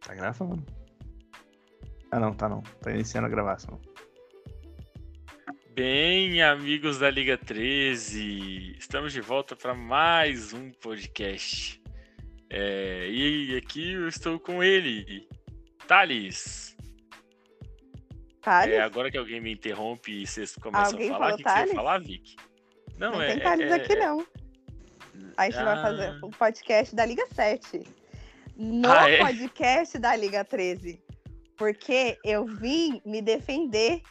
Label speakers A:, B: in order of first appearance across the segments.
A: Tá gravando. Ah não, tá não. Tá iniciando a gravação.
B: Bem, amigos da Liga 13, estamos de volta para mais um podcast. É, e aqui eu estou com ele, Thales.
C: Thales?
B: É, agora que alguém me interrompe e vocês começam
C: Alguém
B: a falar,
C: falou
B: o que, que você ia
C: Thales?
B: falar, Vic? é,
C: Não, tem Thales aqui, não. A gente vai
B: Ah.
C: fazer o podcast da Liga 7. No
B: Ah, é?
C: podcast da Liga 13. Porque eu vim me defender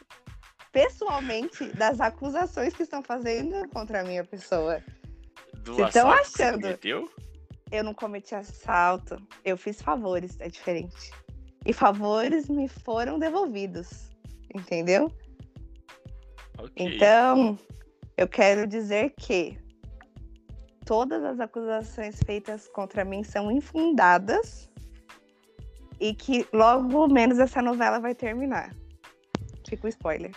C: pessoalmente das acusações que estão fazendo contra a minha pessoa.
B: Do
C: Vocês
B: assalto
C: tão
B: que você
C: achando?
B: cometeu?
C: Eu não cometi assalto, eu fiz favores, é diferente. E favores me foram devolvidos, entendeu?
B: Ok.
C: Então, eu quero dizer que todas as acusações feitas contra mim são infundadas e que logo menos essa novela vai terminar. Fica o spoiler.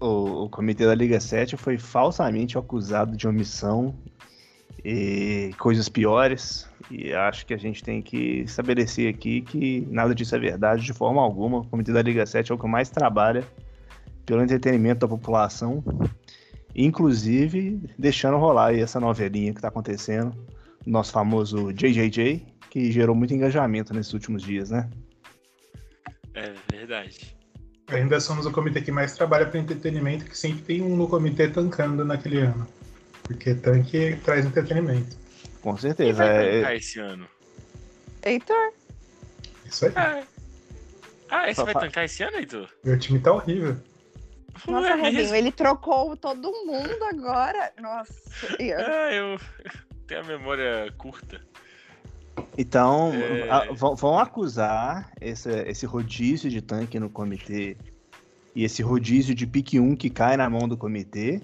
A: O, o comitê da Liga 7 foi falsamente acusado de omissão e coisas piores. E acho que a gente tem que estabelecer aqui que nada disso é verdade de forma alguma. O comitê da Liga 7 é o que mais trabalha pelo entretenimento da população, inclusive deixando rolar aí essa novelinha que tá acontecendo, nosso famoso JJJ, que gerou muito engajamento nesses últimos dias, né?
B: É verdade.
D: Ainda somos o comitê que mais trabalha para entretenimento, que sempre tem um no comitê tancando naquele ano. Porque tanque traz entretenimento.
A: Com
B: Quem
A: certeza.
B: vai
A: é-
B: tancar esse ano?
C: Heitor,
D: Isso aí.
B: Ah, ah esse
A: Só
B: vai
A: fa-
B: tancar esse ano, Heitor?
D: Meu time tá horrível.
B: Não
C: nossa,
B: é
C: Robinho,
B: mesmo?
C: ele trocou todo mundo agora. Nossa, e eu-
B: Ah, eu eu tenho a memória curta.
A: Então,
B: É.
A: a- vão, vão acusar esse, esse rodízio de tanque no comitê e esse rodízio de pique 1 que cai na mão do comitê,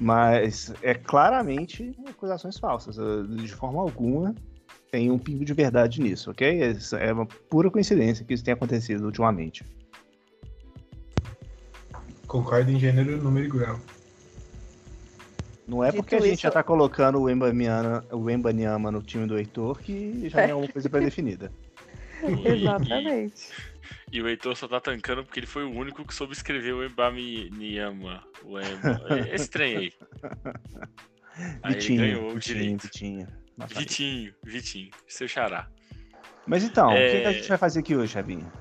A: mas é claramente acusações falsas. eh, De forma alguma tem um pingo de verdade nisso, ok? Isso É uma pura coincidência que isso tenha acontecido ultimamente.
D: Concordo em gênero, número e grau.
A: Não é
C: Dito
A: porque a gente
C: isso-
A: já tá colocando o Embanyama, o Wembanyama no time do Heitor que já é uma coisa pré-definida.
C: Exatamente.
B: E o Heitor só tá tancando porque ele foi o único que soube escrever o Embami Niyama. O Emba. É Esse trem aí. Aí ele ganhou o
A: Vitinho,
B: direito.
A: Vitinho. tá Nossa,
B: Vitinho, Vitinho, seu xará.
A: Mas então, o que, que a
B: É.
A: gente vai fazer aqui hoje, Chavinho?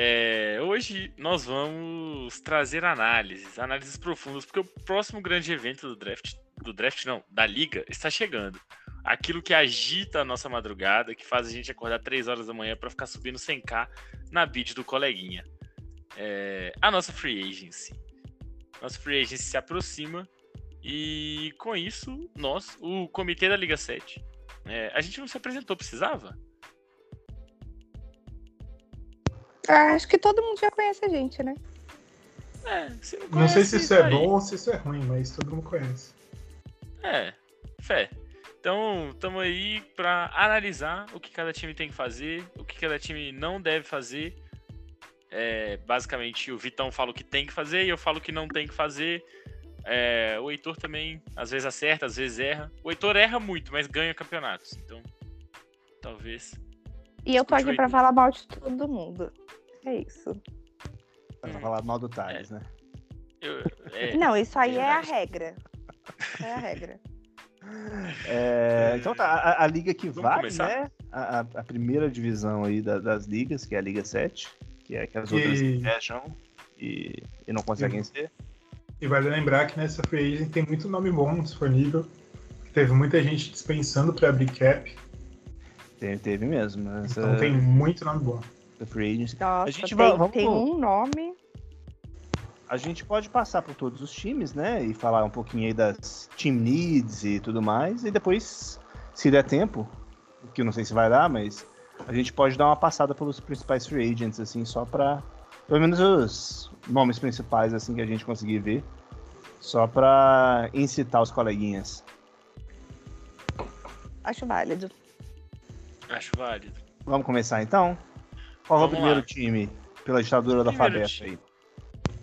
B: É, hoje nós vamos trazer análises, análises profundas, porque o próximo grande evento do draft, do draft não, da liga, está chegando. Aquilo que agita a nossa madrugada, que faz a gente acordar 3 horas da manhã para ficar subindo 100k na bid do coleguinha. É, a nossa free agency. Nossa free agency se aproxima e com isso, nós, o comitê da Liga 7, é, a gente não se apresentou, precisava?
C: Ah, acho que todo mundo já conhece a gente, né?
B: É, se não,
D: Não sei
B: conhece,
D: se isso
B: tá
D: é
B: aí.
D: bom ou se isso é ruim, mas todo mundo conhece.
B: É, fé. Então, estamos aí para analisar o que cada time tem que fazer, o que cada time não deve fazer. É, basicamente, o Vitão fala o que tem que fazer e eu falo o que não tem que fazer. É, o Heitor também, às vezes acerta, às vezes erra. O Heitor erra muito, mas ganha campeonatos. Então, talvez.
C: E eu tô
B: Escute o
C: aqui pra
B: Heitor.
C: falar mal de todo mundo. É isso.
A: Pra
B: Hum.
A: falar mal do Thales, né?
B: Eu- é,
C: Não, isso aí é a
B: verdade.
C: regra. É a regra.
A: É, então tá, a, a liga que
B: Vamos
A: vai,
B: começar?
A: né? A, a- a primeira divisão aí da- das ligas, que é a Liga 7, que é que as
D: E-
A: outras invejam e, e não conseguem
D: E-
A: ser.
D: E vale lembrar que nessa free agent tem muito nome bom disponível. Teve muita gente dispensando para abrir cap.
A: Teve, teve mesmo. né? Essa,
D: Então tem muito nome bom.
A: essa free agency.
C: Nossa,
A: A gente
C: tem,
A: vai- vamos-
C: tem um nome.
A: A gente pode passar por todos os times, né? E falar um pouquinho aí das team needs e tudo mais. E depois, se der tempo, o que eu não sei se vai dar, mas a gente pode dar uma passada pelos principais free agents, assim, só pra. Pelo menos os nomes principais, assim, que a gente conseguir ver. Só pra incitar os coleguinhas.
C: Acho válido.
B: Acho válido.
A: Vamos começar então? Qual é o
B: Vamos
A: primeiro
B: lá.
A: time pela ditadura do
B: Primeiro
A: alfabeto
B: time.
A: aí?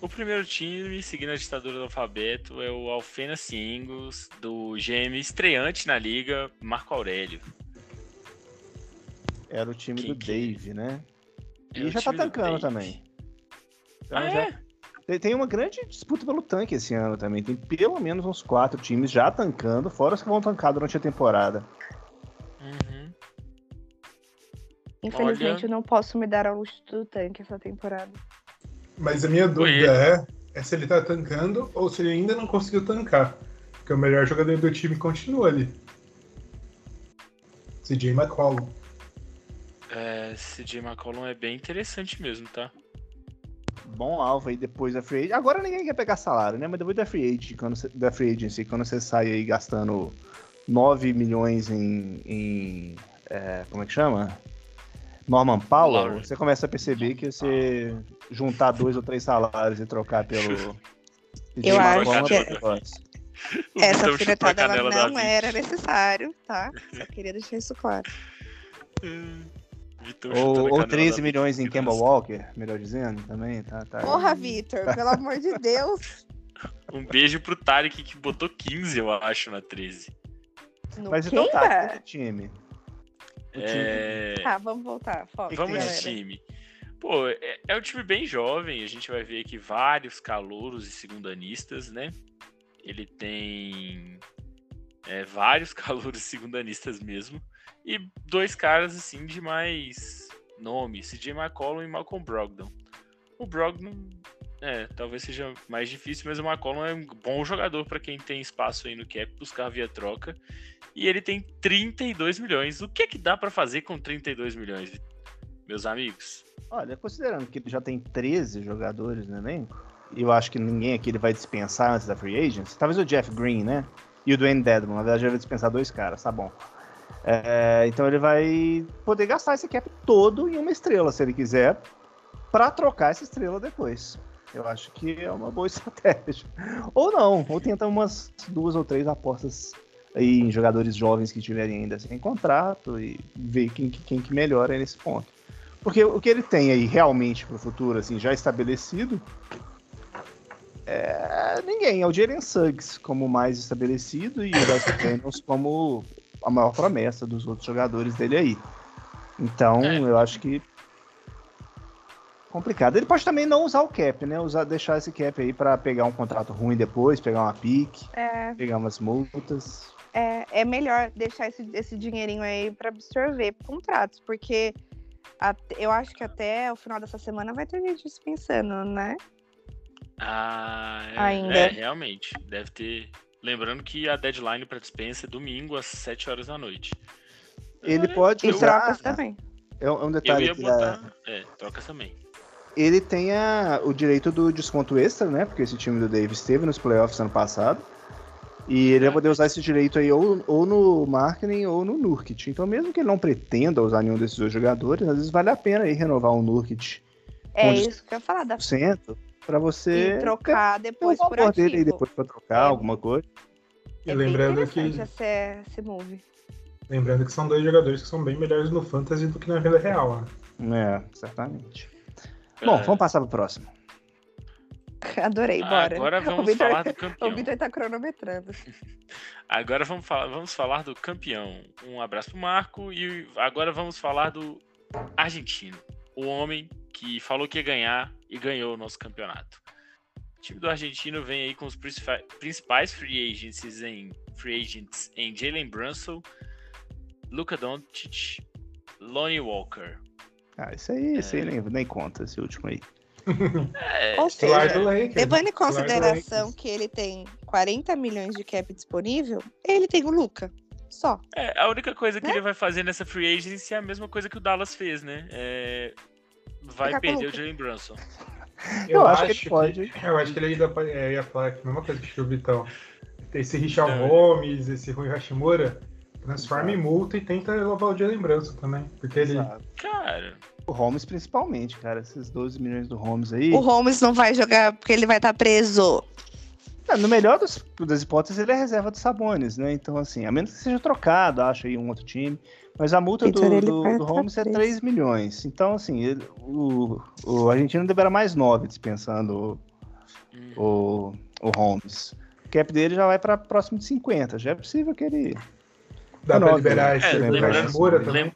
B: O primeiro time, seguindo a ditadura do alfabeto, é o Alfena Singles, do GM estreante na liga, Marco Aurélio.
A: Era o time
B: Quem
A: do
B: que-
A: Dave, né?
B: É
A: e
B: o
A: já tá
B: time do
A: tancando
B: Dave.
A: também. Então
B: Ah,
A: já-
B: é?
A: tem- Tem uma grande disputa pelo tanque esse ano também. Tem pelo menos uns quatro times já tancando, fora os que vão tancar durante a temporada.
B: Uhum.
C: Infelizmente, eu não posso me dar ao luxo do tanque essa temporada.
D: Mas a minha
B: Oi,
D: dúvida é, é se ele tá tancando ou se ele ainda não conseguiu tancar. Porque o melhor jogador do time continua ali. CJ McCollum.
B: É, esse J. McCollum é bem interessante mesmo, tá?
A: Bom alvo aí depois da free agent. Agora ninguém quer pegar salário, né? Mas depois da free, agent, quando cê- da free agency, quando você sai aí gastando 9 milhões em. em, é, como é que chama? Norman Powell,
B: Lowry.
A: você começa a perceber que você juntar dois ou três salários e trocar pelo.
C: Eu acho
A: Forma
B: que-
A: é um negócio.
B: O
C: Essa
B: Vitão chutou a
C: alfinetada ela
B: canela da
C: não
B: Vicky.
C: era necessário, tá? Só queria deixar isso claro. é.
B: Vitão chutando a
A: Ou, ou
B: canela
A: 13
B: da
A: milhões em
B: Vicky,
A: Kemba
B: nossa.
A: Walker, melhor dizendo, também. Tá, tá.
C: Porra, Vitor, pelo amor de Deus.
B: Um beijo pro Tarek que botou 15, eu acho, na 13.
C: No
A: Mas
C: Kemba?
A: então tá, todo time. O time
B: É...
C: Tá, vamos né? voltar. Foco,
B: Vamos
C: galera.
B: de time. Pô, é, é um time bem jovem, a gente vai ver aqui vários calouros e segundanistas, né? Ele tem é, vários calouros e segundanistas mesmo. E dois caras, assim, de mais nome, CJ McCollum e Malcolm Brogdon. O Brogdon, é, talvez seja mais difícil, mas o McCollum é um bom jogador para quem tem espaço aí no cap, buscar via troca. E ele tem 32 milhões. O que é que dá para fazer com 32 milhões, Vitor? meus amigos.
A: Olha, considerando que ele já tem 13 jogadores no elenco, e eu acho que ninguém aqui ele vai dispensar antes da free agency, talvez o Jeff Green, né? E o Dwayne Dedman, na verdade ele vai dispensar dois caras, tá bom. É, então ele vai poder gastar esse cap todo em uma estrela, se ele quiser, pra trocar essa estrela depois. Eu acho que é uma boa estratégia. Ou não, ou tenta umas duas ou três apostas aí em jogadores jovens que tiverem ainda sem contrato e ver quem, que- quem que melhora aí nesse ponto. Porque o que ele tem aí realmente pro futuro, assim, já estabelecido, é ninguém. É o Jalen Suggs como o mais estabelecido e o Dustin Daniels como a maior promessa dos outros jogadores dele aí. Então,
B: É.
A: eu acho que complicado. Ele pode também não usar o cap, né? Usar, deixar esse cap aí pra pegar um contrato ruim depois, pegar uma pique,
C: É,
A: pegar umas multas.
C: é, é melhor deixar esse, esse dinheirinho aí pra absorver contratos, porque até- eu acho que até o final dessa semana vai ter gente dispensando, né?
B: Ah, é,
C: Ainda.
B: é, realmente. Deve ter. Lembrando que a deadline para dispensa é domingo às 7 horas da noite.
A: Ele
B: É,
A: pode
C: E
B: Eu-
A: usar.
C: trocas também.
A: É um é um
B: Eu
A: detalhe
B: ia
A: aqui da-
B: botar. É, troca também.
A: ele tem a- o direito do desconto extra, né? Porque esse time do Davis esteve nos playoffs ano passado. E ele vai poder usar esse direito aí ou, ou no marketing ou no Nurkit. Então, mesmo que ele não pretenda usar nenhum desses dois jogadores, às vezes vale a pena aí renovar um Nurkit
C: É
A: Onde-
C: isso que eu ia falar, dá
A: 100% para você
C: e trocar
A: ter o
C: depois por
A: valor
C: ativo.
A: dele aí depois para trocar
C: É.
A: alguma coisa.
D: E
C: É bem
D: lembrando que,
C: interessante esse, esse move.
A: assim.
D: lembrando que são dois jogadores que são bem melhores no fantasy do que na vida real. Né?
A: É, certamente. Bom,
B: É,
A: vamos passar pro próximo.
C: Adorei, bora.
B: Ah, Agora
C: o
B: vamos
C: Vitor,
B: falar do
C: o
B: campeão.
C: Vitor tá cronometrando.
B: Agora vamos falar, vamos falar do campeão. Um abraço pro Marco e agora vamos falar do argentino, o homem que falou que ia ganhar e ganhou o nosso campeonato. O time do argentino vem aí com os principa- principais free agents em free agents em Jalen Brunson, Luka Doncic, Lonnie Walker.
A: Ah, isso aí, isso aí nem, nem conta, esse último aí.
B: É,
C: Ou
D: Larga
C: seja,
D: o Lakers.
A: É
C: levando em
D: Larga o
C: consideração
D: Lakers.
C: que ele tem 40 milhões de cap disponível, ele tem o Luca. Só.
B: É, a única coisa que
C: Né?
B: ele vai fazer nessa free agency é a mesma coisa que o Dallas fez, né? É, vai
C: Ficar com o
B: perder o
C: Luka.
B: Jalen Brunson.
A: Eu, acho, que ele pode.
D: Eu acho que ele ainda pode- é, ia falar que a mesma coisa que o Vitão. Esse Richard
B: Não.
D: Gomes, esse Rui Hashimura, transforma em multa e tenta levar o dia lembrança também. Porque ele.
A: Exato.
B: Cara,
A: O Holmes principalmente, cara. Esses 12 milhões do Holmes aí.
C: O Holmes não vai jogar porque ele vai estar preso.
A: Ah, No melhor dos- das hipóteses, ele é reserva dos Sabones, né? Então, assim, a menos que seja trocado, acho aí um outro time. Mas a multa do,
C: Vitor, Então ele
A: do-
C: vai
A: do
C: pra
A: Holmes é
C: três.
A: 3 milhões. Então, assim, ele- o, o argentino deverá mais 9 dispensando
B: hum,
A: o, o, o Holmes. O cap dele já vai para próximo de 50. Já é possível que ele.
D: Dá
A: Não,
D: pra liberar
A: é,
D: esse Rui
B: lembrando-
D: Hashimura também.
B: lem-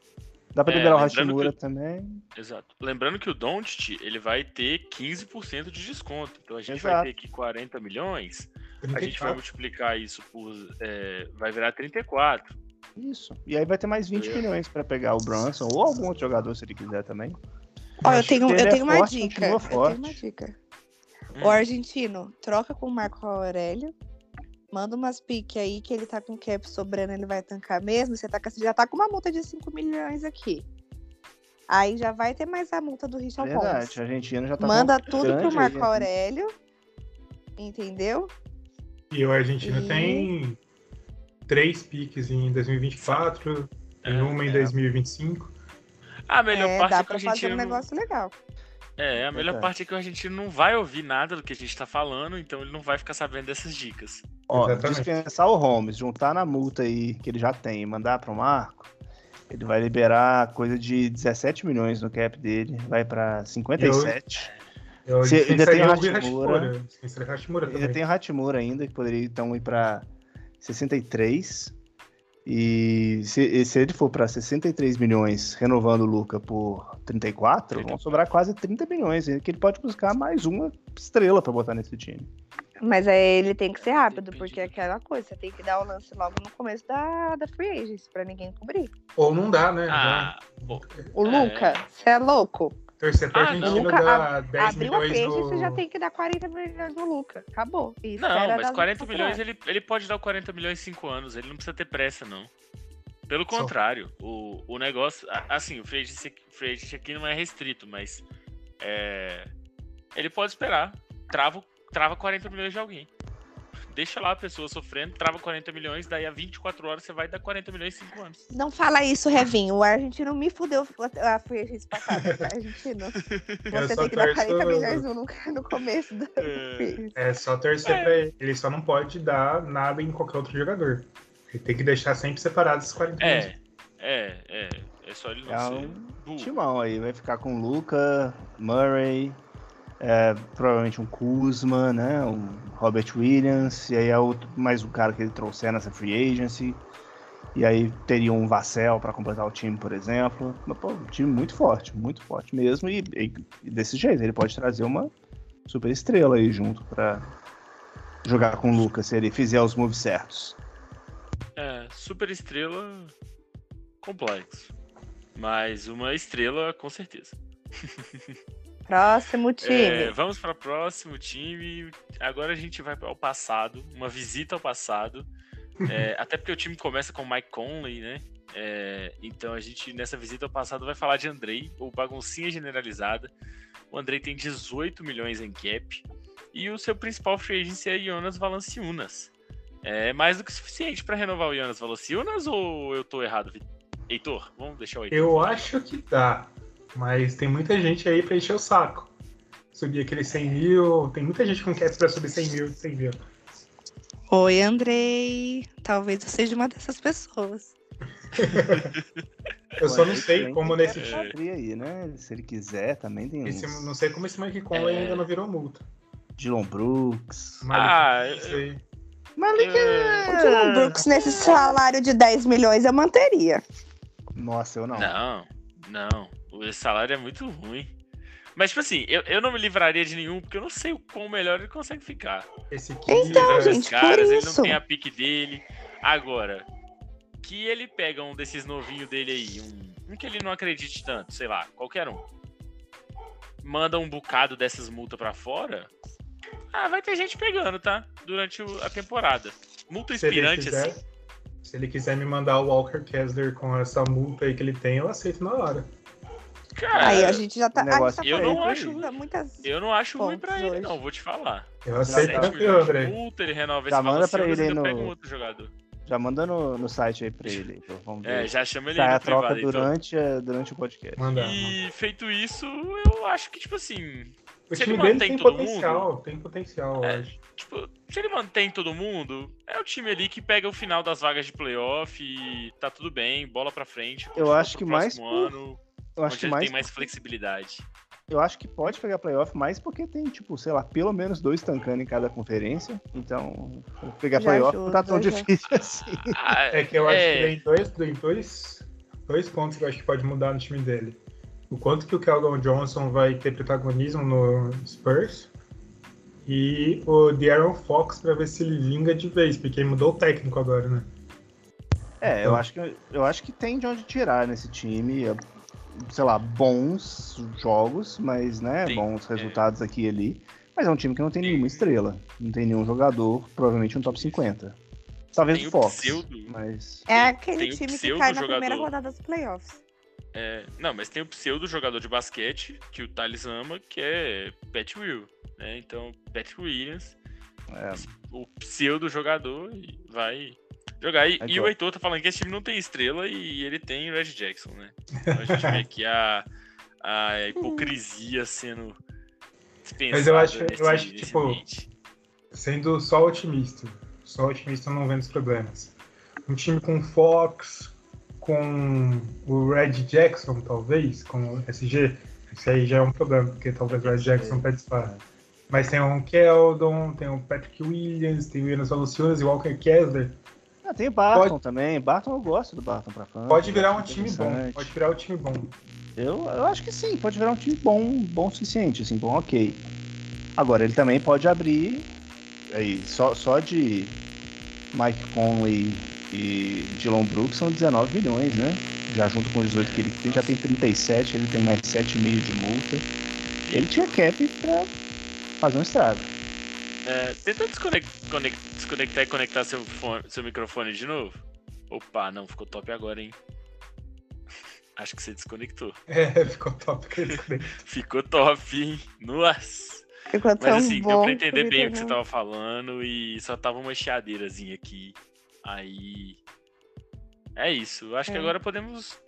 A: Dá pra
B: É,
A: liberar o
B: lembrando
A: Hashimura
B: que
A: também.
B: Exato. Lembrando que o Don't ele vai ter 15% de desconto. Então a gente
A: Exato.
B: vai ter aqui 40 milhões, a gente vai
D: 34.
B: multiplicar isso por. é, vai virar 34.
A: Isso. E aí vai ter mais 20
B: É.
A: milhões pra pegar o Brunson ou algum outro jogador se ele quiser também.
C: Ó, eu
D: Acho
C: tenho,
A: que ele
C: eu
A: é
C: tenho uma
A: forte,
C: dica.
A: continua
C: Eu tenho
A: forte.
C: uma dica.
B: Hum.
C: O argentino, troca com o Marco Aurélio. Manda umas piques aí que ele tá com cap sobrando, ele vai tancar mesmo. Você tá, com- você já tá com uma multa de 5 milhões aqui. Aí já vai ter mais a multa do Richard Pons.
A: Verdade, a Argentina já tá
C: Tá Manda tudo pro
A: grande
C: Marco
A: aí, né?
C: Aurélio. Entendeu?
D: E o Argentina
C: E-
D: tem três piques em 2024, tem
B: É,
D: uma em
B: é.
D: 2025.
B: A melhor
C: É,
B: parte
C: dá
B: é que o
C: pra fazer
B: argentino.
C: um
B: não-
C: negócio legal.
B: É, a melhor
A: Verdade.
B: parte é que o argentino não vai ouvir nada do que a gente tá falando, então ele não vai ficar sabendo dessas dicas.
A: Ó,
D: Exatamente.
A: dispensar o Holmes, juntar na multa aí que ele já tem e mandar pro Marco, ele vai liberar coisa de 17 milhões no cap dele, vai pra 57.
D: Eu
A: Você ainda tem
D: dispensaria
A: o
D: o Rui
A: Hashimura.
D: Hashimura. Dispensaria o Hashimura
A: Ainda
D: também.
A: tem o Hatimura ainda, que poderia então ir pra 63. E se, e se ele for pra 63 milhões, renovando o Luca por 34, vão sobrar quase 30 milhões, hein, que ele pode buscar mais uma estrela pra botar nesse time.
C: Mas aí ele tem que ser rápido,
B: Depende
C: porque
B: do-
C: é aquela coisa, você tem que dar o lance logo no começo da, da free agency pra ninguém cobrir.
D: Ou não dá, né? Já.
B: Ah, bom.
C: O
B: É.
C: Luca, você é louco.
D: Torcer pra
B: Ah,
D: Argentina
C: não.
D: dar 10
C: Abriu a free
D: milhões
C: agency,
D: no...
C: você já tem que dar 40 milhões no Luca. Acabou. E
B: Não,
C: espera um
B: mas
C: das
B: 40
C: outras
B: milhões
C: temporadas.
B: ele, ele pode dar o 40 milhões em 5 anos, ele não precisa ter pressa, não. Pelo
D: Só.
B: contrário, o, o negócio. a- Assim, o free agent aqui- free agent aqui não é restrito, mas. é, ele pode esperar. Trava, o- trava 40 milhões de alguém. Deixa lá a pessoa sofrendo, trava 40 milhões, daí a 24 horas você vai dar 40 milhões em 5 anos.
C: Não fala isso, Revinho. O argentino me fudeu a a free agency passada, tá, argentino?
D: Eu
C: Você
D: só
C: tem que dar 40
D: torço-
C: milhões no Luca no começo da free agency.
D: É só torcer
B: É.
D: pra ele. Ele só não pode dar nada em qualquer outro jogador. Ele tem que deixar sempre separado esses 40
B: É,
D: milhões.
B: é, é. É só ele não
A: É
B: ser
A: um
B: burro.
A: Timão aí, vai ficar com Luca, Murray, é, provavelmente um Kuzma, né? Um Robert Williams, e aí é outro, mais um cara que ele trouxer nessa free agency. E aí teria um Vassell para completar o time, por exemplo. Mas, pô, um time muito forte, muito forte mesmo. E, e- e desse jeito, ele pode trazer uma super estrela aí junto para jogar com o Lucas, se ele fizer os moves certos.
B: É, super estrela complexo. Mas uma estrela com certeza.
C: Próximo
B: É,
C: time.
B: vamos para o próximo time. Agora a gente vai ao passado, uma visita ao passado. É, até porque o time começa com o Mike Conley, né? É, então a gente nessa visita ao passado vai falar de Andrei, ou baguncinha generalizada. O Andrei tem 18 milhões em cap e o seu principal free agent é Jonas Valanciunas. É mais do que suficiente para renovar o Jonas Valanciunas ou eu tô errado, Vi- Heitor? Vamos deixar o Heitor.
D: Eu acho que dá. Mas tem muita gente aí pra encher o saco. Subir aqueles 100 mil. Tem muita gente com cap pra subir 100 mil, 100 mil.
C: Oi, Andrei. Talvez eu seja uma dessas pessoas.
D: Eu só
A: Pô,
D: não
A: aí
D: sei
A: tem-
D: como
A: tem
D: nesse
A: que
B: time-
A: abrir aí, né? Se ele quiser, também tem
D: Esse-
A: uns-
D: não sei como esse Mike Conley
B: É.
D: ainda não virou multa.
A: Dylan Brooks.
B: Ah,
D: Malik, não sei.
A: Malik
B: É,
C: O Dylan Brooks nesse salário de 10 milhões eu manteria.
A: Nossa, eu não.
B: Não, não. O Esse salário é muito ruim. Mas, tipo assim, eu, eu não me livraria de nenhum, porque eu não sei o quão melhor ele consegue ficar.
D: Esse aqui.
C: Então,
D: é,
B: Esses
C: gente, por
B: ele
C: isso.
B: não tem a pique dele. Agora, que ele pega um desses novinhos dele aí, um, um que ele não acredite tanto, sei lá, qualquer um. Manda um bocado dessas multas pra fora. Ah, vai ter gente pegando, tá? Durante o- a temporada. Multa
D: se, ele
B: inspirante,
D: quiser,
B: assim.
D: se ele quiser me mandar o Walker Kessler com essa multa aí que ele tem, eu aceito na hora.
B: Cara,
C: aí a gente já tá.
A: o negócio
C: a gente
B: É. eu
C: tá
B: não
C: falando
B: acho
C: de
B: ruim.
C: Muitas...
B: eu não acho ruim pra
C: Pontos
B: ele,
C: hoje.
B: não, vou te falar.
D: Eu aceito
A: tá.
B: Sete
D: tranquilo,
B: milhões de
D: André.
B: multa, ele renova esse
A: Já manda pra
B: Valanciunas,
A: ele aí
B: ainda
A: no-
B: pega um outro jogador.
A: Já manda no, no site aí pra ele. Então, vamos ver.
B: É, já chama ele aí
A: Sai
B: no
A: a troca
B: privado, então.
A: durante, a- durante o podcast.
D: Manda. manda.
B: E feito isso, eu acho que, tipo assim,
D: O
B: se
D: time
B: ele
D: dele
B: mantém
D: tem
B: todo
D: potencial, tem potencial,
B: É.
D: eu acho.
B: tipo, se ele mantém todo mundo, é o time ali que pega o final das vagas de playoff e tá tudo bem, bola pra frente. continua
A: acho que
B: pro
A: mais
B: próximo
A: por-
B: Ano,
A: Eu acho,
B: onde
A: que
B: ele
A: mais,
B: tem mais flexibilidade.
A: eu acho que pode pegar playoff, mas porque tem, tipo, sei lá, pelo menos dois tancando em cada conferência. Então, pegar
C: Já
A: playoff não
C: ajuda,
A: tá tão
C: já.
A: difícil assim.
B: Ah,
D: É que eu acho
B: é.
D: que tem dois, tem dois dois pontos que eu acho que pode mudar no time dele. O quanto que o Calgon Johnson vai ter protagonismo no Spurs e o De'Aaron Fox pra ver se ele vinga de vez, porque ele mudou o técnico agora, né?
A: É, eu acho, que, eu acho que tem de onde tirar nesse time. é, Sei lá, bons jogos, mas né,
B: Tem,
A: bons
B: é.
A: resultados aqui e ali. Mas é um time que não tem nenhuma estrela. Não tem nenhum jogador, provavelmente um top 50. Talvez o
B: Tem o
A: Fox.
B: pseudo-
A: Mas.
C: É
B: Tem
C: aquele
B: o
C: time que
B: pseudo
C: cai na
B: jogador.
C: primeira rodada dos playoffs.
B: É, não, mas tem o pseudo jogador de basquete, que o Thales ama, que é Pat Will, né? Então, Pat Williams,
A: É.
B: o pseudo jogador, e vai jogar. E,
A: Aí
B: e o
A: gosta.
B: Heitor tá falando que esse time não tem estrela e ele tem o Red Jackson, né? Então a gente vê aqui a, a hipocrisia sendo dispensada
D: Mas eu acho- eu
B: nesse-
D: acho,
B: nesse
D: tipo,
B: ambiente.
D: Sendo só otimista. Só otimista não vendo os problemas. Um time com Fox, com o Red Jackson, talvez, com o SG, isso aí já é um problema, porque talvez o Red Jackson pede disparo. Mas tem o Ron Keldon, tem o Patrick Williams, tem o Enos Alucinas e o Walker Kessler.
A: Ah, tem o Barton também. Barton, eu gosto do Barton pra fã.
D: Pode
A: eu
D: virar
A: acho
D: um time bom.
A: interessante.
D: Pode virar um time bom.
A: Eu, eu acho que sim, pode virar um time bom, bom o suficiente, assim, bom, ok. Agora ele também pode abrir aí, só, só de Mike Conley e Dylan Brooks são 19 milhões, né? Já junto com os 18 que ele tem, já tem 37, ele tem mais 7,5 de multa. Ele tinha cap pra fazer um estrago.
B: É, tenta desconec- conec- desconectar e conectar seu, fone- seu microfone de novo. Opa, não, ficou top agora, hein? Acho que você desconectou.
D: É, ficou top.
B: Ficou top, hein? Nossa!
C: Ficou
B: Mas
C: tão
B: assim,
C: é um bom.
B: deu pra entender
C: que
B: bem o que você tá
C: não-
B: tava falando e só tava uma chiadeirazinha aqui. Aí. É isso. Acho que
C: É.
B: agora podemos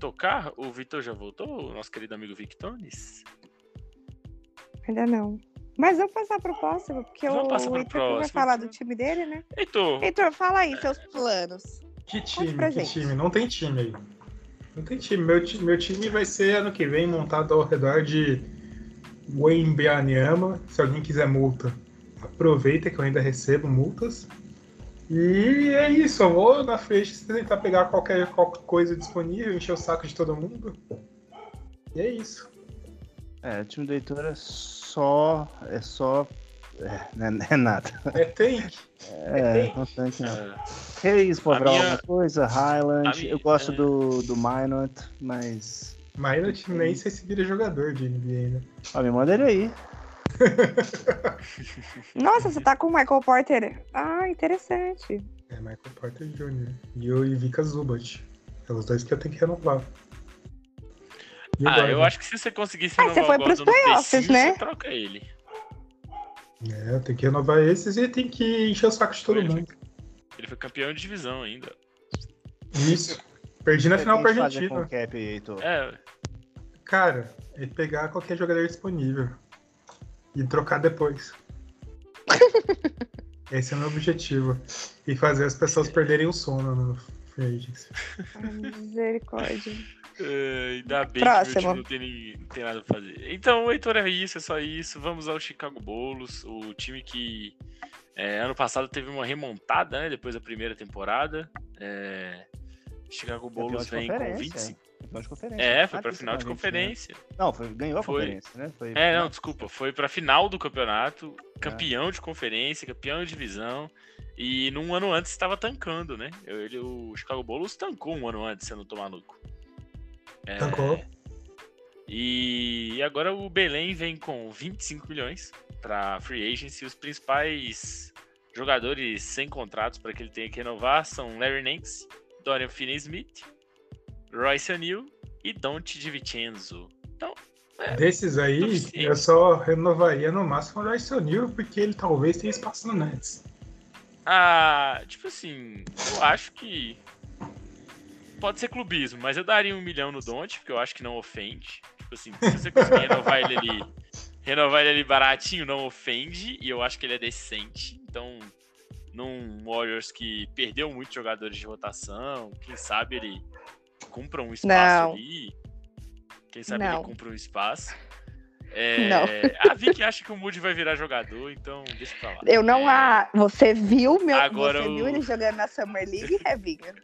B: tocar. O Vitor já voltou, o nosso querido amigo Victones.
C: né? Ainda não. Mas vamos passar pro próximo, porque
B: Vamos
C: o
B: passar pro
C: Heitor que vai
B: próximo. É.
C: falar do time dele, né?
B: Heitor,
C: Heitor, fala aí seus planos.
D: Que
C: pra
D: time, que
C: gente.
D: time. Não tem time aí. Não tem time. Meu, ti- meu time vai ser ano que vem montado ao redor de Wembeanyama. Se alguém quiser multa, aproveita que eu ainda recebo multas. E é isso, eu vou na frente tentar pegar qualquer, qualquer coisa disponível, encher o saco de todo mundo. E é isso.
A: É, o time do Heitor é só. É só. É, não é, não é nada.
D: É tank.
A: É, não tem que não.
B: é,
A: Reis pode
B: A
A: virar
B: minha-
A: alguma coisa, Highland.
B: a minha-
A: eu gosto
B: é.
A: do, do Minot, mas.
D: Mas no time nem sei se vira jogador de NBA, né?
A: Ah, me manda ele aí.
C: Nossa, você tá com o Michael Porter. Ah, interessante.
D: É Michael Porter Jr. e o Ivica Zubat. É os dois que eu tenho que renovar. E o
B: ah,
D: Gordon?
B: eu acho que se você conseguisse
C: Ah, você foi
B: o
C: pros
B: Gordon no
C: playoffs,
B: P5,
C: né?
B: Você troca ele.
D: É, eu tenho que renovar esses e tem que encher o saco de todo
B: Ele foi-
D: mundo.
B: Ele foi campeão de divisão ainda.
D: Isso. Perdi na é final pra Argentina.
A: cap, aí, Heitor.
B: É,
D: Cara, é pegar qualquer jogador disponível e trocar depois. Esse é o meu objetivo. E fazer as pessoas perderem o sono no free agency.
C: Ai, misericórdia.
B: é, ainda bem
C: Próximo.
B: que meu time não tem, ninguém- não tem nada pra fazer. Então, o Heitor é isso, é só isso. Vamos ao Chicago Bulls, o time que é, ano passado teve uma remontada, né? Depois da primeira temporada. É, Chicago Bulls vem com 25.
A: Final é. de conferência.
B: É, foi
A: Sabe
B: pra
A: isso
B: final
A: com
B: de
A: a gente,
B: conferência.
A: né? Não, foi, ganhou a
B: Foi.
A: conferência, né? Foi,
B: É, não, desculpa. Foi pra final do campeonato, campeão de conferência, campeão de divisão. E num ano antes estava tancando, né? Ele, o Chicago Bulls tancou um ano antes, se eu não tô maluco. É,
D: Tancou.
B: E agora o Belém vem com 25 milhões para free agency. Os principais jogadores sem contratos para que ele tenha que renovar são Larry Nance, Dorian Finney-Smith, Royce O'Neal e Dante DiVincenzo. é,
D: Desses aí,
B: Suficiente.
D: eu só renovaria no máximo o Royce O'Neal, porque ele talvez tenha espaço no Nets.
B: Ah, tipo assim, eu acho que pode ser clubismo, mas eu daria um milhão no Dante, porque eu acho que não ofende. Tipo assim, se você conseguir renovar ele ali, renovar ele ali baratinho, não ofende, e eu acho que ele é decente. Então, num Warriors que perdeu muitos jogadores de rotação, quem sabe ele cumpra um espaço
C: Não.
B: ali. Quem sabe
C: Não.
B: ele cumpra um espaço. É,
C: Não.
B: A Vicky acha que o Moody vai virar jogador, então deixa pra lá.
C: Eu não
B: É,
C: a. Você viu meu.
B: Agora
C: você
B: o-
C: viu ele jogando na Summer League, Revinha?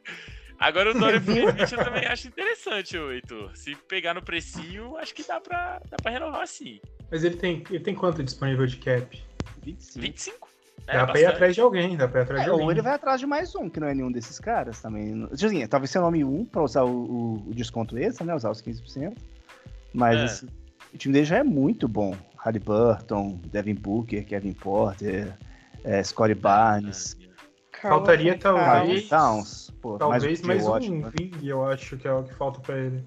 B: Agora o Dória por Smith eu também acho interessante, ô, Heitor. Se pegar no precinho, acho que dá pra, dá pra renovar assim. sim.
D: Mas ele tem, ele tem quanto disponível de cap?
A: 25.
B: 25? É,
D: Dá pra ir
B: bastante.
D: atrás de alguém, dá pra ir atrás
A: É,
D: de
A: ou
D: alguém.
A: ele vai atrás de mais um, que não é nenhum desses caras também. Tipo assim, talvez seja o nome um pra usar o, o- o desconto extra, né? Usar os 15%. Mas
B: É.
A: esse- o time dele já é muito bom. Halliburton, Devin Booker, Kevin Porter, é, Scottie Barnes,
D: Faltaria
C: é.
A: Carl
D: talvez-
A: Towns. Pô,
D: Talvez
A: o né?
D: mais,
A: P.J.
D: um
A: Washington.
D: wing, eu acho que é o que falta pra ele.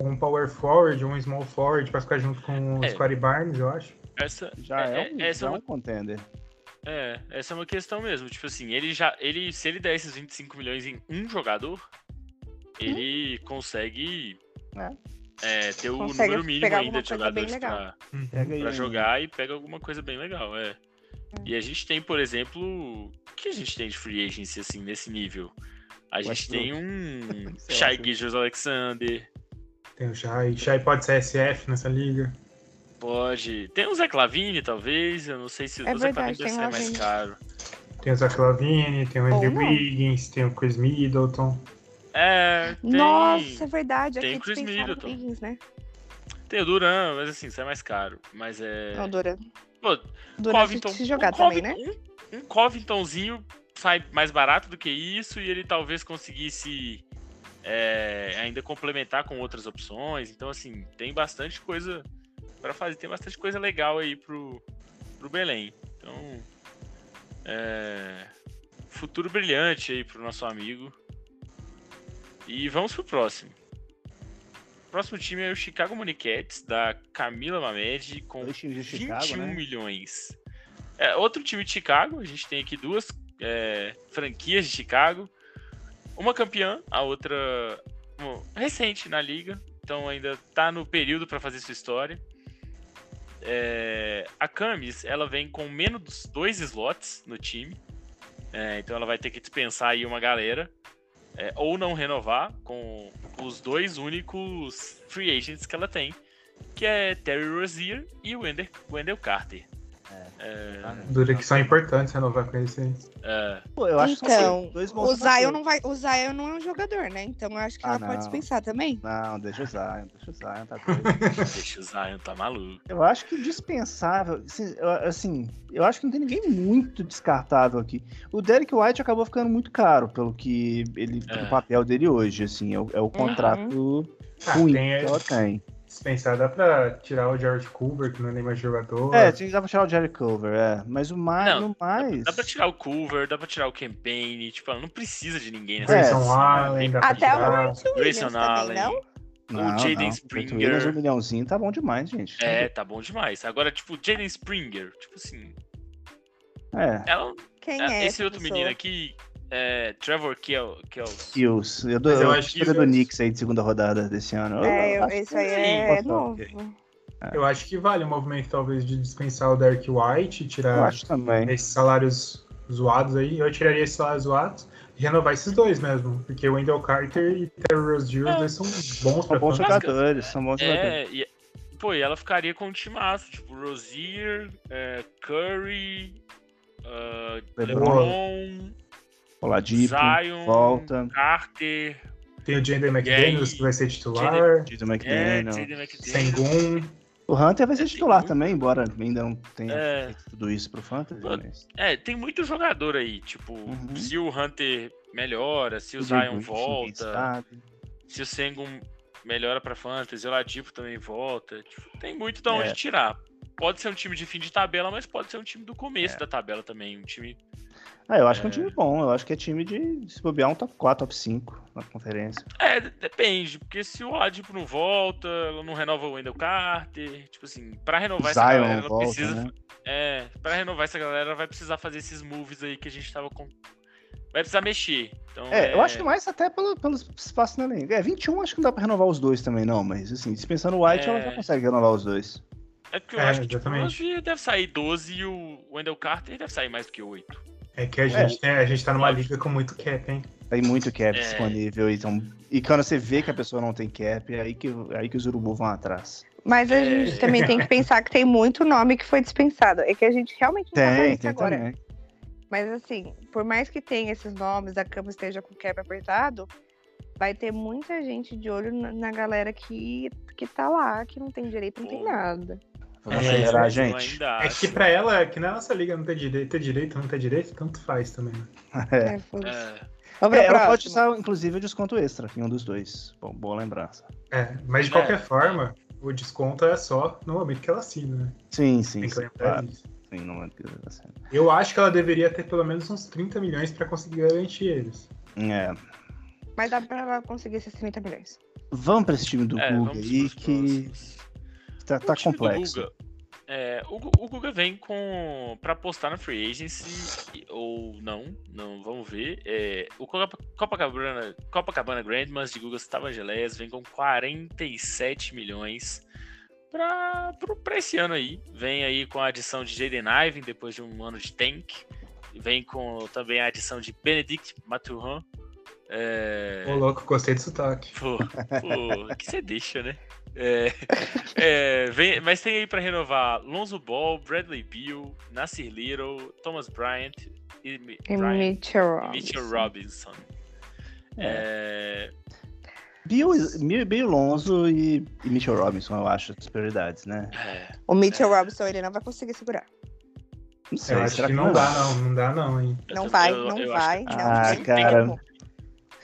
D: Um power forward, um small forward pra ficar junto com o
B: É.
D: Scottie Barnes, eu acho.
B: Essa,
A: Já é,
B: É,
A: um,
B: é, essa
A: já é
B: é
A: um contender.
B: é, essa é uma questão mesmo. Tipo assim, ele já. Ele, se ele der esses 25 milhões em um jogador, ele consegue é, ter o
C: Consegue
B: número mínimo
C: pegar
B: ainda
C: alguma
B: de
C: coisa bem
B: jogadores
C: legal.
B: pra,
A: Pega aí
B: pra
A: um-
B: jogar e pega alguma coisa bem legal, é. E a gente tem, por exemplo, o que a gente tem de free agency assim nesse nível? A gente
A: Westbrook.
B: tem um
A: Sei lá,
B: Shai
A: sei lá.
B: Gilgeous Alexander,
D: Tem o Shai. Shai pode ser SF nessa liga.
B: pode. Tem um Zé Clavini, talvez. Eu não sei se
C: É
B: o Zé Clavini
C: verdade,
B: vai
C: tem
B: sair
C: o
B: mais
C: Lavine.
B: caro.
D: Tem o Zach Lavine, tem o
C: Ou
D: Andrew
C: não.
D: Wiggins, tem o Chris Middleton.
B: É, tem,
C: Nossa, é verdade.
B: tem
C: Tem
B: Chris
C: Chris
B: Middleton.
C: Wiggins, né?
B: tem o Duran, mas assim, sai mais caro. Mas é.
C: Não, Dura.
B: Pô,
C: Dura
B: Covington.
C: se jogar
B: um
C: também, né?
B: Covington- Um, um Covingtonzinho sai mais barato do que isso e ele talvez conseguisse é, ainda complementar com outras opções. Então, assim, tem bastante coisa pra fazer, tem bastante coisa legal aí pro, pro Belém.
A: Hum.
B: Então, é, futuro brilhante aí pro nosso amigo. E vamos pro próximo. O próximo time é o Chicago Moniquetes, da Camila Mamed, com
A: Dois times de Chicago,
B: 21
A: né?
B: milhões. É, outro time de Chicago, a gente tem aqui duas é, franquias de Chicago. Uma campeã, a outra bom, recente na liga, então ainda tá no período para fazer sua história. É, a Camis, ela vem com menos dois slots no time, é, então ela vai ter que dispensar aí uma galera, é, ou não renovar com os dois únicos free agents que ela tem, que é Terry Rozier e o Wendell, Wendell Carter.
D: Dura que são importantes renovar com esse aí.
B: É,
A: Pô, eu acho que são
C: Então,
A: dois bons
C: O Zion,
A: jogadores.
C: não vai, o Zion não é um jogador, né? Então eu acho que
A: Ah,
C: ela
A: não.
C: pode dispensar também.
A: Não, deixa o Zion, deixa o Zion, tá doido.
B: deixa o Zion, tá maluco.
A: Eu acho que dispensável, assim, eu- assim, eu acho que não tem ninguém muito descartável aqui. O Derek White acabou ficando muito caro pelo que ele, pelo
B: É.
A: papel dele hoje, assim, é o,
C: Uhum.
A: é o contrato
D: Ah,
A: ruim
D: tem
A: que ela tem.
D: dispensar, dá pra tirar o George Culver, que não é nem mais jogador.
A: É, tinha que dar pra tirar o Jerry Culver, é, mas o mais,
B: Não,
A: no
B: Dá-
A: mais,
B: Dá pra tirar o Culver, dá pra tirar o Campaign, tipo, ela não precisa de ninguém nessa
A: É.
D: Grayson Allen, dá pra
C: Até o
D: tirar.
C: Martin Williams
B: Grayson
C: também,
B: Allen.
C: não?
A: não,
B: o Jaden
A: não,
B: Springer.
A: o Williams, um milhãozinho tá bom demais, gente.
B: É, tá bom demais. Agora, tipo, Jaden Springer, tipo assim,
A: É,
B: ela,
C: Quem
B: ela-
C: é
B: esse
C: essa
B: outro
C: pessoa?
B: menino aqui, é, Trevor Kell, Kell
A: Kills. Eu, dou-
D: Mas eu
A: eu
D: acho
A: acho
D: que
A: que é do
D: eu-
A: Knicks aí de segunda rodada desse ano.
C: É, eu-
A: acho que
C: esse aí
A: Ah, sim,
C: é
A: pode
C: novo.
A: ser.
D: Eu acho que vale o movimento, talvez, de dispensar o Dark White,
A: Eu
D: tirar
A: acho também.
D: esses salários zoados aí. Eu tiraria esses salários zoados e renovar esses dois mesmo. Porque o Wendell Carter e Terry Rozier, os dois são bons
A: São
D: pra
A: bons
D: bons
B: jogadores.
A: jogadores, são bons jogadores.
B: É, e, pô, e ela ficaria com um timaço, tipo, Rozier, é, Curry, ah,
A: É
B: LeBron,
A: Oladipo,
B: Zion,
A: volta.
B: Carter,
D: Tem o Jaden McDaniels,
B: aí?
D: que vai ser titular.
A: Jaden
B: é,
A: McDaniel.
B: Jaden McDaniel.
D: Sengun.
A: O Hunter vai ser
B: É,
A: titular
B: tem
A: também, embora ainda não tenha
B: É.
A: feito tudo isso pro Fantasy,
B: Pô,
A: mas...
B: É, tem muito jogador aí, tipo,
A: Uhum.
B: se o Hunter melhora, se o
A: Tudo
B: Zion
A: bem, ninguém
B: volta,
A: sabe.
B: se o Sengun melhora pra Fantasy, o Ladipo também volta. Tipo, tem muito da
A: É.
B: onde tirar. Pode ser um time de fim de tabela, mas pode ser um time do começo
A: É.
B: da tabela também. Um time.
A: Ah, eu acho que é um
B: É.
A: time bom, eu acho que é time de se bobear um top 4, top 5 na conferência.
B: É, de- depende, porque se o Ladipo não volta, ela não renova o Wendell Carter. Tipo assim, pra renovar essa galera,
A: Zion
B: ela
A: volta,
B: precisa.
A: né?
B: É, pra renovar essa galera, ela vai precisar fazer esses moves aí que a gente tava com. Vai precisar mexer. Então,
A: É, eu acho que mais até pelo, pelo espaço na linha. É, 21 acho que não dá pra renovar os dois também, não, mas assim, dispensando o White,
B: É.
A: ela já consegue renovar os dois.
B: É porque eu
D: É,
B: acho que tipo, o
D: exatamente.
B: Rozier deve sair 12 e o Wendell Carter deve sair mais do que 8.
D: É que a gente, tem- a gente tá numa liga com muito cap, hein?
A: Tem muito cap
B: É.
A: disponível, então. E quando você vê que a pessoa não tem cap, é aí que, aí que os urubu vão atrás.
C: Mas a
B: É.
C: gente também tem que pensar que tem muito nome que foi dispensado. É que a gente realmente não tá falando
A: Tem,
C: isso
A: tem
C: agora.
A: também.
C: Mas assim, por mais que tenha esses nomes, a cama esteja com quebra apertado, vai ter muita gente de olho na, na galera que, que tá lá, que não tem direito, não tem
B: Boa.
C: nada.
A: Vamos
D: É,
A: acelerar,
B: mas eu
A: gente.
B: ainda
D: É que
B: acho-
D: pra ela, que na nossa liga não tem direito, ter direito, não ter direito, tanto faz também. né?
A: É.
C: É, foda-se.
B: É,
C: Vamos pra
A: É, ela pode
C: próxima.
A: usar, inclusive, o desconto extra em um dos dois. Bom, boa lembrança.
D: É, mas de
B: É.
D: qualquer forma, o desconto é só no momento que ela assina, né?
A: Sim, sim,
D: Tem que
A: sim,
D: lembrar
A: claro.
D: disso.
A: Sim, não é que- assim,
D: Eu acho que ela deveria ter pelo menos uns 30 milhões pra conseguir garantir eles.
A: é.
C: Mas dá pra ela conseguir esses 30 milhões.
A: Vamos pra esse time do
B: é,
A: Google
B: vamos
A: aí
B: pros
A: que
B: próximos.
A: tá,
B: O
A: tá
B: time do
A: complexo.
B: Guga, é, o, Gu- o Guga vem com para apostar na free agency e- ou não, não vamos ver. É, o Copa- Copacabana, Copacabana Grandmas de Guga Tavangeléias vem com 47 milhões para para esse ano aí. Vem aí com a adição de Jaden Ivan depois de um ano de tank. Vem com também a adição de Benedict Maturin. É,
D: Ô, louco, gostei do sotaque.
B: Pô, pô, que você deixa, né? É, é, vem- mas tem aí pra renovar Lonzo Ball, Bradley Beal, Nasir Little, Thomas Bryant e, Mi-
C: E
B: Bryant,
C: Mitchell
B: e
C: Robinson.
B: Mitchell Robinson. É,
A: Bill, Bill, Bill Lonzo e, e Mitchell Robinson, eu acho, as prioridades, né?
B: é,
C: O Mitchell
B: É.
C: Robinson, ele não vai conseguir segurar.
A: Não
D: Eu
A: sei,
D: acho
A: será
D: que
A: que
D: não dá, não. Não dá, não, hein?
B: eu
C: Não
B: tam-
C: vai,
B: eu-
C: não
B: eu acho
C: vai.
A: que-
C: Não,
A: Ah,
C: tem
A: cara.
C: como.
B: que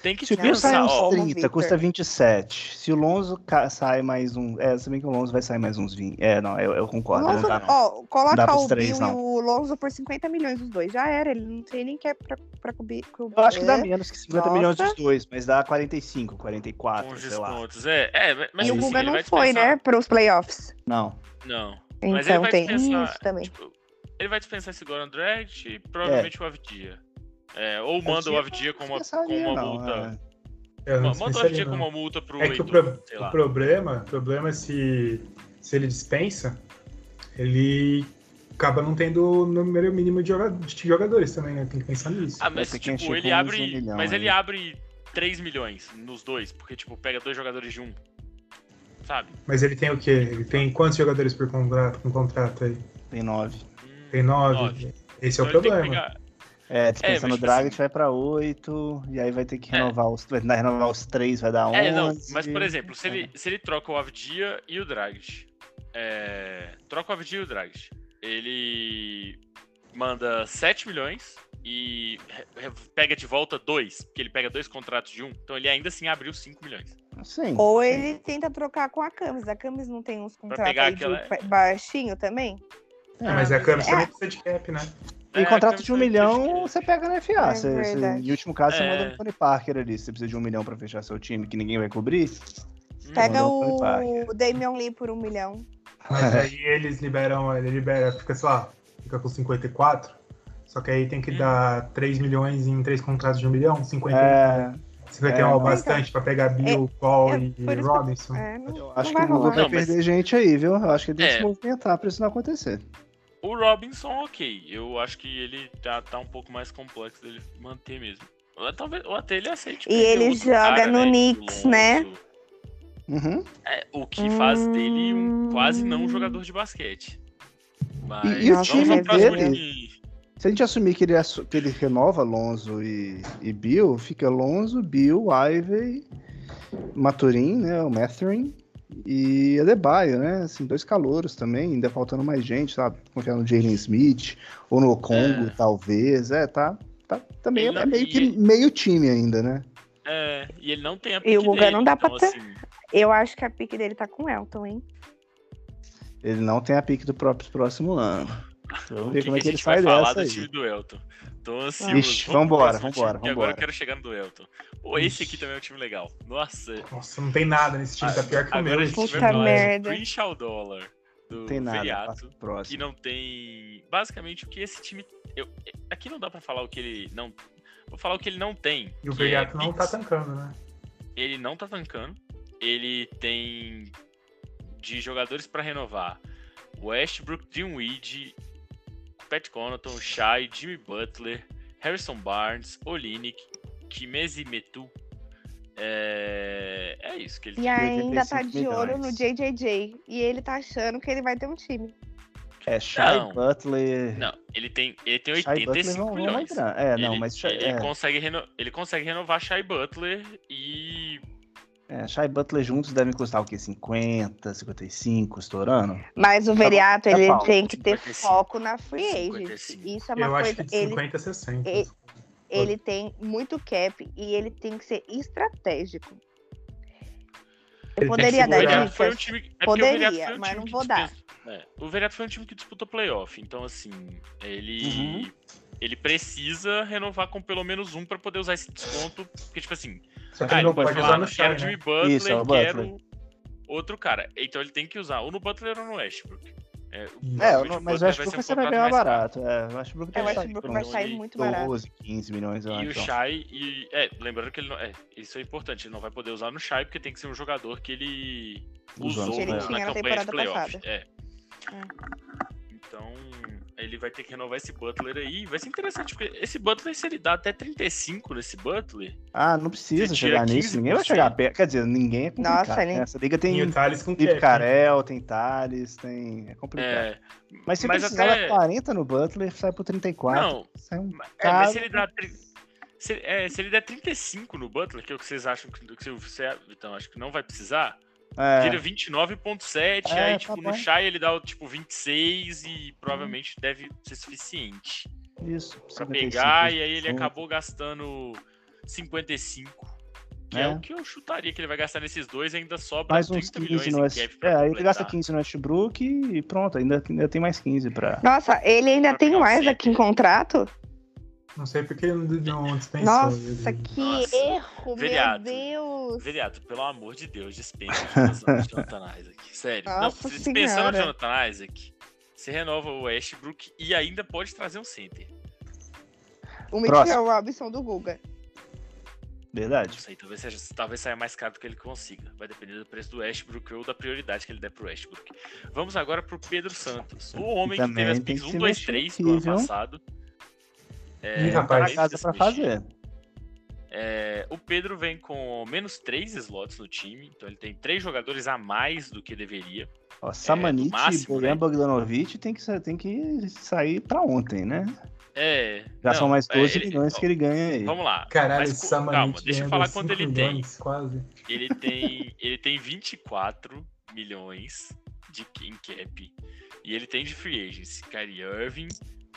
B: Tem que um
A: Se o Bill
C: Não,
A: sai
B: pensar,
A: uns
B: ó,
C: como,
A: 30,
C: Victor.
A: custa 27. Se o Lonzo ca- sai mais um. É, se bem que o Lonzo vai sair mais uns 20. É, não, eu, eu concordo.
C: Lonzo,
A: não dá, não.
C: ó,
A: Não dá
C: coloca
A: pros
C: o
A: três,
C: Bill e
A: não.
C: o Lonzo por 50 milhões os dois. Já era, ele não tem nem que é pra, pra cobrir. é.
A: Eu acho que dá menos que 50
C: Nossa.
A: milhões dos dois, mas dá 45,
B: com os
A: 44, sei lá.
B: descontos. É, é, mas
C: E o
B: assim,
C: Guga
B: ele
C: não
B: vai
C: foi, né,
B: dispensar-
C: pros playoffs.
A: Não.
B: Não. Mas ele
C: Então
B: vai
C: tem
B: dispensar-
C: isso também.
B: Tipo, ele vai dispensar esse Goran Dragic e provavelmente o Avdia. É, ou manda o Avdia com uma, com uma
A: é.
B: multa.
D: Eu não
B: Ma- Manda o
D: dispensaria,
B: Avdia com
D: não.
B: uma multa pro
D: É que
B: Heitor,
D: o, pro-
B: sei
D: o
B: lá.
D: problema, o problema é se, se ele dispensa, ele acaba não tendo o número mínimo de, joga- de jogadores também, né? Tem que pensar nisso.
B: Ah, mas
A: Vai ter É que
B: tipo,
A: encher
B: ele
A: com uns
B: abre.
A: um milhão
B: mas
A: aí.
B: ele abre 3 milhões nos dois, porque, tipo, pega dois jogadores de um. Sabe?
D: Mas ele tem o quê? Ele tem quantos jogadores por contrato, com contrato aí?
A: Tem 9.
B: Hum,
D: Tem nove?
B: Nove.
D: Esse é o
B: então ele tem que
D: problema.
B: pegar-
A: É,
B: É, mas,
A: dispensando o
B: tipo
A: Dragic
B: assim-
A: vai pra 8, e aí vai ter que
B: É.
A: renovar os. Vai renovar os 3, vai dar 11.
B: É, não, mas por exemplo, se ele, se ele troca o Avdia e o Dragic, é, troca o Avdia e o Dragic, ele manda 7 milhões e re- re- pega de volta dois, porque ele pega dois contratos de um, então ele ainda assim abriu 5 milhões.
A: Sim.
C: Ou
A: sim.
C: ele tenta trocar com a Camis. A Camis não tem uns contratos
B: pegar
C: aí
B: aquela-
C: de ba- baixinho também?
A: É,
D: É, mas a Câmara
C: É.
D: também precisa de cap, né?
A: E
B: É,
A: contrato
B: então
A: de um milhão
B: você
A: você pega na FA.
C: É
A: você, você-
C: verdade.
A: em último caso, você
B: É.
A: manda o Tony Parker ali. Se você precisa de um milhão pra fechar seu time, que ninguém vai cobrir.
C: Pega
A: Mandou pro
C: o
A: Parker.
C: Damian Lee por um milhão.
D: Mas
A: É.
D: aí eles liberam, ele libera, fica, sei lá, fica com 54. Só que aí tem que
B: Hum.
D: dar 3 milhões em 3 contratos de 1 milhão, 50
A: É,
D: Você vai
A: É,
D: ter
A: não.
D: o bastante pra pegar Bill, Paul
C: então, é, por
D: e
C: isso que-
D: Robinson.
C: É, não,
A: eu acho que
C: não vai
A: o Google
C: rolar.
A: vai
B: Não, mas-
A: perder gente aí, viu? Eu acho que ele tem que
B: É.
A: se movimentar pra isso não acontecer.
B: O Robinson, ok. Eu acho que ele tá, tá um pouco mais complexo dele manter mesmo. Ou, é, talvez, ou até ele aceite.
C: E
B: perder
C: ele
B: outro
C: joga no
B: tipo
C: Knicks,
B: o Lonzo.
C: né?
A: Uhum.
B: É, o que faz
C: Hum.
B: dele um quase não jogador de basquete. Mas
A: E- e o
B: vamos
C: time
B: ao próximo
A: dele?
B: time.
A: Se a gente assumir que ele, assu- que ele renova Lonzo e, e Bill, fica Lonzo, Bill, Ivey, Maturin, né? O Mathurin e Adebayo, né? Assim, dois calouros também, ainda faltando mais gente, sabe? Confiar no Jalen Smith ou no Congo,
B: É.
A: talvez. É, tá. tá também
B: Ele-
A: é meio que
B: e-
A: meio time ainda, né?
B: É, e ele não tem a
C: E o
B: pique
C: Guga
B: dele,
C: não dá
B: então,
C: pra ter.
B: assim,
C: Eu acho que a pique dele tá com o Elton, hein?
A: Ele não tem a pique do próprio próximo ano.
B: o
A: Vamos
B: que,
A: ver como é
B: que
A: que
B: a
A: ele
B: gente vai
A: sai
B: falar
A: dessa
B: do time
A: aí.
B: do Elton? Tô ansioso.
A: Ixi,
B: Vamos pro
A: vambora,
B: próximo time,
A: vambora,
B: que Agora
A: vambora.
B: eu quero chegar no do Elton. Pô, esse aqui
A: Ixi.
B: também é um time legal. Nossa,
D: Nossa, não tem nada nesse time, tá pior que o
B: Agora
D: meu.
B: a gente
C: Puta
B: vai falar
C: merda.
B: de Richard Dollar, do
A: Não tem nada.
B: Veiato,
A: passa pro Próximo.
B: que não tem. Basicamente, o que esse time. eu- aqui não dá pra falar o que ele não. Vou falar o que ele não tem.
D: E o
B: que é
D: Vergato não tá
B: picks.
D: tancando, né?
B: Ele não tá tancando. Ele tem. De jogadores pra renovar: Westbrook, Dinwiddie, Pat Connaughton, Shai, Jimmy Butler, Harrison Barnes, Olinick, Kimezi Metu. É... é isso que ele tem.
C: E ainda tá de olho no
A: milhões.
C: JJJ. E ele tá achando que ele vai ter um time.
A: É Shai
B: Não.
A: Butler.
B: Não, ele tem, ele tem
A: Shai Butler
B: 85
A: não, não vai
B: milhões.
A: entrar. É, não,
B: ele,
A: mas Shai-
B: ele,
A: é,
B: consegue reno- ele consegue renovar Shai Butler e.
A: é, Shai Butler juntos devem custar o quê? 50, 55, estourando?
C: Mas o
D: Tá
C: Veriato,
A: é
C: ele
A: pau.
C: tem que ter
B: 55.
C: foco na free agent.
B: 55.
C: Isso é uma
D: Eu acho
C: coisa.
D: que de
C: Ele,
D: 50 a 60.
C: ele- ele tem muito cap e ele tem que ser estratégico. Eu
D: Ele tem que
C: poderia
B: o
C: dar
D: segurar.
B: Veriato
C: dicas.
B: foi um time. É porque o Veriato
C: Poderia,
B: foi um
C: mas
B: time
C: não
B: que
C: vou dar.
B: dispensou- é, o Veriato foi um time que disputou playoff, então assim, ele.
A: Uhum.
B: Ele precisa renovar com pelo menos um pra poder usar esse desconto. Porque, tipo assim,
D: Só que
B: Ah,
D: ele
B: ele
D: não
B: pode
D: pode
B: falar,
D: usar
B: não
D: no
B: quero
D: Shai,
B: Jimmy
D: né?
B: Butler,
A: Isso, é o
B: quero
A: Butler.
B: outro cara. Então ele tem que usar ou no Butler ou no Westbrook. É,
A: É,
D: Isso.
B: provavelmente
D: Acho
A: eu não- mas
B: Butler
A: eu acho que
B: ser um
A: vai ser bem mais
B: contrato mais caro.
A: barato. É, eu acho que o Brook
C: Eu
A: vai
C: acho
A: sair
C: que o
A: por
C: Brook
A: uns
C: vai
B: Então,
C: sair
D: um
B: ele-
C: muito barato.
A: 12, 15 milhões. Eu
B: E o
A: acho.
B: Shai, e, é, lembrando que ele não, é, isso é importante, ele não vai poder usar no Shai porque tem que ser um jogador que ele
A: Usou,
B: usou
A: que ele
B: na,
A: tinha
B: na
C: na
B: campanha de
C: temporada
B: playoff.
C: passada.
B: É. Então, ele vai ter que renovar esse Butler aí. Vai ser interessante, porque esse Butler, se ele dá até 35 nesse Butler,
A: Ah, não precisa
B: Você
A: chegar
B: tira
A: nisso. Ninguém vai
B: 15%.
A: chegar perto. Quer dizer, ninguém é complicado.
C: Nossa,
A: né?
C: né?
A: Essa liga
D: Tem
A: tem
D: o Thales com
A: Felipe
D: cap.
A: Carel, tem Thales, tem. É complicado.
B: é,
A: Mas se
B: mas
A: precisar
B: até-
A: dar 40 no Butler, sai por 34.
B: Não,
A: sai um
B: é, mas
A: caro.
B: se ele dá... tri- Se, é, se ele der 35 no Butler, que é o que vocês acham que, que você, Vitão, acho que não vai precisar,
A: É,
B: Tira 29.7,
A: É,
B: aí
A: tá
B: tipo,
A: bom.
B: no Shai ele dá tipo 26 e provavelmente deve ser suficiente
A: é, isso.
B: pra
A: 55,
B: pegar, e aí ele
A: 55.
B: acabou gastando 55. Que é.
A: É.
B: o que eu chutaria que ele vai gastar nesses dois e ainda sobra
A: Mais
B: 30
A: uns 15 no West...
B: milhões em cap pra
A: É, aí ele
B: completar.
A: gasta 15 no Westbrook e pronto, ainda, ainda tem mais 15 pra.
C: Nossa, ele ainda
B: Pra
C: tem
B: pegar o
C: mais
B: Zeke.
C: aqui em contrato?
D: Não sei porque ele não não dispensou.
C: Nossa,
D: ele.
C: que
B: Nossa.
C: erro,
B: Veriato.
C: meu Deus.
B: Veliato, pelo amor de Deus, dispensa o Jonathan- Jonathan Isaac. Sério. Não,
C: Nossa
B: se dispensando o
C: Senhora.
B: Jonathan Isaac, você renova o Westbrook e ainda pode trazer um center.
A: Próximo.
C: O Mitchell Robinson do Guga.
B: Não
A: Verdade.
B: sei, talvez, seja, talvez saia mais caro do que ele consiga. Vai depender do preço do Westbrook ou da prioridade que ele der pro Westbrook. Vamos agora pro Pedro Santos. O homem que
A: Também
B: teve as
A: tem
B: picks
A: que
B: 1,
A: se
B: 2,
A: mexer
B: 3
A: aqui,
B: do ano
A: viu?
B: passado. É,
D: Ih,
A: Tá
D: rapaz.
A: na
B: além
A: casa
B: desse
A: pra
B: mexer,
A: fazer.
B: é, o Pedro vem com menos 3 slots no time, então ele tem 3 jogadores a mais do que deveria.
A: Ó, Samanit e
B: é, máximo,
A: Bojan
B: né?
A: Bogdanovic tem que, sa- tem que sair pra ontem, né?
B: É.
A: Já
B: não,
A: são mais
B: é,
A: 12
B: ele-
A: milhões
B: ó,
A: que ele ganha aí.
B: Vamos lá.
D: Caralho,
B: Mas,
D: esse
B: co- calma,
D: Samanit
B: deixa eu
D: ganhando
B: falar quanto ele
D: 5
B: tem.
D: milhões, Quase.
B: Ele tem, ele tem 24 milhões de em cap. E ele tem de free agents. Kyrie Irving,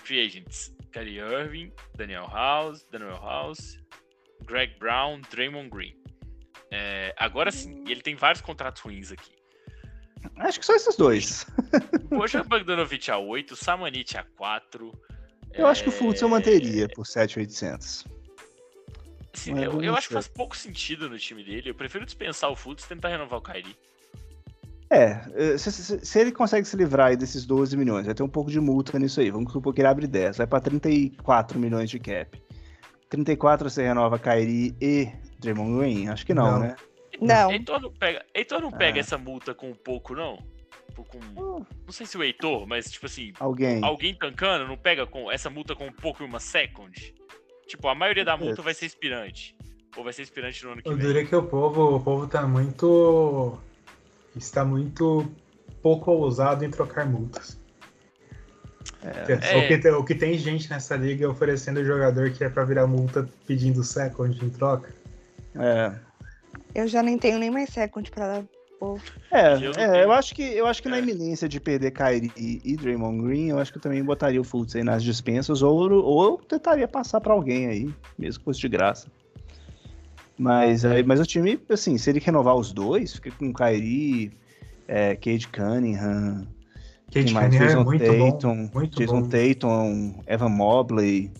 B: free agents. Kyrie Irving, Daniel House, Daniel House, Greg Brown, Draymond Green. É, agora
A: Hum.
B: sim, ele tem vários contratos ruins aqui.
A: Acho que só esses dois.
B: Bojan Bogdanovic a 8, Samanit a É, 4.
A: Eu acho que o Fultz eu manteria por 7,800.
B: Assim,
A: Mas
B: eu,
A: vamos
B: eu acho que
A: ver.
B: faz pouco sentido no time dele. Eu prefiro dispensar o Fultz e tentar renovar o Kyrie.
A: É, eh, se, se- se ele consegue se livrar aí desses 12 milhões, vai ter um pouco de multa nisso aí. Vamos supor que ele abre 10, vai pra 34 milhões de cap. 34 você renova Kairi e Draymond Green? Acho que não,
D: Não.
A: né?
C: Não,
B: Heitor não pega, Heitor não pega essa multa com um pouco, não? Tipo, Com,
A: Hum.
B: não sei se o Heitor, mas tipo assim,
A: Alguém.
B: alguém tancando não pega com essa multa com um pouco e uma second? Tipo, a maioria da multa
A: Isso.
B: vai ser expirante. Ou vai ser expirante no ano que
A: né?
D: Eu
B: vem.
D: diria que o povo, o povo tá muito. está muito pouco ousado em trocar multas.
A: É.
D: O, que, tem- o que tem gente nessa liga oferecendo jogador que é pra virar multa pedindo second em troca.
A: É.
C: eu já nem tenho nem mais second pra dar.
A: É,
B: Eu não
A: é,
B: tenho-
A: eu acho que, eu acho que na
B: É.
A: iminência de perder Kyrie e, e Draymond Green, eu acho que eu também botaria o Fultz aí nas dispensas, ou, ou eu tentaria passar pra alguém aí, mesmo que fosse de graça. Mas, aí, mas o time, assim, se ele renovar os dois, fica com Kyrie, é, Cade Cunningham,
D: Kate
A: quem mais?
D: Cunningham é
A: Jason
D: muito bom.
A: Tatum,
D: muito
A: Jason
D: bom.
A: Tatum, Evan Mobley,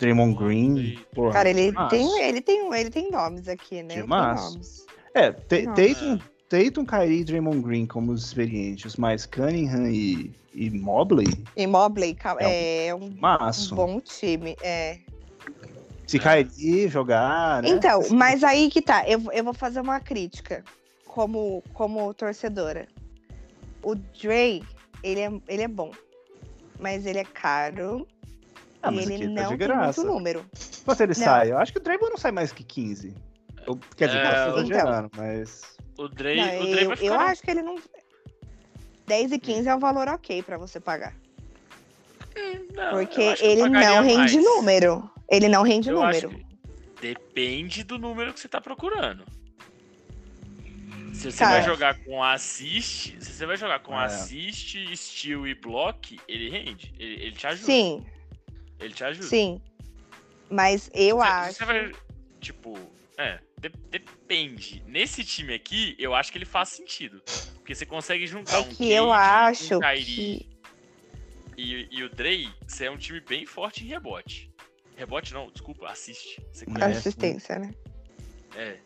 A: Draymond Green, porra.
C: Cara, ele
A: Mas-
C: tem, ele tem, ele tem nomes aqui, né? Ele tem
A: Demais.
C: nomes.
A: É, Te-
C: Não.
A: Tatum, Tatum, Kyrie e Draymond Green como os experientes, mas Cunningham e, e Mobley,
C: Imobley cal- é
A: É
C: um
A: maço.
C: bom time, é.
A: Se
B: é.
A: Kyrie jogar, né?
C: Então,
A: Assim,
C: mas aí que tá. Eu, eu vou fazer uma crítica como, como torcedora. O Dre, ele é, ele é bom. Mas ele é caro
A: ah,
C: e
A: mas
C: ele
A: aqui tá
C: não
A: de
C: tem muito
A: graça.
C: número.
A: Quanto ele
C: Não.
A: sai? Tipo, Eu acho que o Draymond não sai mais que 15. Eu- quer dizer,
B: É,
A: eu tô
B: o-
A: exagerando, mas...
B: O Dre,
C: Não,
B: o Dre
C: eu
B: vai
C: eu
B: ficar. né?
C: acho que ele não. 10 e 15 é um valor ok pra você pagar.
B: Não, Ah, eu
C: Porque
B: acho que eu
C: ele não
B: pagaria
C: rende
B: mais.
C: número. Ele não rende
B: Eu acho
C: número.
B: que depende do número que você tá procurando. Se você
C: Cara.
B: vai jogar com assist, se você vai jogar com
A: É.
B: assist, steal e block, ele rende. Ele, ele te ajuda.
C: Sim,
B: Ele te ajuda.
C: sim. Mas eu
B: Você-
C: acho.
B: Você vai, tipo, é, de- depende. Nesse time aqui, eu acho que ele faz sentido. Porque você consegue juntar
C: É
B: um
C: que
B: Cade,
C: eu
B: um
C: acho
A: É,
B: Kyrie
C: que.
B: e, e o Drey, você é um time bem forte em rebote. Rebote não, desculpa, assiste.
A: Assist.
B: Você conhece.
C: Assistência, né?
B: É.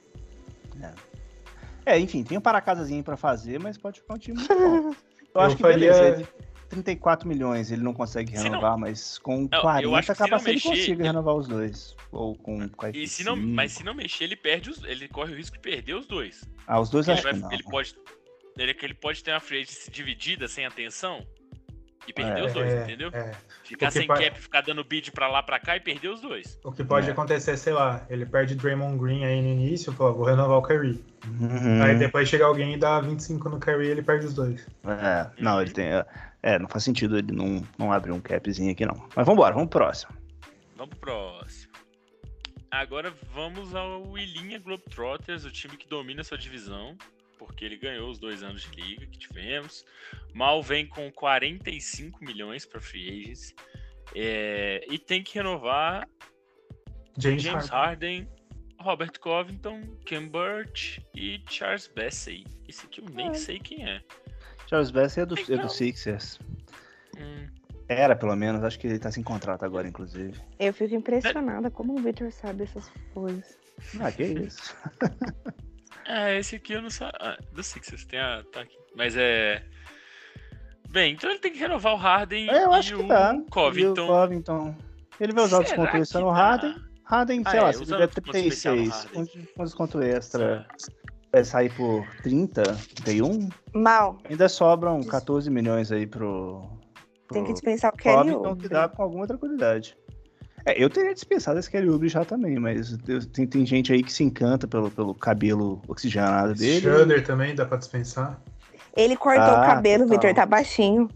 A: É, enfim, tem um paracasazinho pra fazer, mas pode ficar um time muito bom. Eu, acho que
D: faria-
A: beleza. Ele, 34 milhões ele não consegue
B: Se não-
A: renovar, mas com
B: eu
A: 40
B: acho que se não
A: capaz que ele
B: mexer,
A: consiga
B: ele-
A: renovar os dois. Ou com
B: E
A: 45.
B: se não, mas se não mexer, ele perde os, ele corre o risco de perder os dois.
A: Ah, os dois
B: Ele,
A: acho
B: vai,
A: que não.
B: ele pode ele, ele pode ter uma free agency dividida sem atenção e perder
A: É.
B: os dois,
D: É,
B: entendeu?
D: é.
B: Ficar
D: Porque
B: sem
D: pa-
B: cap, ficar dando bid pra lá pra cá e perder os dois.
D: O que pode
A: É.
D: acontecer, sei lá, ele perde Draymond Green aí no início, fala, vou renovar o Kyrie.
A: Uhum.
D: Aí depois chega alguém e dá 25 no Kyrie e ele perde os dois.
A: É, não, ele tem. É, não faz sentido ele não, não abrir um capzinho aqui, não. Mas vambora, vamos pro próximo.
B: Vamos pro próximo. Agora vamos ao Ilinha Globetrotters, o time que domina sua divisão, porque ele ganhou os dois anos de liga que tivemos. Mal vem com 45 milhões pra free agents. É, e tem que renovar
D: James,
B: James
D: Harden.
B: Harden, Robert Covington, Kim Burch e Charles Bassey. Esse aqui eu nem
C: É.
B: sei quem é.
A: Charles Bass é do, é
B: Então.
A: do Sixers.
B: Hum,
A: Era, pelo menos. Acho que ele tá sem contrato agora, inclusive.
C: Eu fico impressionada como o Victor sabe essas coisas.
A: Ah, que isso.
B: é, esse aqui eu não sei. Ah, do Sixers, tem a. Tá aqui. Mas é. Bem, então ele tem que renovar o Harden
A: É, eu acho
B: e
A: que
B: o
A: dá. E o
B: Covington.
A: Covington. Ele vai usar o
B: Será
A: desconto
B: que
A: extra é no
B: dá?
A: Harden. Harden, sei
B: Ah,
A: lá,
B: é,
A: se ele
B: usa
A: tiver
B: um desconto especial no
A: 36, com
B: Harden.
A: com desconto extra vai sair por 30, 31,
C: Mal,
A: ainda sobram
C: Isso.
A: 14 milhões aí pro.
C: tem que
A: pro-
C: dispensar o Kelly
A: Covington então que dá com alguma tranquilidade. É, eu teria dispensado esse Kelly Oubre já também, mas eu- tem, tem gente aí que se encanta pelo, pelo cabelo oxigenado dele.
D: Schroeder também dá pra dispensar.
C: Ele cortou
A: Ah,
C: o cabelo,
A: total.
C: Victor, tá baixinho.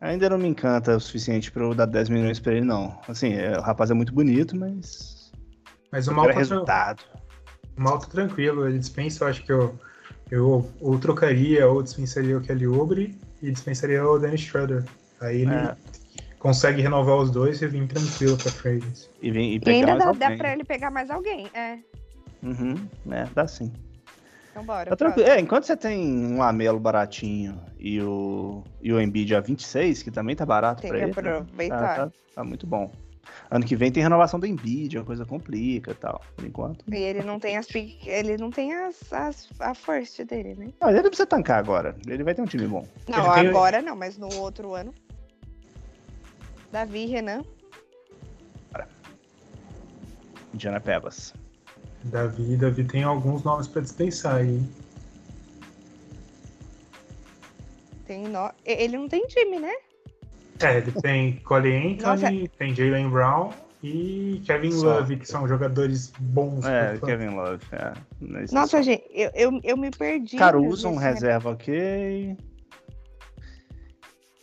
A: Ainda não me encanta o suficiente pra eu dar 10 milhões pra ele, não. Assim, é, o rapaz é muito bonito, mas.
D: Mas o
A: Não
D: mal
A: é
D: tá, tran-
A: resultado.
D: o mal tá tranquilo, ele dispensa, eu acho que eu, eu ou trocaria ou dispensaria o Kelly Oubre e dispensaria o Dennis Schroeder. Aí ele
A: É.
D: consegue renovar os dois e vir tranquilo pra frente.
A: E, vem, e
C: E
A: pegar
C: ainda
A: mais
C: dá, dá
A: alguém.
C: pra ele pegar mais alguém. É,
A: Uhum, né, dá sim.
C: então bora.
A: Tá tranquilo. É, enquanto você tem um Lamelo baratinho e o, e o Embiid a 26, que também tá barato
C: Tem é
A: pra
C: que
A: ele. né? Tá,
C: aproveitar.
A: tá, tá muito bom. Ano que vem tem renovação do Embiid, a coisa complica e tal. Por enquanto.
C: E ele não tem as pick- ele não tem as, as- a first dele, né?
A: Mas ele precisa tancar agora. Ele vai ter um time bom.
C: Não,
D: Ele tem-
C: agora não, mas no outro ano. Davi, Renan.
A: Indiana Pebas.
D: Davi, Davi tem alguns nomes pra dispensar aí.
C: Tem no... e- Ele não tem time, né?
D: É, ele tem Cole Anthony,
C: Nossa.
D: tem Jalen Brown e Kevin
A: Só.
D: Love, que são jogadores bons.
A: É,
D: pro-
A: Kevin Love. É. Nesse
C: Nossa, gente, eu, eu, eu me perdi.
A: Cara,
C: meu
A: usa um
C: Deus, né?
A: reserva ok.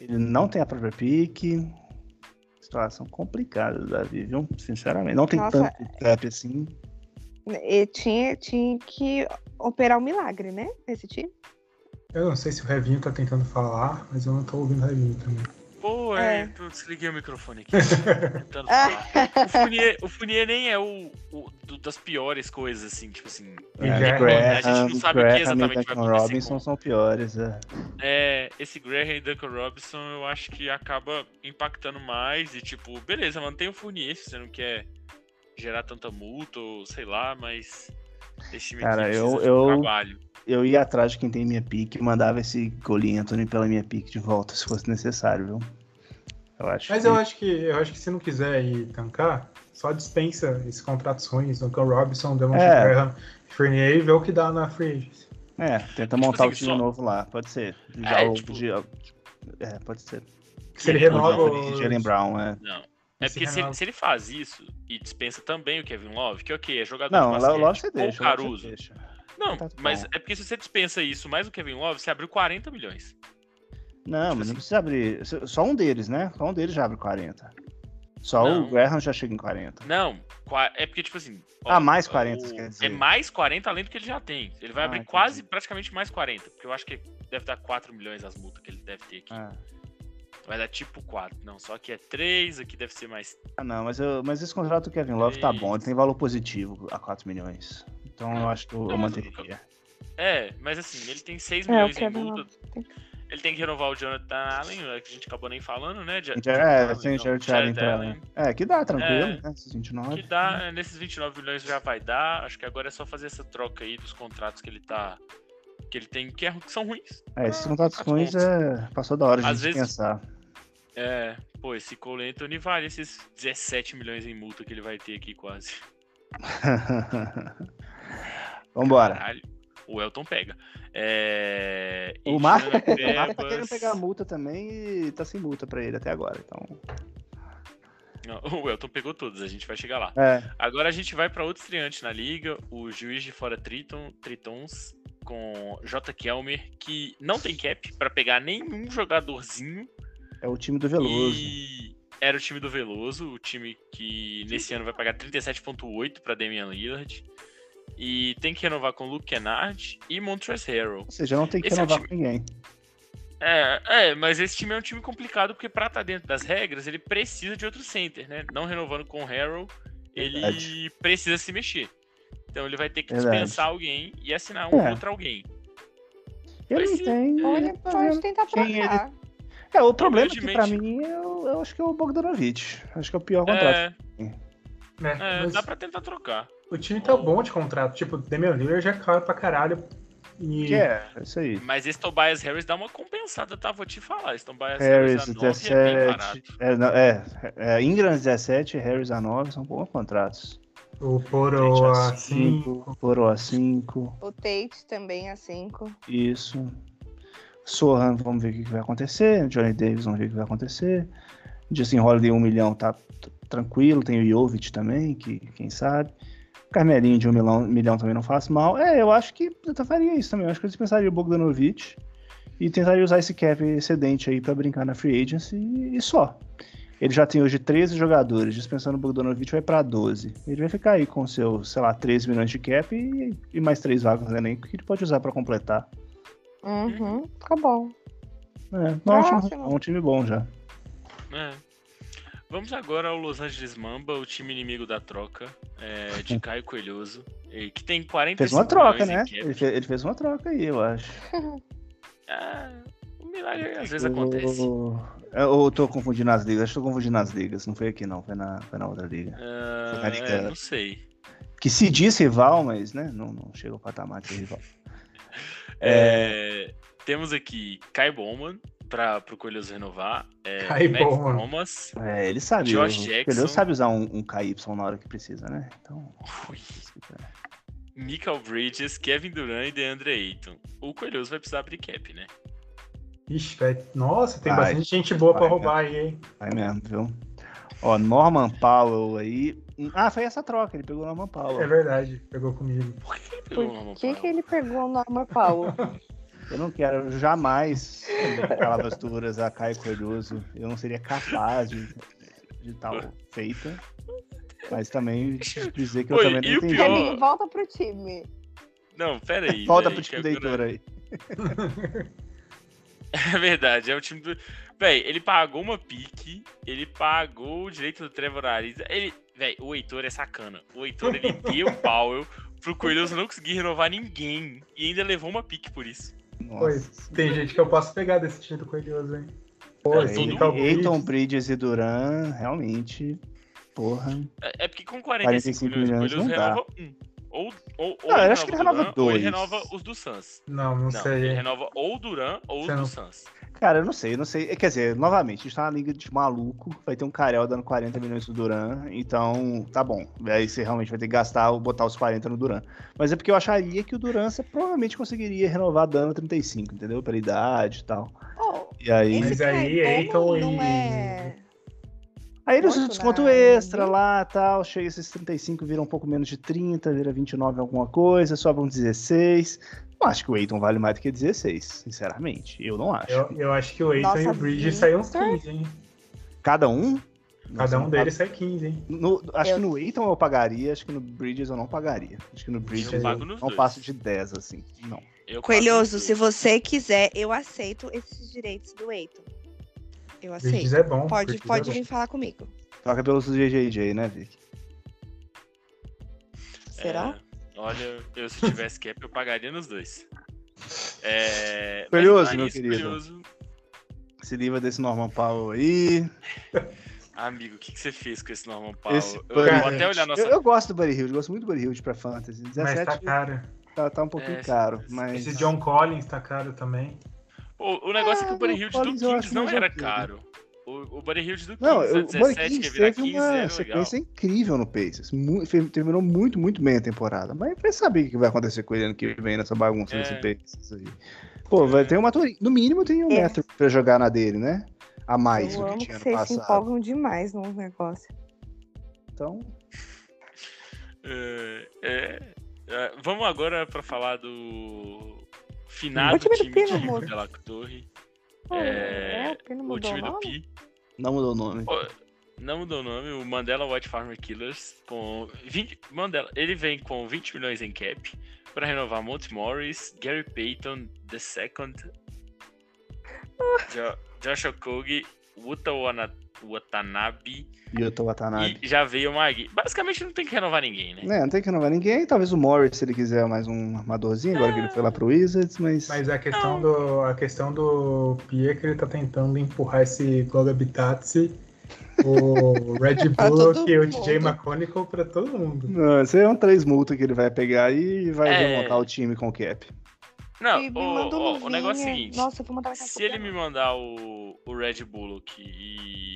A: Ele não tem a própria pique. Situação complicada do Davi, viu? Sinceramente. Não tem
C: Nossa.
A: tanto cap assim.
C: né? E tinha, tinha que operar um milagre, né? Esse time.
D: Eu não sei se o Revinho tá tentando falar, mas eu não tô ouvindo o Revinho também.
B: Pô,
C: É.
B: então eu desliguei o microfone aqui. tentando falar. o, Fournier, o Fournier nem é o, o do- das piores coisas, assim, tipo assim.
D: E
A: É,
D: Graham,
B: a gente não sabe o que
A: Graham
B: exatamente
A: e
B: vai
A: Duncan
B: acontecer
A: Robinson
B: com-
A: são piores. É.
B: É, esse Graham e Duncan Robinson eu acho que acaba impactando mais e tipo, beleza, mantém o Fournier se você não quer gerar tanta multa ou sei lá, mas esse time
A: Cara,
B: aqui
A: eu-
B: precisa de
A: eu-
B: um trabalho.
A: Eu ia atrás de quem tem minha pique e mandava esse Cole Anthony pela minha pique de volta, se fosse necessário, viu? Eu acho
D: Mas
A: que...
D: eu acho que eu acho que se não quiser ir tancar, só dispensa esses contratos ruins, Duncan Robinson, Demon
A: É.
D: Graham, Fournier e vê o que dá na free agency.
A: É, tenta montar
B: assim,
A: o time
B: só-
A: novo lá, pode ser.
B: É,
A: o-
B: tipo-
A: de- é, pode ser.
D: Se ele
B: Kevin
D: renova
A: Anthony,
D: o-
A: Jalen Brown, é.
B: Não. É
D: Esse
B: porque se, ele-
D: Renato-
B: se ele faz isso e dispensa também o Kevin Love, que ok, é jogador
A: Não,
B: de
A: lá-
B: basquete,
A: lógico que você
B: ou
A: deixa. lógico
B: o
A: que
B: Caruso.
A: você deixa.
B: Não,
A: Tá bom.
B: mas é porque se você dispensa isso mais o Kevin Love, você abriu 40 milhões.
A: Não,
B: assim.
A: mas não precisa abrir. Só um deles, né? Só um deles já abre 40. Só
B: Não.
A: o Graham já chega em 40.
B: Não, qua- é porque, tipo assim.
A: Ah, mais 40, você quer dizer.
B: É mais 40 além do que ele já tem. Ele vai
A: Ah,
B: abrir
A: entendi.
B: quase, praticamente mais 40. Porque eu acho que deve dar 4 milhões as multas que ele deve ter aqui.
A: Ah.
B: Vai dar tipo 4. Não, só que é 3, aqui deve ser mais.
A: Ah, não, mas, eu, mas esse contrato do Kevin Love tá bom, ele tem valor positivo a 4 milhões. Então eu acho que eu, eu
B: Não, mas-
A: manteria.
B: É, mas assim, ele tem 6
C: É,
B: milhões
C: o
B: em
C: Kevin
B: multa.
C: Love tem-
B: Ele tem que renovar o Jonathan Allen, né, que a gente acabou nem falando, né? Ja-
A: Jar- É,
B: Allen,
A: sem
B: não,
A: Jared Allen pra- É, que dá, tranquilo,
B: É.
A: né? Esses 29.
B: Que dá, é, nesses 29 milhões já vai dar. Acho que agora é só fazer essa troca aí dos contratos que ele tá. Que ele tem, que, é ru- que são ruins.
A: É, esses contratos
B: As
A: ruins é... passou da hora de a
B: Ah, tá Às
A: gente
B: vezes-
A: pensar.
B: É, pô, esse Cole Anthony vale esses 17 milhões em multa que ele vai ter aqui quase.
A: Vambora.
B: Caralho. O Elton pega. É...
A: O Mar-
B: Indiana
A: O Marco tá querendo
B: Pebas-
A: pegar a multa também e tá sem multa pra ele até agora. Então.
B: Não, o Elton pegou todos, a gente vai chegar lá.
A: É,
B: Agora a gente vai pra outro estreante na liga, o juiz de fora Triton, Tritons, com J. Kelmer, que não tem cap pra pegar nenhum jogadorzinho.
A: é o time do Veloso.
B: E era o time do Veloso, o time que nesse ano vai pagar 37,8 pra Damian Lillard. E tem que renovar com Luke Kennard e Montrezl Harrell.
A: Ou seja, não tem que
B: Esse é o
A: renovar com ninguém.
B: É, é, mas esse time é um time complicado, porque pra estar dentro das regras, ele precisa de outro center, né? Não renovando com o Harrell, ele
A: Verdade.
B: precisa se mexer. Então ele vai ter que
A: Verdade.
B: dispensar alguém e assinar um
A: É.
B: outro alguém.
A: Ele
B: Mas
A: não
B: se-
A: tem.
C: Ou
A: ele
C: ele
A: tá
C: pode
A: vendo.
C: tentar
A: quem ele-
C: trocar.
A: É, o problema é que pra
B: Humildemente-
A: mim eu, eu acho que é o Bogdanovich. Acho que é o pior contrato.
B: É,
D: né?
B: é,
D: Mas
B: dá pra tentar trocar.
D: O time tá bom de contrato. Tipo, Damian Lillard já é caro pra caralho. E
A: Que é, é isso aí.
B: Mas esse Tobias Harris dá uma compensada, tá? Vou te falar. Esse Tobias Harris,
A: Harris,
B: a 9 é bem
A: 17.
B: barato.
A: É, não, é, é, Ingram 17, Harris a 9, são bons contratos.
D: o
A: é
D: Poro
B: Gente,
D: assim.
A: Coro a 5,
C: O Tate também a 5.
A: isso. Sohan, vamos ver o que que vai acontecer. Johnny Davis, vamos ver o que vai acontecer. Justin Holiday, 1 milhão, tá t- tranquilo. Tem o Jovic também, que quem sabe. Carmelinho de 1 milhão, milhão também não faz mal. É, eu acho que eu faria isso também. Eu acho que eu dispensaria o Bogdanovich e tentaria usar esse cap excedente aí pra brincar na free agency e, e só. Ele já tem hoje 13 jogadores, dispensando o Bogdanovich vai pra 12. Ele vai ficar aí com seus, sei lá, 13 milhões de cap e, e mais três vagas no elenco que ele pode usar pra completar.
C: Uhum, tá bom.
A: É, não, é um time-
C: Próximo.
A: é um time bom já.
B: É. Vamos agora ao Los Angeles Mamba, o time inimigo da troca, é, de Caio Coelhoso, eh, que tem 45
A: Fez uma troca, né?
B: milhões em
A: Ele
B: cap.
A: fe- ele fez, uma troca aí, eu acho.
B: Ah, o milagre às vezes acontece.
A: é, Ou eu, eu tô confundindo as ligas, acho que tô confundindo as ligas. Não foi aqui não, foi na, foi na outra liga.
B: Ah,
A: Vai ligar.
B: é, não sei.
A: Que se diz rival, mas né, não, não chega ao patamar de rival. É.
B: Eh, temos aqui Kai Bowman para o Coelhoso renovar, é,
D: Kai
B: Matt
D: Bowman.
B: Thomas,
A: É, ele sabe.
B: Josh
A: o- o
B: Jackson.
A: Peleu sabe usar um, um KY na hora que precisa, né? Então.
B: Ui. Michael Bridges, Kevin Durant e DeAndre Ayton. O Coelhoso vai precisar abrir cap, né?
D: Ixi, velho. Nossa, tem
A: Vai.
D: bastante gente boa pra
A: Vai,
D: roubar aí, hein?
A: Vai mesmo, viu? Ó, Norman Powell aí. Ah, foi essa troca, ele pegou o Norman Powell.
D: É verdade, pegou comigo.
B: Por que que ele pegou o Norman
C: Por que,
B: Powell?
C: que ele pegou o Norman Paulo?
A: Eu não quero jamais ouvir palavras duras a Caio Coelhoso. Eu não seria capaz de, de tal feita. Mas também dizer que eu
B: Oi,
A: também
B: e
A: não
B: o
A: entendi.
B: pior-
C: Kevin, volta pro time.
B: Não, pera aí. né,
A: Volta
B: velho,
A: pro time da
B: Kevin Durant.
A: Heitor aí.
B: É verdade, é o time do. Véi, ele pagou uma pique, ele pagou o direito do Trevor Ariza. Ele. Véi, o Heitor é sacana. O Heitor, ele deu o Powell pro Coelhoso não conseguir renovar ninguém. E ainda levou uma pique por isso.
A: Nossa.
D: Pois, tem gente que eu posso pegar desse time do Coelhoso, hein? Pô,
B: É,
D: esse
B: todo
A: Aí,
D: Michael
A: Eiton,
D: Bridges.
A: Bridges e Duran, realmente. Porra.
B: É é porque com 45,
A: 45
B: milhões,
A: milhões
B: o Coelhoso
A: não dá.
B: renova um. Ou, ou, ou
A: Não, eu
B: ele
A: acho que ele
B: renova o
A: renova
B: Duran, Ou ele
A: dois.
B: renova os do Suns.
D: Não, não,
B: Não,
D: sei. Então,
B: ele renova ou o Duran ou os
D: Você
B: do
D: não-
B: Suns.
A: Cara, eu não sei, eu não sei. É, Quer dizer, novamente, a gente tá na liga de maluco. Vai ter um Carel dando 40 milhões do Duran. Então, tá bom. Aí você realmente vai ter que gastar ou botar os 40 no Duran. Mas é porque eu acharia que o Duran você provavelmente conseguiria renovar dando 35, entendeu? Pela idade e tal.
C: Oh,
A: E aí.
D: Mas
C: esse
D: aí,
C: Kai
D: Eiton
C: Bowman
D: e-
C: não é...
A: Aí eles
C: Quanto
A: usam desconto
C: dá?
A: extra lá tal, chega esses 35, vira um pouco menos de 30, vira 29 alguma coisa, sobram 16, não acho que o Eiton vale mais do que 16, sinceramente. Eu não
B: é
A: acho.
D: Eu, eu acho que o Eiton e
C: Nossa,
D: o Bridges
C: Victor.
D: saíram uns 15, hein?
A: Cada um. Nossa,
D: Cada um
A: não-
D: deles sai 15, hein?
A: no- acho
C: Eu-
A: que no Eiton eu pagaria, acho que no Bridges eu não pagaria. Acho que no Bridges eu,
B: pago nos
A: não
B: dois.
A: passo de 10, assim. Não.
B: Eu
C: Coelhoso,
B: passo-
C: se você quiser, eu aceito esses direitos do Eiton. Eu
D: Bridges
C: aceito.
D: é
A: um
D: bom.
C: Assim, Pode,
D: Bridges
C: pode
D: é
A: né?
D: bom.
C: vir falar comigo.
A: Troca pelo GGJ, né, Vic?
C: Será?
B: É, olha, eu se tivesse cap, eu pagaria nos dois. É, mas
A: Coelhoso,
B: não é
A: meu querido.
B: Coelhoso.
A: Se livra desse Norman Powell aí.
B: Amigo, o que, que você fez com esse Norman Powell?
A: Esse
B: eu
A: Buddy
B: vou até
D: Hield.
B: olhar nossa.
A: Eu, eu gosto do Buddy Hilde, gosto muito do Buddy Hilde pra Fantasy.
D: Mas
A: 17
D: tá
A: tá,
D: caro.
A: tá um pouquinho
B: É,
A: caro,
B: esse-
A: mas...
D: Esse John Collins tá caro também.
B: O, o negócio é que
A: Ah,
B: o Buddy
A: o
B: Hield do
A: Collins eu
B: Kings
A: acho
B: não
A: mais
B: era
A: ok, né?
B: caro. O, o Buddy Hield do Kings
A: Não,
B: era
A: eu, o
B: 17, que
A: Bonequins
B: ia virar
A: teve
B: 15,
A: é uma
B: era legal.
A: sequência incrível no Pacers. Mu- fe- terminou muito, muito bem a temporada. Mas vai saber o que vai acontecer com ele ano que vem nessa bagunça
B: É.
A: desse Pacers aí. Pô, vai ter uma Turing. No mínimo tem um
C: É.
A: metro pra jogar na dele, né? A mais
C: eu
A: do
C: amo
A: que
C: que
A: tinha ano
C: vocês se
A: passado.
C: empolgam demais no negócio.
A: Então,
B: É, é, é, vamos agora pra falar do
C: O
B: finado
C: time do
B: time
C: Pino,
B: de
C: amor.
B: Dela Torre.
C: É,
B: É,
C: o Pino
B: o
C: mudou o
B: time do
C: nome?
B: Pi.
A: não mudou o nome.
B: Ó, Não mudou o nome, o Mandela White Farmer Killers com 20, Mandela, ele vem com 20 milhões em cap para renovar Monte Morris, Gary Payton II, jo, Josh Okogie, Uta Wana- Watanabe
A: E eu tô Watanabe.
B: e já veio o Magui. Basicamente não tem que renovar ninguém, né?
A: É, não tem que renovar ninguém. Talvez o Morris, se ele quiser mais um armadorzinho, agora que ele foi lá pro Wizards, mas.
D: Mas a
C: Ah.
D: questão do a questão do Pia é que ele tá tentando empurrar esse Goga Bitatsi, o Red
C: Pra
D: Bullock
C: todo
D: e o DJ
C: mundo.
D: McConical pra todo mundo.
A: Não, isso aí é um três multa que ele vai pegar e vai
B: É.
A: montar o time com o cap.
B: Não,
C: Ih, me
B: ó,
C: mandou
B: ó, Ah, o
C: luvinha.
B: negócio é o seguinte.
C: Nossa, eu vou mandar
B: Se ele me mandar o, o Red Bullock e.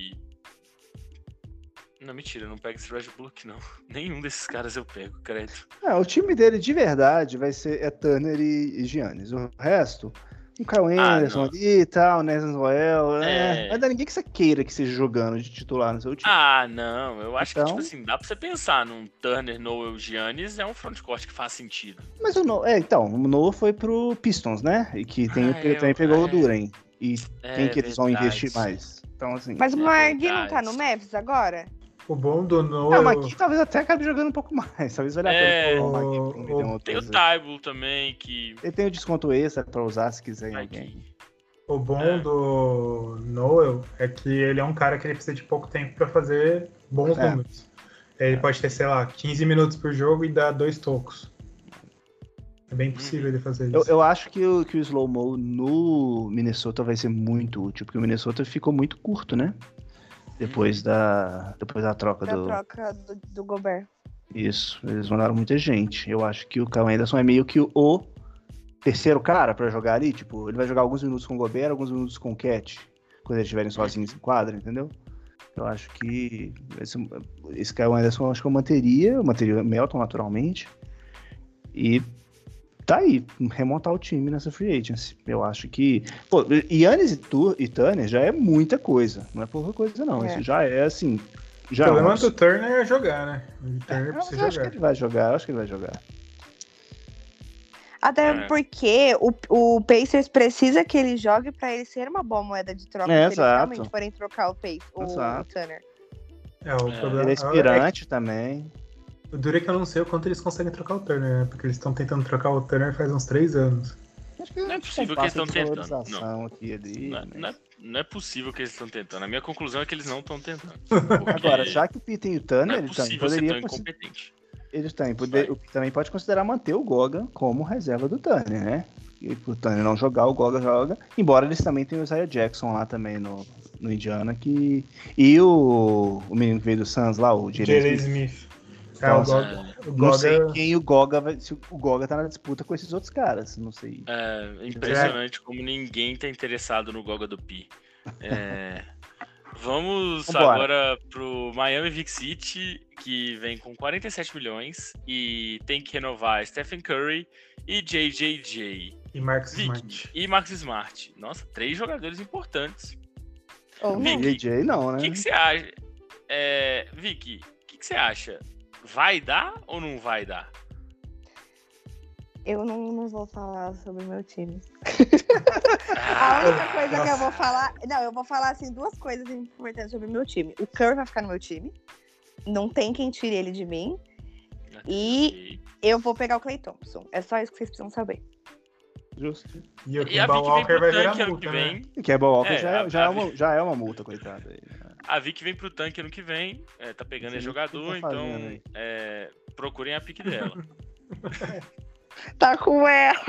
B: Não, mentira, eu não pego esse Red Bullock, não. Nenhum desses caras eu pego, credo.
A: É, o time dele de verdade vai ser é Turner e, e Giannis. O resto, um Kyle
B: Ah,
A: Anderson
B: não.
A: ali e tal, né, Nelson Noel. É.
B: É.
A: Mas não é ninguém que você queira que seja jogando de titular no seu time.
B: Ah, não. Eu acho que,
A: Então?
B: tipo assim, dá pra você pensar num Turner, Noel, Giannis, é um frontcourt que faz sentido.
A: Mas o No, é, então, o Noah foi pro Pistons, né? E que tem,
B: Ah, eu-
A: também pegou o
B: é.
A: Duren. E
B: É
A: quem que eles vão
B: verdade.
A: investir mais? Então, assim.
C: Mas o
B: É
C: Margui não tá
B: verdade.
C: no Mavis agora?
D: O bom do
A: Ah,
D: Noel,
A: mas aqui talvez até acabe jogando um pouco mais. Talvez valha a pena
B: É.
A: colocar aqui por um
D: O-
A: milhão ou
B: Tem o
A: dois. né?
B: Tybull também, que.
A: Ele tem o desconto extra pra usar se quiser em
B: Ai,
A: alguém.
B: que-
D: o bom
B: É.
D: do Noel é que ele é um cara que ele precisa de pouco tempo pra fazer bons
A: É.
D: números. Ele pode ter, sei lá, 15 minutos por jogo e dar dois tocos. É bem possível
B: Uhum.
D: ele fazer isso.
A: Eu, eu acho que o, que o slow mo no Minnesota vai ser muito útil, porque o Minnesota ficou muito curto, né? Depois da, depois da troca
C: Da
A: do.
C: troca do, do Gobert.
A: Isso, eles mandaram muita gente. Eu acho que o Kyle Anderson é meio que o terceiro cara pra jogar ali. Tipo, ele vai jogar alguns minutos com o Gobert, alguns minutos com o Cat, quando eles estiverem sozinhos em quadra, entendeu? Eu acho que esse, esse Kyle Anderson eu acho que eu manteria, eu manteria o Melton naturalmente. E tá aí, remontar o time nessa free agency. Eu acho que. Pô, Yannis e, Tur e Turner já é muita coisa. Não é pouca coisa, não.
C: É.
A: Isso já é assim.
D: O
A: Já é um
D: problema do Turner é jogar, né? O Turner
A: eu
D: precisa
A: acho que
D: jogar.
A: ele vai É jogar, eu acho que ele vai jogar.
C: Até
B: É.
C: porque o, o Pacers precisa que ele jogue pra ele ser uma boa moeda de troca.
A: É,
C: se eles
A: exato.
C: realmente forem trocar o Pacers, o,
A: Exato.
C: Turner.
D: É, o
B: É.
D: problema
A: Ele é
D: é
A: inspirante também.
D: O duro é que eu não sei o quanto eles conseguem trocar o Turner, né? Porque eles estão tentando trocar o Turner faz uns três anos.
A: Acho que
B: Não é possível
A: tem
B: que eles
A: passo
B: tão
A: de
B: tentando,
A: valorização Aqui, ali, né?
B: Não, é-
A: mas-
B: não é, não é possível que eles estão tentando. A minha conclusão é que eles não estão tentando.
A: Agora,
B: Porque
A: já que o Pitt tem o
B: não
A: Tanner,
B: é
A: ele também
B: possível ser tão
A: poderia. consi-
B: incompetente.
A: Ele também, poder- o Pitt também pode considerar manter o Goga como reserva do Tanner, né? E pro Tanner não jogar, o Goga joga. Embora eles também tenham o Isaiah Jackson lá também no, no Indiana. Que... E o, o menino que veio do Suns lá, o
D: Jerry
A: Jeremy. Smith.
D: Smith. É,
A: Então,
D: o Goga.
B: É,
D: O
A: Não sei
D: Goga
A: quem o Goga vai. Se o Goga tá na disputa com esses outros caras. Não sei.
B: é impressionante como ninguém tá interessado no Goga do Pi. É, vamos
A: Vambora.
B: agora pro Miami Vic City, que vem com 47 milhões e tem que renovar Stephen Curry e JJJ.
D: e Marcus
B: Vic.
D: Smart.
B: E Max Smart. Nossa, três jogadores importantes.
C: Ou
A: O
C: não.
B: Vic,
A: JJ não, né?
B: O que que você acha? É, Vicky, o que que você acha? Vai dar ou não vai dar?
C: Eu não, não vou falar sobre o meu time. A
B: Ah,
C: única coisa que eu vou falar. Não, eu vou falar assim duas coisas importantes sobre o meu time. O Curry vai ficar no meu time. Não tem quem tire ele de mim. E- Eu vou pegar o Clay Thompson. É só isso que vocês precisam saber.
A: Justo.
D: E o
B: E a
D: Kimball
B: Vic vem
D: Walker
B: pro
D: vai virar
B: tanque ano que
D: multa, né?
B: vem.
A: Kemba Walker
B: É,
A: já,
B: a-
A: é, já,
B: a-
A: é uma, já é uma multa, coitado. aí.
B: A Vic vem pro tanque ano que vem. é, tá pegando
A: Não sei nem o que
B: é jogador,
A: que tá
B: então
A: fazendo aí.
B: é, procurem a pique dela.
C: Tá com ela.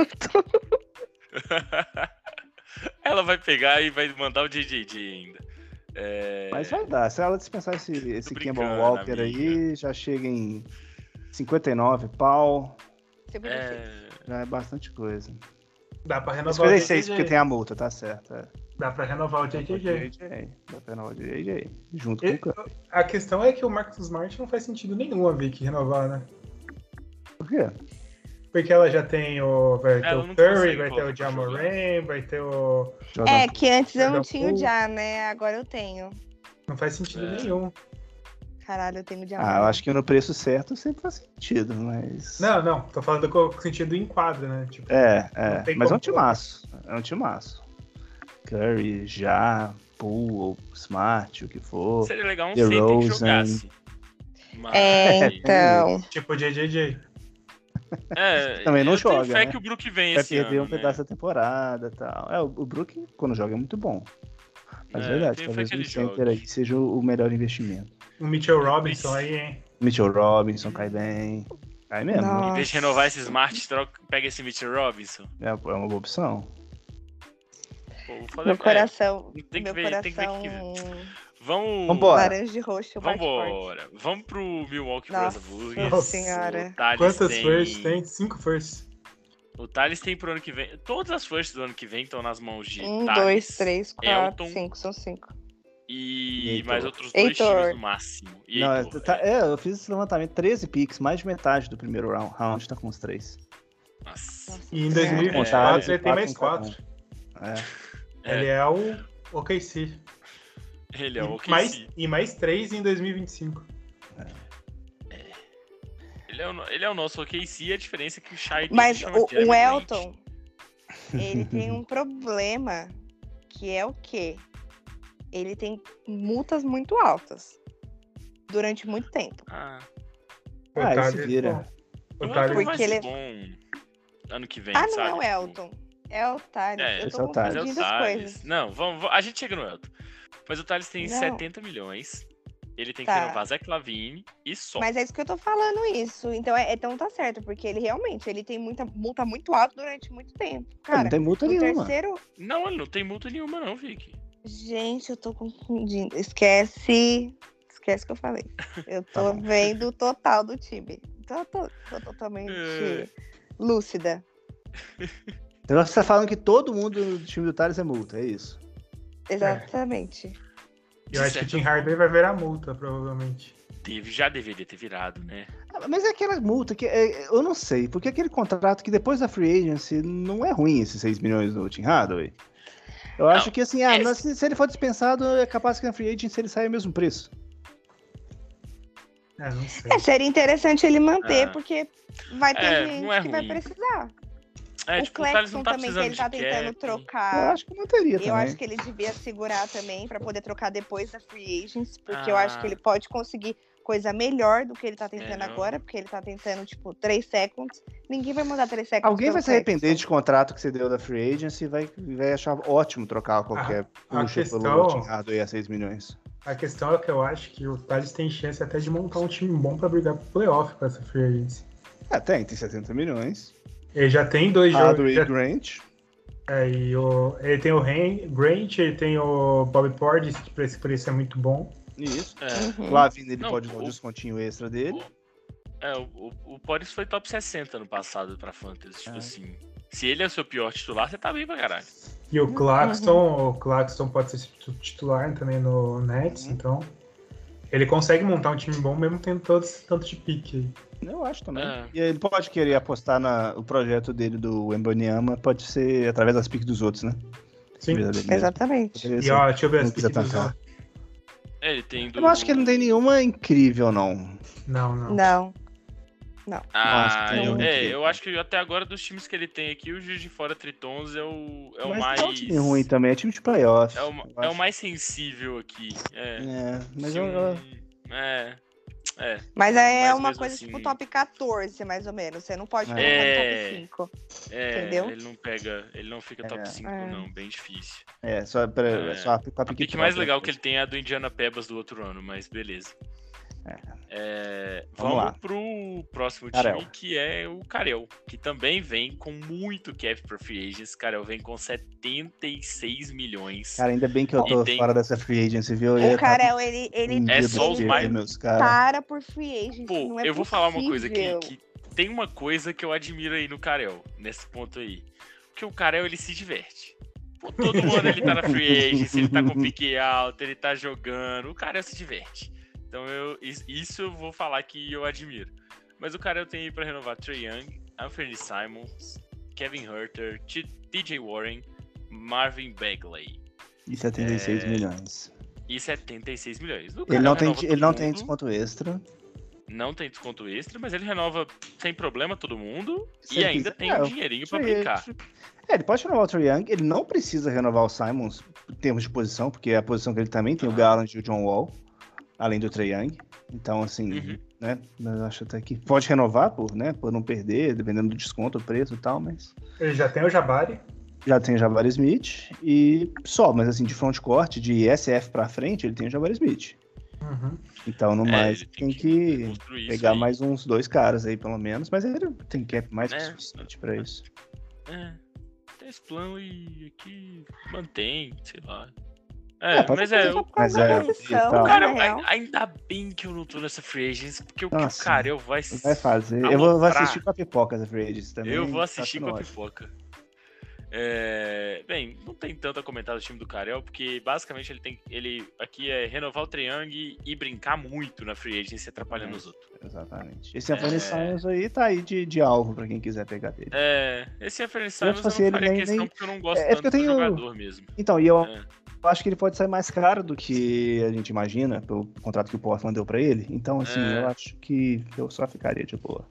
B: ela vai pegar e vai mandar o JJJ ainda. É,
A: Mas vai dar. Se ela dispensar esse, esse Kemba
B: brincando,
A: Walker
B: amiga.
A: aí, já chega em 59 pau.
B: é,
A: Já é bastante coisa.
D: Dá pra renovar o
A: 56, porque
D: JJ.
A: tem a multa, tá certo. É.
D: Dá pra renovar o JJ.
A: JJ. Dá pra renovar o JJ. Junto
D: E-
A: com o Curry.
D: A questão é que o Marcus Smart não faz sentido nenhum a Vic renovar, né?
A: Por quê?
D: Porque ela já tem o, vai ter
B: É, Ela
D: o
B: não
D: Curry,
B: consegue tá
D: vai ter
B: colocar
D: o
B: pra
D: Jamoran, vai ter o...
A: Jordan
C: É, que antes eu
D: Joga
C: não tinha o
D: full.
C: Já, né? Agora eu tenho.
D: Não faz sentido
B: É.
D: nenhum.
C: Caralho, eu tenho o Já.
A: Ah, eu acho que no preço certo sempre faz sentido, mas.
D: Não, não. Tô falando com o sentido do enquadro, né? Tipo,
A: É,
D: Não
A: é.
D: tem
A: Mas é um
D: como colocar.
A: timaço. É um timaço. Curry, Já, Poole, ou Smart, o que for.
B: seria legal um
A: The
B: center que
A: Rosen.
B: jogasse. Mas-
C: É, então.
D: tipo o JJJ.
B: É,
A: Também não
B: eu tenho
A: joga, né?
B: fé que o Brook vem
A: Vai
B: esse
A: perder
B: ano, né?
A: um pedaço da temporada e tal. É, o o Brook, quando joga, é muito bom. Mas
B: É,
A: é verdade,
B: tenho fé
A: talvez
B: que
A: o
B: ele
A: center
B: jogue.
A: aí seja o melhor investimento.
D: O Mitchell Robinson aí, hein?
A: Mitchell Robinson cai bem. Cai mesmo. né?
C: Nossa.
B: Em vez de renovar esse Smart, troca, pega esse Mitchell Robinson.
A: É, é uma boa opção.
B: Pô, vou fazer-
C: Meu coração.
B: É, tem que
C: meu
B: ver, tem que ver o
C: coração.
B: que Vamos.
A: Vambora. Bora.
C: Laranja e roxo. bate forte.
B: Vambora. Vamos pro Milwaukee Bros.
C: Nossa
B: Bulls.
C: senhora.
B: O Thales
D: Quantas
B: tem...
D: firsts tem? Cinco firsts.
B: O Thales tem pro ano que vem. Todas as firsts do ano que vem estão nas mãos de.
C: Um,
B: Thales
C: dois, três, quatro,
B: Elton.
C: cinco. São cinco.
A: E
B: E
A: Heitor.
B: mais outros dois
C: Heitor.
B: times no máximo. E
A: Não,
B: Heitor,
A: tá-
B: é.
A: é, eu fiz esse levantamento. 13 picks, mais de metade do primeiro round. Round tá com os três.
B: Nossa.
D: E em
C: É.
A: Contrário,
D: 2024 ele tem
A: quatro
D: mais
A: em cada um.
D: quatro.
A: É.
B: É.
D: Ele é o OKC.
B: Ele é o
D: e,
B: OKC.
D: mais, e mais três em 2025.
B: Ele, é o, no- ele é o nosso OKC, a diferença é que o Shai tem
C: Mas
B: que chamar
C: o,
B: de Jeremy
C: o
B: Grant.
C: Elton, ele tem um problema que é o quê? Ele tem multas muito altas durante muito tempo.
B: Ah,
A: Ah, ele se
D: Thales-
A: vira.
D: O
B: o
D: Thales-
B: Elton vai
C: Porque
B: ser
C: ele- é
B: bom ano que vem,
C: ah, não
B: sabe?
C: é o Elton. É o Thales.
B: É,
C: eu
A: esse é
C: tô
A: o Thales.
B: Mas é o
C: confundindo as
B: Thales.
C: coisas.
B: Não, vamos, vamos- a gente chega no Elton. Mas o Thales tem
C: Não.
B: 70 milhões. Ele tem que
C: Tá.
B: renovar Zé Clavini e só.
C: Mas é isso que eu tô falando isso. Então, é, então tá certo, porque ele realmente ele tem muita multa muito alta durante muito tempo.
A: não
C: Cara,
A: tem multa
C: o
A: nenhuma.
C: terceiro.
B: Não, ele não tem multa nenhuma, não, Vic.
C: Gente, eu tô confundindo. Esquece. Esquece o que eu falei. Eu
B: Tá
C: tô
A: bom.
C: vendo o total do time. Então eu tô, tô totalmente
B: É.
C: lúcida.
A: Então você tá falando que todo mundo do time do Thales é multa, é isso.
C: Exatamente.
D: Eu acho que o Tim Harden vai virar multa, provavelmente.
B: Teve, já deveria ter virado, né?
A: Ah, Mas é aquela multa que é, eu não sei, porque aquele contrato que depois da free agency não é ruim esses 6 milhões do Tim Hardaway. Eu acho que assim, ah,
B: é-
A: mas se, se ele for dispensado, é capaz que na free agency ele saia o mesmo preço.
D: É, não sei.
C: É, seria interessante ele manter,
B: Ah.
C: porque vai ter
B: É,
C: gente
B: não é
C: que vai
B: ruim.
C: precisar.
B: É,
C: o
B: tipo, o Thales
C: Clexon
B: não tá
C: também, que
B: precisando
C: ele tá
B: de
C: tentando
B: cap.
A: eu
C: trocar.
A: acho que não teria também.
C: Ah, Eu acho que ele devia segurar também pra poder trocar depois da Free Agents, porque eu
B: Ah.
C: acho que ele pode conseguir coisa melhor do que ele tá tentando
B: não.
C: agora, porque ele tá tentando, tipo, 3 seconds. Ninguém vai mandar 3 seconds.
A: Alguém
C: pelo
A: vai se arrepender
C: Claxton.
A: de contrato que você deu da free agency e vai, vai achar ótimo trocar qualquer
D: Ah, a
A: puxa pelo
D: questão-
A: Tim Hardaway a 6 milhões.
D: A questão é que eu acho que o Thales tem chance até de montar um time bom pra brigar pro playoff com essa free agency.
A: É, tem, tem 70 milhões.
D: Ele já tem dois jogos.
A: Hardaway e
D: já-
A: Grant.
D: é, e o- ele tem o Ren- Grant, ele tem o Bob Portis, que pra esse preço é muito bom.
A: Isso.
B: É.
C: Uhum.
A: Lavin, ele
B: Não,
A: pode dar um
B: o-
A: descontinho extra dele.
B: É, o, o, o Portis foi top 60 no passado pra Fantasy. Tipo
A: É.
B: assim, se ele é o seu pior titular, você tá bem pra caralho.
D: E
A: Uhum.
D: o Claxton, o Claxton pode ser titu- titular também no Nets,
A: Uhum.
D: então. Ele consegue montar um time bom mesmo tendo todo esse tanto de pique aí.
A: Eu acho também.
B: É.
A: E ele pode querer apostar na, o projeto dele do Emboniama, pode ser através das piques dos outros, né?
D: Sim.
A: Verdadeiramente.
C: Exatamente.
A: Poderia
D: E
A: ser.
D: ó, deixa eu ver
A: Não
D: as
A: precisa
D: piques dos
A: tancar.
D: outros.
B: É, Ele tem do...
A: Eu acho que ele não tem nenhuma incrível, não.
D: Não, não.
C: Não. Não.
B: Ah,
A: Nossa,
B: eu,
A: tem
B: é,
A: um.
B: eu acho que até agora dos times que ele tem aqui, o Juiz de Fora Tritons é o, é o
A: mas
B: mais.
A: tá um time ruim também, é time de playoff.
B: É o, ma-
A: eu
B: é o
A: acho.
B: mais sensível aqui. É.
A: É, mas
B: Se
A: eu, eu-
B: um- É. É.
C: Mas é
B: Mas
C: uma
B: mesmo
C: coisa
B: assim-
C: tipo top 14, mais ou menos. Você não pode
A: É.
C: colocar no top 5.
B: É,
C: Entendeu?
B: ele não pega, ele não fica top
A: É.
B: 5
C: É.
B: não, bem difícil.
A: é, só pra,
B: É.
A: só pra, pra
B: A pique mais legal que ele tem é a do Indiana Pebas do outro ano, mas beleza. É,
A: Vamos
B: vamos
A: lá.
B: pro próximo
A: Carel.
B: time, que é o Carel, que também vem com muito cap para free agents. Carel vem com 76 milhões.
A: Cara, ainda bem que eu tô
B: E tem-
A: fora dessa free agency, viu? tá
C: O Carel, ele, ele
B: É só os
A: os
B: mais- Tá.
A: meus caras.
C: para por free agent.
B: Pô,
C: não é
B: eu vou falar uma coisa aqui,
C: possível.
B: que tem uma coisa que eu admiro aí no Carel, nesse ponto aí. Que o Carel, ele se diverte. Pô, todo ano ele tá na free agent, ele tá com pique alto, ele tá jogando, o Carel se diverte. Então eu, is- isso eu vou falar que eu admiro. Mas o Carel tem aí pra renovar Trey Young, Anthony Simons, Kevin Herter, TJ Warren, Marvin Bagley.
A: E 76
B: É.
A: milhões.
B: E 76 milhões. O
A: Ele
B: Carel
A: não, tem,
B: renova
A: ele
B: todo
A: não tem
B: mundo.
A: desconto extra.
B: não tem desconto extra, mas ele renova sem problema todo mundo
A: Se
B: e
A: ele
B: ainda
A: quiser,
B: tem
A: é,
B: um
A: o
B: dinheirinho pra
A: Trae
B: aplicar.
A: É, ele pode renovar o Trae Young, ele não precisa renovar o Simons em termos de posição, porque é a posição que ele também tem o Garland e o John Wall, além do Trae Young. Então, assim,
B: Uhum.
A: né? Eu acho até que pode renovar por, né, por não perder, dependendo do desconto, o preço e tal, mas...
D: Ele já tem o Jabari.
A: Já tem o Jabari Smith e só, mas assim, de front corte, de SF pra frente, ele tem o Jabari Smith.
D: Uhum.
A: Então, no
B: É,
A: mais,
B: ele
A: tem que
B: construir isso
A: pegar
B: aí.
A: mais uns dois caras aí, pelo menos, mas ele tem cap mais que
B: É.
A: suficiente pra isso.
B: É, tem esse plano e aqui mantém, sei lá.
A: É,
B: É,
A: pode
B: mas
A: ser
B: é,
C: Só
B: o
C: por causa
A: mas
C: da
A: é, tá.
C: posição, na
B: cara,
C: real.
B: ai- ainda bem que eu não tô nessa free agents, porque o que
A: Nossa,
B: o Carel
A: Vai
B: vai se
A: fazer. Eu vou, vou
B: Aloprar.
A: assistir com a pipoca da Free Agents também.
B: Tá Eu vou
A: tá
B: assistir
A: sendo
B: com a
A: ótimo.
B: pipoca. É, Bem, não tem tanto a comentar do time do Carel, porque basicamente ele tem. Ele aqui é renovar o Triang e brincar muito na free agent, se atrapalhando
A: É.
B: os outros.
A: Exatamente. Esse Anthony Simons aí tá aí de, de alvo pra quem quiser pegar dele.
B: É, esse Anthony Simons eu
A: tipo assim,
B: não
A: ele
B: faria
A: nem-
B: questão
A: nem-
B: porque eu não gosto
A: É, é
B: tanto
A: porque
B: do
A: eu tenho-
B: jogador mesmo.
A: Então, e eu
B: É.
A: acho que ele pode sair mais caro do que a gente imagina, pelo contrato que o Portland deu pra ele. Então, assim,
B: É.
A: eu acho que eu só ficaria de boa.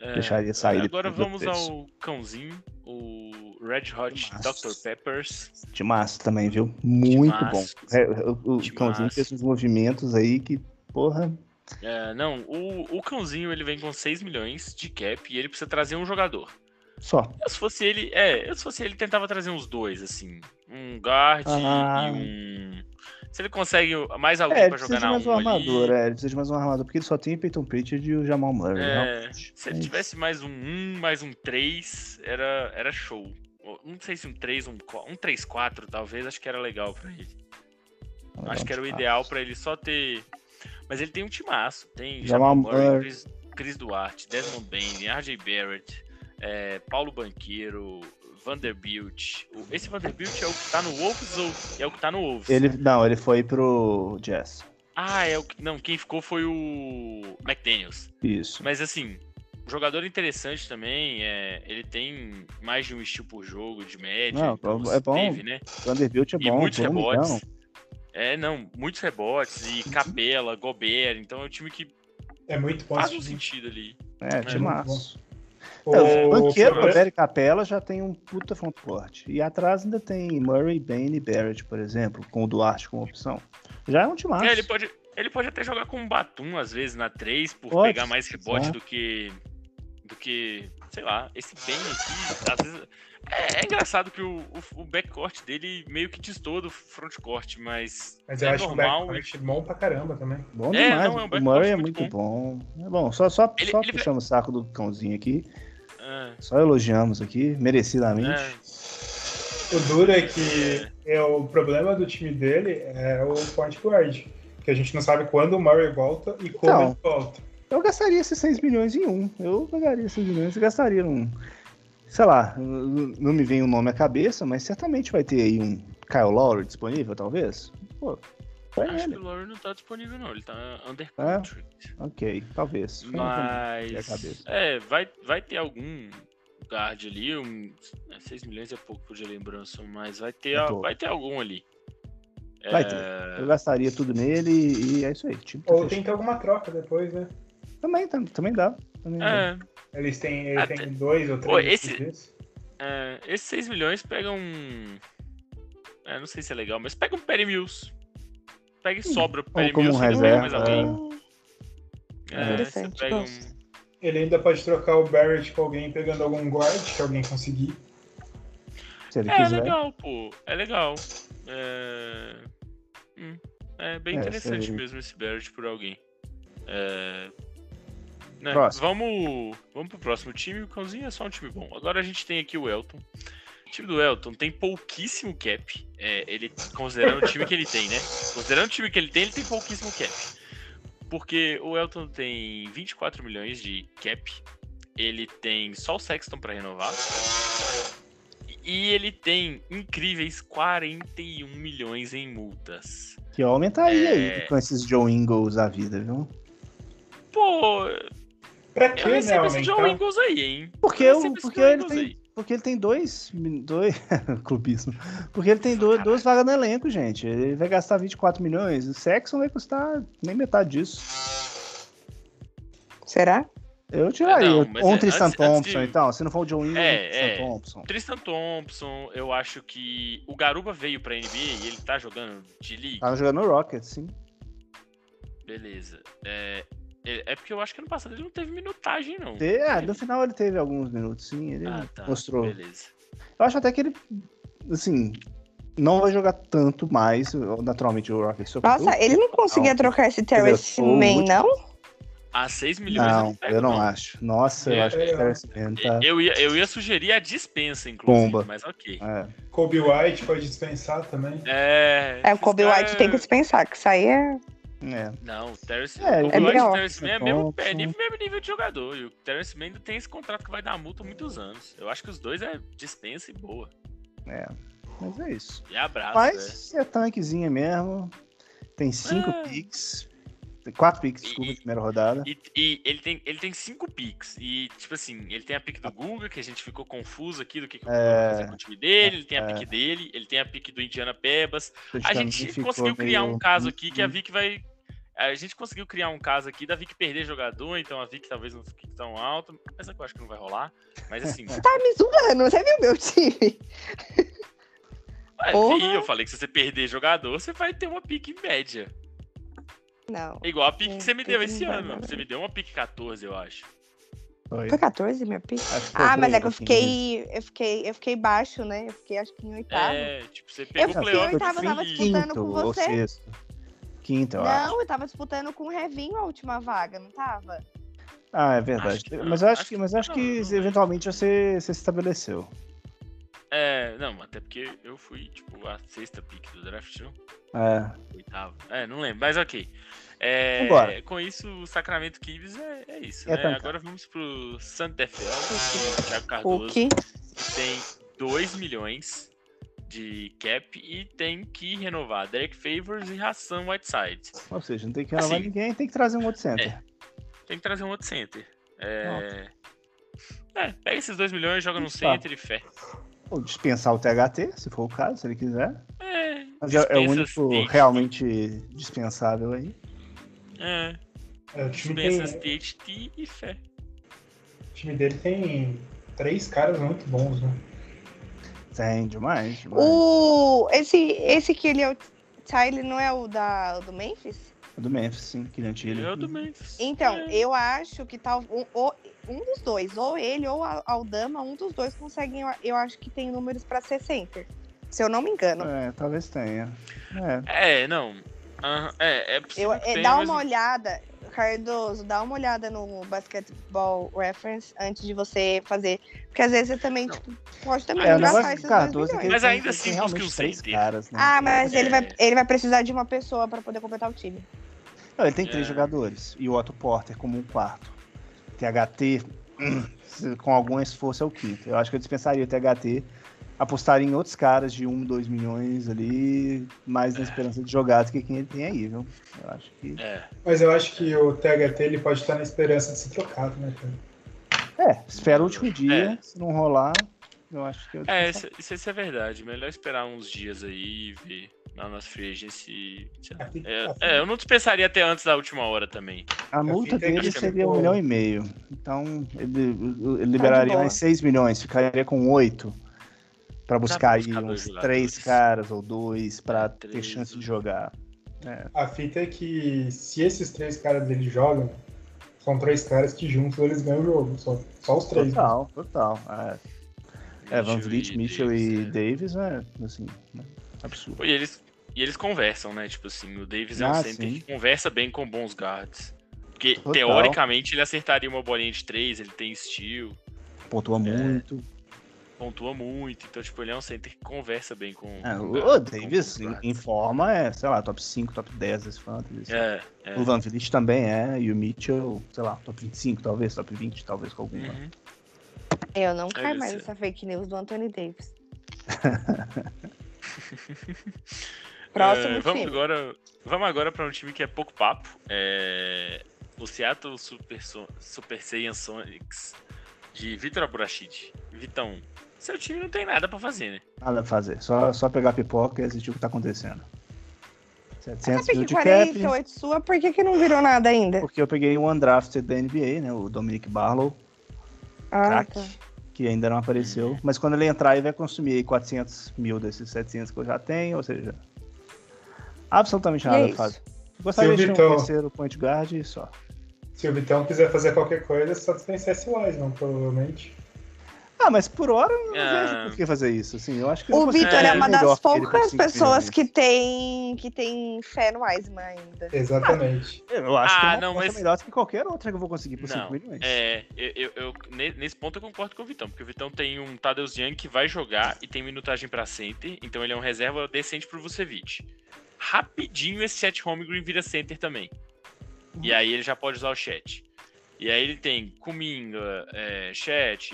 B: É.
A: Deixaria sair
B: Agora
A: depois do
B: vamos
A: preço.
B: ao cãozinho, o Red Hot
A: Massa.
B: Dr. Peppers.
A: De massa também, viu? Muito
B: Timaço.
A: bom. É, o o
B: Timaço.
A: Cãozinho fez uns movimentos aí que, porra,
B: É, não, o, o cãozinho ele vem com 6 milhões de cap e ele precisa trazer um jogador.
A: só.
B: Eu, se fosse ele, é, eu, se fosse ele, tentava trazer uns dois, assim. Um guard
A: Ah.
B: e um. Se ele consegue mais alguém
A: É, ele
B: pra
A: precisa
B: jogar
A: de
B: na
A: mais um
B: 1
A: armador,
B: ali.
A: é. Ele precisa de mais um armador, porque ele só tem Peyton Pritchard e o Jamal Murray.
B: É,
A: realmente.
B: se ele
A: É
B: tivesse mais um 1, mais um 3, era, era show. Ou, Não sei se um 3, um 3-4, talvez, acho que era legal pra ele.
A: isso. Legal
B: Acho que era o
A: demais.
B: ideal pra ele só ter. Mas ele tem um timaço. Tem
A: Jamal
B: Jamal Murray,
A: Murray.
B: Chris, Chris Duarte, Desmond Bain, RJ Barrett, é, Paulo Banqueiro, Vanderbilt. O- Esse Vanderbilt é o que tá no Wolves ou é o que tá no Wolves?
A: Ele, não, ele foi pro Jazz.
B: Ah, é o que. Não, quem ficou foi o McDaniels.
A: Isso.
B: Mas assim, jogador interessante também. É, ele tem mais de um estilo por jogo, de média.
A: Não,
B: então
A: é
B: você
A: bom.
B: Teve, né?
A: Vanderbilt é
B: e
A: bom,
B: muitos
A: bom,
B: rebotes.
A: então.
B: É, não, muitos rebotes e Capela, Gobert, então é um time que
D: É muito
A: Ah,
B: faz um
D: fácil.
B: sentido ali.
A: É,
B: muito
A: timaço.
D: O
A: É, banqueiro,
D: Fernando-
A: Gobert e Capela já tem um puta front court. E atrás ainda tem Murray, Bane e Barrett, por exemplo, com o Duarte como opção. Já é um timaço.
B: É, ele pode, ele pode até jogar com o Batum, às vezes, na 3, por
A: Pode,
B: pegar mais rebote
A: é.
B: do que. do que. sei lá, esse Ben aqui, às vezes. É, é engraçado que o, o, o backcourt dele meio que destoa do frontcourt, mas,
D: Mas
B: é
D: eu acho que o
B: normal.
D: backcourt bom pra caramba também.
A: Bom
B: É,
A: demais.
B: não, é um
A: o Murray é
B: backcourt
A: muito
B: muito
A: bom. É bom, só, só,
B: Ele-
A: só
B: ele-
A: puxamos o saco do cãozinho aqui.
B: Ah,
A: Só elogiamos aqui, merecidamente.
B: é,
D: O duro é que é o problema do time dele é o point guard. Que a gente não sabe quando o Murray volta e como
A: Então.
D: ele volta.
A: Eu gastaria esses 6 milhões em um. Eu pegaria esses 6 milhões e gastaria um. Sei lá, n- não me vem o nome à cabeça, mas certamente vai ter aí um Kyle Lowry disponível, talvez. Pô, pra
B: acho que
A: ele.
B: o Laurie não tá disponível, não. Ele tá under
A: É.
B: contract.
A: Ok, talvez. Foi uma combinação. a
B: Mas.
A: cabeça.
B: É, vai, vai ter algum guard ali. Um, 6 milhões é pouco de lembrança, mas vai ter,
A: É
B: a-
A: pouco.
B: vai ter algum ali.
A: Vai
B: É,
A: ter. Eu gastaria tudo nele e, e é isso aí. Time tá
D: Ou
A: fechado.
D: tem que ter alguma troca depois, né?
A: Também, tam- também dá. Também
B: É,
D: Eles têm, ele
B: Até-
D: tem dois ou três.
B: Pô, esse-
D: SGs.
B: é, esses 6 milhões pegam um. é, não sei se é legal, mas pega um Perry Mills. Pega e sobra pro Perry
A: como
B: Mills.
A: um
B: você não pega mais
A: reserva,
B: alguém.
A: é.
B: É, você
C: Interessante,
B: pega
C: gosto.
B: um-
D: Ele ainda pode trocar o Barrett com alguém pegando algum guard que alguém conseguir.
A: Se ele
B: É, é
A: quiser.
B: legal, pô. É legal. É, hum, é bem
A: É,
B: interessante
A: se-
B: mesmo esse Barrett por alguém. É, né,
A: Próximo.
B: Vamos, vamos pro próximo time. O Cãozinho é só um time bom. Agora a gente tem aqui o Elton. O time do Elton tem pouquíssimo cap. É, ele, considerando o time que ele tem, né? Considerando o time que ele tem, ele tem pouquíssimo cap. Porque o Elton tem 24 milhões de cap. Ele tem só o Sexton pra renovar. E ele tem incríveis 41 milhões em multas.
A: Que eu aumentaria
B: É.
A: aí com esses Joe Ingles da vida, viu?
B: Pô,
D: Pra
B: eu
D: que, né,
B: recebo esse John
D: aumentar?
B: Ingles aí, hein?
A: então. Porque,
B: Eu
A: eu-
B: recebo esse
A: porque
B: John
A: ele
B: Ingles
A: tem.
B: aí.
A: Porque ele tem dois. dois clubismo. Porque ele tem do-
B: Caralho.
A: duas vagas no elenco, gente. Ele vai gastar 24 milhões. O Sexton vai custar nem metade disso.
C: Será?
A: Eu tiraria.
B: não, mas é-
A: um Tristan
B: antes- antes
A: Thompson,
B: de-
A: então. Se não for o Joe Ingles,
B: É,
A: o Tristan
B: é.
A: Thompson.
B: Tristan Thompson, eu acho que o Garuba veio pra NBA e ele tá jogando de league.
A: Tava jogando no Rockets, sim. Ah.
B: Beleza. É, é é porque eu acho que ano passado ele não teve minutagem, não.
A: Te- ah, no final ele teve alguns minutos, sim. Ele
B: Ah, tá.
A: mostrou.
B: Beleza.
A: Eu acho até que ele, assim, não vai jogar tanto mais, naturalmente, o Rockets.
C: Nossa, ele não conseguia
A: Não.
C: trocar esse Terrence
A: Quer dizer, eu sou
C: Man,
A: muito-
C: não?
B: A 6 Ah, milhões
A: Não,
B: pega,
A: eu não acho. Nossa, eu
B: É,
A: acho que
D: eu-
A: o Terence Mann tá...
B: Eu ia, eu ia sugerir a dispensa, inclusive,
A: Bomba.
B: mas ok.
A: É.
D: Kobe White pode dispensar também.
B: É,
C: É, o
B: esses
C: Kobe
B: cara-
C: White tem que se pensar, que isso aí é.
A: É.
B: Não, o Terrence,
A: É,
B: o
A: é
B: Kobe White e o
C: melhor.
B: Terrence Mann é mesmo,
A: Thompson.
B: é nível, mesmo nível de jogador. E o Terrence Mann ainda tem esse contrato que vai dar multa há muitos anos. Eu acho que os dois é dispensa e boa.
A: Mas é isso.
B: E abraço, né?
A: Mas é tanquezinha mesmo. Tem cinco
B: É.
A: picks. Tem quatro picks,
B: E-
A: desculpa,
B: e-
A: de primeira rodada.
B: E, e ele, tem, ele tem cinco picks. E, tipo assim, ele tem a pick do Guga, que a gente ficou confuso aqui do que, que o Guga
A: Ah. É.
B: vai fazer com o time dele. Ele tem a pick dele, ele tem a pick do Indiana Pebas. A gente
A: ficou
B: conseguiu criar
A: meio- uhum.
B: um caso aqui que a Vic vai. A gente conseguiu criar um caso aqui da Vic perder jogador, então a Vic talvez não fique tão alta. Mas eu acho que não vai rolar. Mas assim,
C: Tá me zoando, você viu meu time?
B: Ué,
C: Porra.
B: E eu falei que se você perder jogador, você vai ter uma pique média.
C: Não.
B: É igual a pique que você me
C: Gente,
B: deu
C: não
B: esse
C: vai
B: ano.
C: dar,
B: Você me deu uma pique 14, eu acho.
A: Foi.
C: Foi 14, minha pica?
A: Acho foi
C: Ah, mas
A: por
C: é que eu
A: aí,
C: fiquei. Eu fiquei, eu fiquei baixo, né? Eu fiquei acho que em oitavo.
B: É, tipo, você
A: assim.
B: pegou
C: Tá. fiquei
B: o
A: Não,
B: playoff.
A: foi
C: oitava, eu tava tipo
B: sim.
C: discutindo. disputando com
A: ou
C: você.
A: sexto. Quinto, eu acho.
C: não, eu tava disputando com o Revinho a última vaga, não tava?
A: Ah, é verdade.
B: Acho que não,
A: mas eu acho,
B: acho
A: que,
B: que
A: mas eu acho
B: não,
A: que
B: não vai.
A: eventualmente você, você se estabeleceu.
B: É, não, até porque eu fui, tipo, a sexta pique do draft, não?
A: É.
B: Oitava. É, não lembro, mas ok. É,
A: Vambora.
B: com isso, o Sacramento Kings é, é isso,
A: É
B: né?
A: tancar.
B: Agora vamos pro Santa Fe, o Thiago Cardoso.
C: Hulk.
B: tem 2 milhões de cap e tem que renovar Derek Favors e Hassan Whiteside.
A: Ou seja, não tem que renovar
B: Assim. é.
A: ninguém, tem que trazer um outro center.
B: Tem que trazer um outro center. É, é pega esses 2 milhões, joga no
A: Tá.
B: center e fé.
A: Ou dispensar o THT, se for o caso, se ele quiser.
B: É,
A: Mas é, é o
B: dispensa
A: único
B: State.
A: realmente dispensável aí.
B: É,
D: É, o, time tem,
B: dispensa
D: o
B: THT e fé.
D: time dele tem três caras muito bons, né?
A: Tem demais. demais.
C: O. Esse, esse que ele é o. Tyler não é o da, o do Memphis?
A: Do Memphis, sim, que ele é antigo.
B: Eu do Memphis.
C: Então,
B: É.
C: eu acho que tal. Um, ou- um dos dois, ou ele ou a Aldama, um dos dois conseguem. eu- Eu acho que tem números pra ser center. Se eu não me engano.
A: É, talvez tenha. É.
B: É, não. Aham, é, é possível
C: Eu,
B: que
C: é,
B: tenha,
C: dá
B: mas-
C: uma olhada, Cardoso, dá uma olhada no Basketball Reference antes de você fazer. Porque às vezes você também
B: Não.
C: tipo, pode também
A: É, o
C: gastar
A: negócio
C: esses
A: do
C: dois
A: Cardoso é que
C: milhões.
A: ele
B: Mas
A: tem-
B: ainda
A: tem
B: assim
A: realmente
B: busca um
A: três
B: center.
A: caras, né?
C: Ah, mas
B: É.
C: ele, vai, ele vai precisar de uma pessoa para poder completar o time.
A: Não, ele tem três
B: É.
A: jogadores e o Otto Porter como um quarto. THT, hum, se- com algum esforço, é o quinto. Eu acho que eu dispensaria o THT, apostaria em outros caras de um, dois milhões ali, mais na esperança de jogar do que quem ele tem aí, viu? Eu acho que.
B: É,
D: Mas eu acho que o THT ele pode estar na esperança de ser trocado, né, cara?
A: É, espera o último dia,
B: É.
A: se não rolar, eu acho que eu
B: é
A: dispensaria.
B: isso, isso é verdade. Melhor esperar uns dias aí e ver. na nossa free agency. sei lá.
D: Assim,
B: É,
D: assim,
B: é, eu não dispensaria até antes da última hora também.
A: A multa
D: fica aí,
A: dele
B: acho que é
A: seria
D: muito
A: um
D: bom.
A: milhão e meio. Então, ele, ele liberaria
B: Tá
C: boa.
A: mais 6 milhões, ficaria com 8 para buscar aí
B: buscar dois
A: uns
B: jogadores. É,
A: três caras ou dois para ter
B: Três. né?
A: chance de jogar.
D: A fita é que se esses três caras dele jogam, são três caras que juntos eles ganham o jogo. Só, só os três.
A: Total, total. É, é Van
B: Mitchell
A: Vliet,
B: e
A: Mitchell e
B: Davis,
A: Davis é, assim, né, absurdo.
B: é. E eles, e eles conversam, né? Tipo assim, o Davis é um
A: Ah,
B: center
A: sim.
B: que conversa bem com bons guards. Porque,
A: Total.
B: teoricamente, ele acertaria uma bolinha de três, ele tem estilo, É,
A: Pontua muito.
B: pontua muito. Então, tipo, ele é um center que conversa bem com.
A: É,
B: com
A: o,
B: guards,
A: o Davis,
B: com
A: em,
B: bons
A: em
B: guards.
A: forma, é, sei lá, top 5, top 10 desse fantasy.
B: É, é.
A: O Van Vliet também é, e o Mitchell, sei lá, top 25, talvez, top 20, talvez com alguma.
B: Uhum.
C: Eu não caio
B: isso.
C: mais nessa fake news do Anthony Davis. Próximo
B: É, vamos
C: time.
B: agora vamos agora para um time que é pouco papo é o Seattle Super So- Super Saiyan Sonics de Vitor Aburashid Vitão seu time não tem nada para fazer né
A: Nada a fazer. Só, só pegar pipoca e assistir o que tá acontecendo. 700 mil
C: Sabe
A: de
C: que
A: cap,
C: 48 sua, por que, que não virou nada ainda?
A: porque eu peguei um undrafted da NBA, né? O Dominic Barlow,
C: Ah,
A: craque,
C: tá.
A: que ainda não apareceu. Mas quando ele entrar, ele vai consumir aí 400 mil desses 700 que eu já tenho, ou seja... Absolutamente
C: E
A: nada
C: é
A: a
C: isso.
A: fazer. Gostaria
D: E o
A: de ter um
D: Vitão?
A: terceiro point guard e só.
D: Se o Vitão quiser fazer qualquer coisa, é só dispensar esse Wiseman, provavelmente.
A: Ah, mas por hora eu não
B: Ah.
A: vejo por que fazer isso. Assim, eu acho que
C: O
A: eu consigo
C: Vitor é,
B: é
C: uma
A: fazer melhor
C: das
A: que ele por
C: poucas
A: cinco
C: pessoas
A: milhões.
C: que tem, que tem fé no Wiseman ainda.
D: Exatamente.
A: Eu acho que
B: Ah,
A: é uma
B: não,
A: aposta
B: mas-
A: melhor do que qualquer outra que eu vou conseguir por 5
B: não
A: milhões.
B: é eu, eu- eu- ne- nesse ponto eu concordo com o Vitão porque o Vitão tem um Tadeusz Young que vai jogar e tem minutagem para center então ele é um reserva decente para Vucevic rapidinho esse chat home green vira center também E aí ele já pode usar o chat. E aí ele tem Kuminga, é, Chat,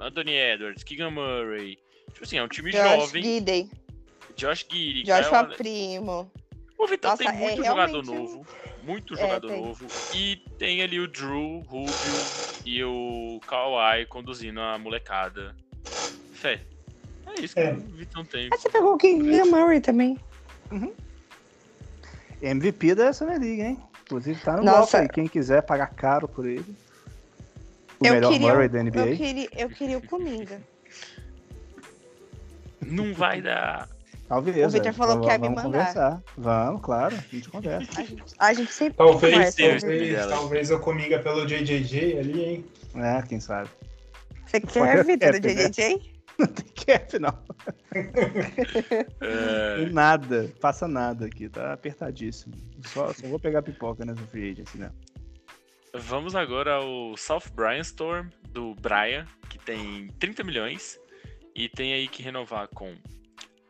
B: Anthony Edwards, Keegan Murray. Tipo assim, é um time
C: Josh
B: jovem. é
C: Gidey,
B: Josh Giddy.
C: Joshua
B: Kyle-
C: Primo.
B: O Vitão
C: Nossa,
B: tem
C: é
B: muito jogador
C: realmente um-
B: novo. Muito
C: É,
B: jogador
C: tem.
B: novo. E tem ali o Drew, Rubio e o Kawhi conduzindo a molecada. Fé. É isso que
D: É.
B: o Vitão tem.
C: Ah, você pegou o Keegan Murray também.
A: MVP da Summer League, hein? Inclusive tá no
C: Nossa.
A: bloco aí. Quem quiser pagar caro por ele. O
C: Eu
A: melhor
C: queria
A: Murray
C: um-
A: da NBA.
C: Eu queria, eu queria o Cominga.
B: Não vai dar.
A: Talvez.
C: O Victor
A: é.
C: falou que ia me
A: Vamos
C: mandar.
A: conversar. Vamos, claro. A gente conversa.
C: A gente sempre
D: Talvez,
C: conversa,
B: Tem que ter o
C: né?
B: time
D: talvez,
B: dela.
D: talvez eu comiga pelo JJJ ali, hein?
A: É, quem sabe.
C: Você quer a vida do
A: Cap, né?
C: JJ?
A: Não tem cap, não.
B: é,
A: Tem nada. Passa nada aqui. Tá apertadíssimo. Só, só vou pegar pipoca nessa free agency, né?
B: Vamos agora ao South Bryan Storm do Brian, que tem 30 milhões e tem aí que renovar com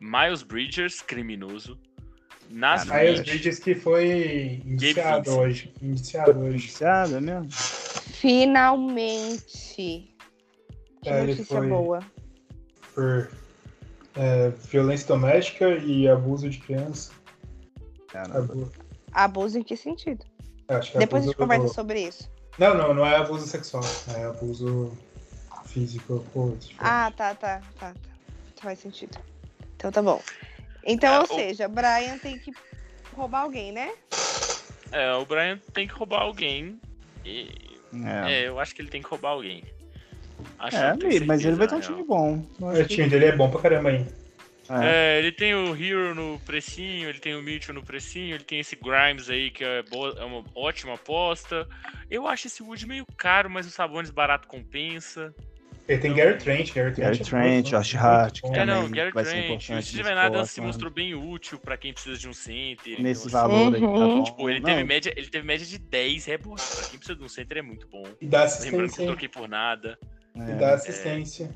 B: Miles Bridgers, criminoso, Nas
A: Caralho.
D: Aí os
A: Vincent.
D: vídeos que foi indiciado
B: Vincent.
D: hoje. Indiciado hoje.
A: Iniciado, é mesmo?
C: Finalmente. Que
D: É, ele
C: notícia
D: foi-
C: boa.
D: Por é, violência doméstica e abuso de criança.
A: Caramba.
D: Abu-
C: Abuso em que sentido?
D: acho que é
C: Depois a
D: abuso
C: gente conversa
D: do-
C: sobre isso.
D: Não, não, não é abuso sexual, é abuso físico ou tipo,
C: Ah, tá, tá, tá, tá. Faz sentido. Então tá bom. Então,
B: É,
C: ou
B: o-
C: seja, Brian tem que roubar alguém, né?
B: É, o Brian tem que roubar alguém. e-
A: É.
B: é, eu acho que ele tem que roubar alguém. Acho
A: É,
B: não tenho
A: amigo, mas
B: certeza,
A: ele vai ter
B: na
A: um
B: real.
A: time bom. Eu acho
D: O time dele é bom pra caramba, hein?
A: que- é.
B: É, ele tem o Hero no precinho, ele tem o Mitchell no precinho, ele tem esse Grimes aí que é, boa- é uma ótima aposta. Eu acho esse Wood meio caro, mas o Sabonis barato compensa.
D: Ele tem Gary Trent, Gary Trent.
A: Gary
D: é
A: Trent,
D: muito bom,
A: Josh
D: muito
A: Hart,
D: bom. né?
A: que
B: É, não,
A: também
B: Gary
A: vai ser
B: Trent. O
A: importante nesse
B: Steven Adams
A: corte,
B: se
A: né?
B: mostrou bem útil pra quem precisa de um center.
A: Nesse
B: então, assim,
A: valor aí. Tá
C: Uhum.
A: bom.
B: Tipo, ele,
A: Não,
B: teve média, ele teve média de 10 rebotes. Pra quem precisa de um center é muito bom.
D: E
B: Lembrando
D: dá
B: que eu
D: assistência, hein?
B: troquei por nada.
A: é.
D: E dá assistência.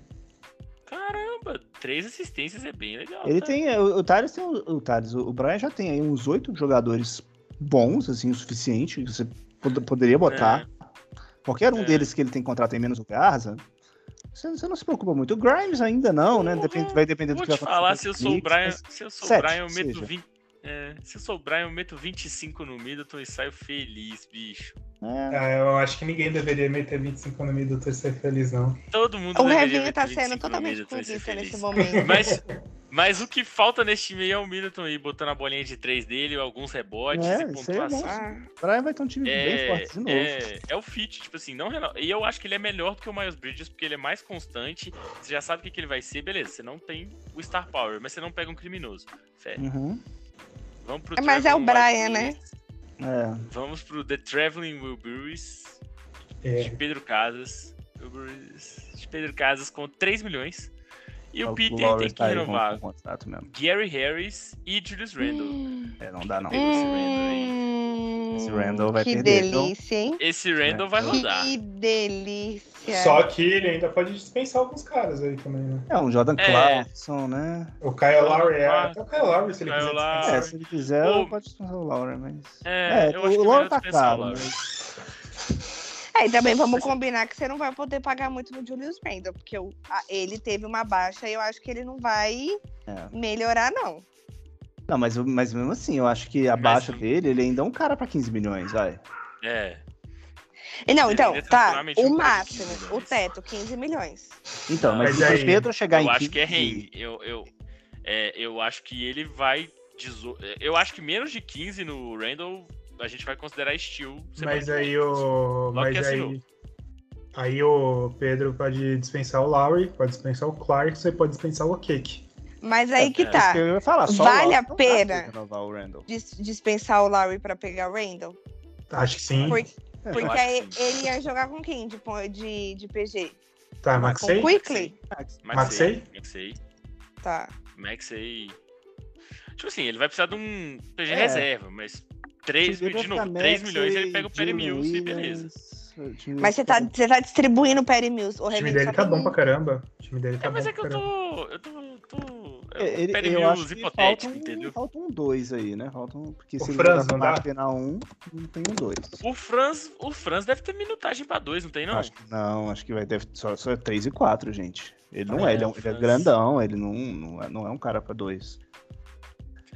B: Caramba, três assistências é bem legal.
A: Ele
B: tá?
A: tem. é, O, o Thales tem. O, o Thales, o o Brian já tem aí uns oito jogadores bons, assim, o suficiente. que Você pod- poderia botar. Qualquer um
B: É.
A: deles que ele tem contrato em menos o Garza. Você, você não se preocupa muito. O Grimes ainda não, né?
B: Não,
A: Depende,
B: não.
A: vai depender do
B: Vou
A: que vai
B: te
A: acontecer.
B: falar,
A: com
B: se eu
A: os
B: sou o
A: Knicks,
B: Brian,
A: mas-
B: se eu sou
A: sete,
B: o Brian, eu meto
A: seja.
B: 20. é, se eu sou o Brian, eu meto 25 no Middleton e saio feliz, bicho.
A: é,
D: Ah, eu acho que ninguém deveria meter 25 no meio do terceiro feliz, não.
B: Todo mundo
C: O
B: deveria
C: Revinho
B: meter
C: tá
B: 25
C: sendo
B: no
C: totalmente
B: Middleton e ser
C: clubista nesse
B: feliz.
C: momento.
B: Mas, Mas o que falta nesse time aí é o Middleton aí botando a bolinha de três dele, alguns rebotes
A: É,
B: e
A: isso aí é bom.
B: pontuação.
C: Ah,
A: Brian vai ter um time bem forte de novo.
B: É, é o fit, tipo assim, não reno- E eu acho que ele é melhor do que o Miles Bridges, porque ele é mais constante. Você já sabe o que, que ele vai ser, beleza. Você não tem o Star Power, mas você não pega um criminoso. Fé.
A: Uhum.
B: Vamos pro
C: É, mas é o
B: Trevor
C: Brian,
B: Wilburys,
A: É.
B: Vamos pro The Traveling Wilburys, de
D: É,
B: Pedro Casas. Wilburys, de Pedro Casas com 3 milhões. E o, Peter
A: Lawrence
B: tem que
A: tá aí com-
B: renovar.
A: com contrato mesmo.
B: Gary Harris e Julius Randle.
A: É, não dá não.
B: Hum. esse Randall aí.
C: Hum,
A: Esse Randall vai
C: que
A: perder, viu?
C: delícia, hein?
B: Esse Randle
A: É.
B: vai rodar.
C: Que delícia.
D: Só que ele ainda pode dispensar alguns caras aí também, né?
A: É um Jordan
B: É.
A: Clarkson, né?
D: O Kyle Lowry, é,
B: Ah,
D: até o Kyle Lowry, se ele
B: Kyle
D: quiser
B: Lowry.
D: dispensar.
A: É, se ele quiser,
B: Pô.
A: eu pode dispensar o Laura, mas.
B: Ah, É, eu acho
A: o
B: que é
A: Laura
B: melhor
A: tá
B: dispensar o
A: caro.
B: Laura.
A: mas-
C: Aí É, também vamos combinar que você não vai poder pagar muito no Julius Randle, porque o- a- ele teve uma baixa e eu acho que ele não vai
A: É.
C: melhorar, não.
A: Não, mas, eu- mas mesmo assim, eu acho que abaixo
B: não-
A: dele, ele ainda é um cara pra 15 milhões, vai.
B: É.
C: E Não,
B: Ele
C: então,
B: devia ter
C: tá,
B: naturalmente
C: o
B: um prazo de 15
C: máximo, o
B: milhões.
C: teto, 15 milhões.
A: Então,
B: Não,
A: mas,
D: mas
A: se
D: aí-
A: o Pedro chegar
B: Eu
A: em
B: acho que é
A: 15
B: rei. Eu, eu, é, eu acho que ele vai. dezo- é, Eu acho que menos de 15 no Randall a gente vai considerar estilo.
D: Mas aí o.
B: Logo que
D: Mas
B: assinou.
D: aí. Aí o Pedro pode dispensar o Lowry, pode dispensar o Clarkson e pode dispensar o Cake.
C: Mas aí que
B: É,
A: Isso
C: tá.
A: que eu ia falar, só o
C: Vale
A: Laura não
C: a
A: dá pra
C: pena.
A: renovar o Randall.
C: Dis- dispensar o Lowry pra pegar o Randall.
D: Acho que sim.
C: Porque,
A: É,
C: porque
B: eu acho
C: aí
B: que sim.
C: ele ia jogar com quem de, po- de, de PG?
D: Tá,
C: Com
D: Maxei?
C: o Quickly?
B: Maxei.
D: Maxey?
B: Maxei.
C: Tá.
B: é Maxey. Tipo assim, ele vai precisar de um PG
A: É.
B: reserva, mas 3,
A: Tigre vai
B: de novo,
A: ficar
B: 3
A: Maxey,
B: milhões ele pega o Perry
A: Jalen
B: Mills e
A: Williams,
B: beleza.
A: o time
C: Mas você tá,
A: fica-
C: você tá distribuindo o Perry Mills.
D: O time dele tá bom pra caramba. O time dele tá
B: É, mas
D: bom
B: é que eu
D: pra caramba.
B: tô. Eu tô. eu tô é
A: É,
B: um
A: ele-
B: Perry
A: eu acho que
B: Mills
A: um
B: hipotético,
A: faltam,
B: entendeu?
A: Faltam dois aí, né? Faltam, porque
D: O
A: se
D: Franz,
A: ele
D: não dá?
A: bater na um, não tem um dois.
B: O Franz, o Franz deve ter minutagem pra 2, não tem não?
A: Acho que não, acho que vai ter só, só é três e quatro, gente. Ele não
B: Ah,
A: é,
B: é,
A: ele é,
B: o
A: um- ele é
B: Franz.
A: grandão, ele não, não, é, não é um cara pra dois.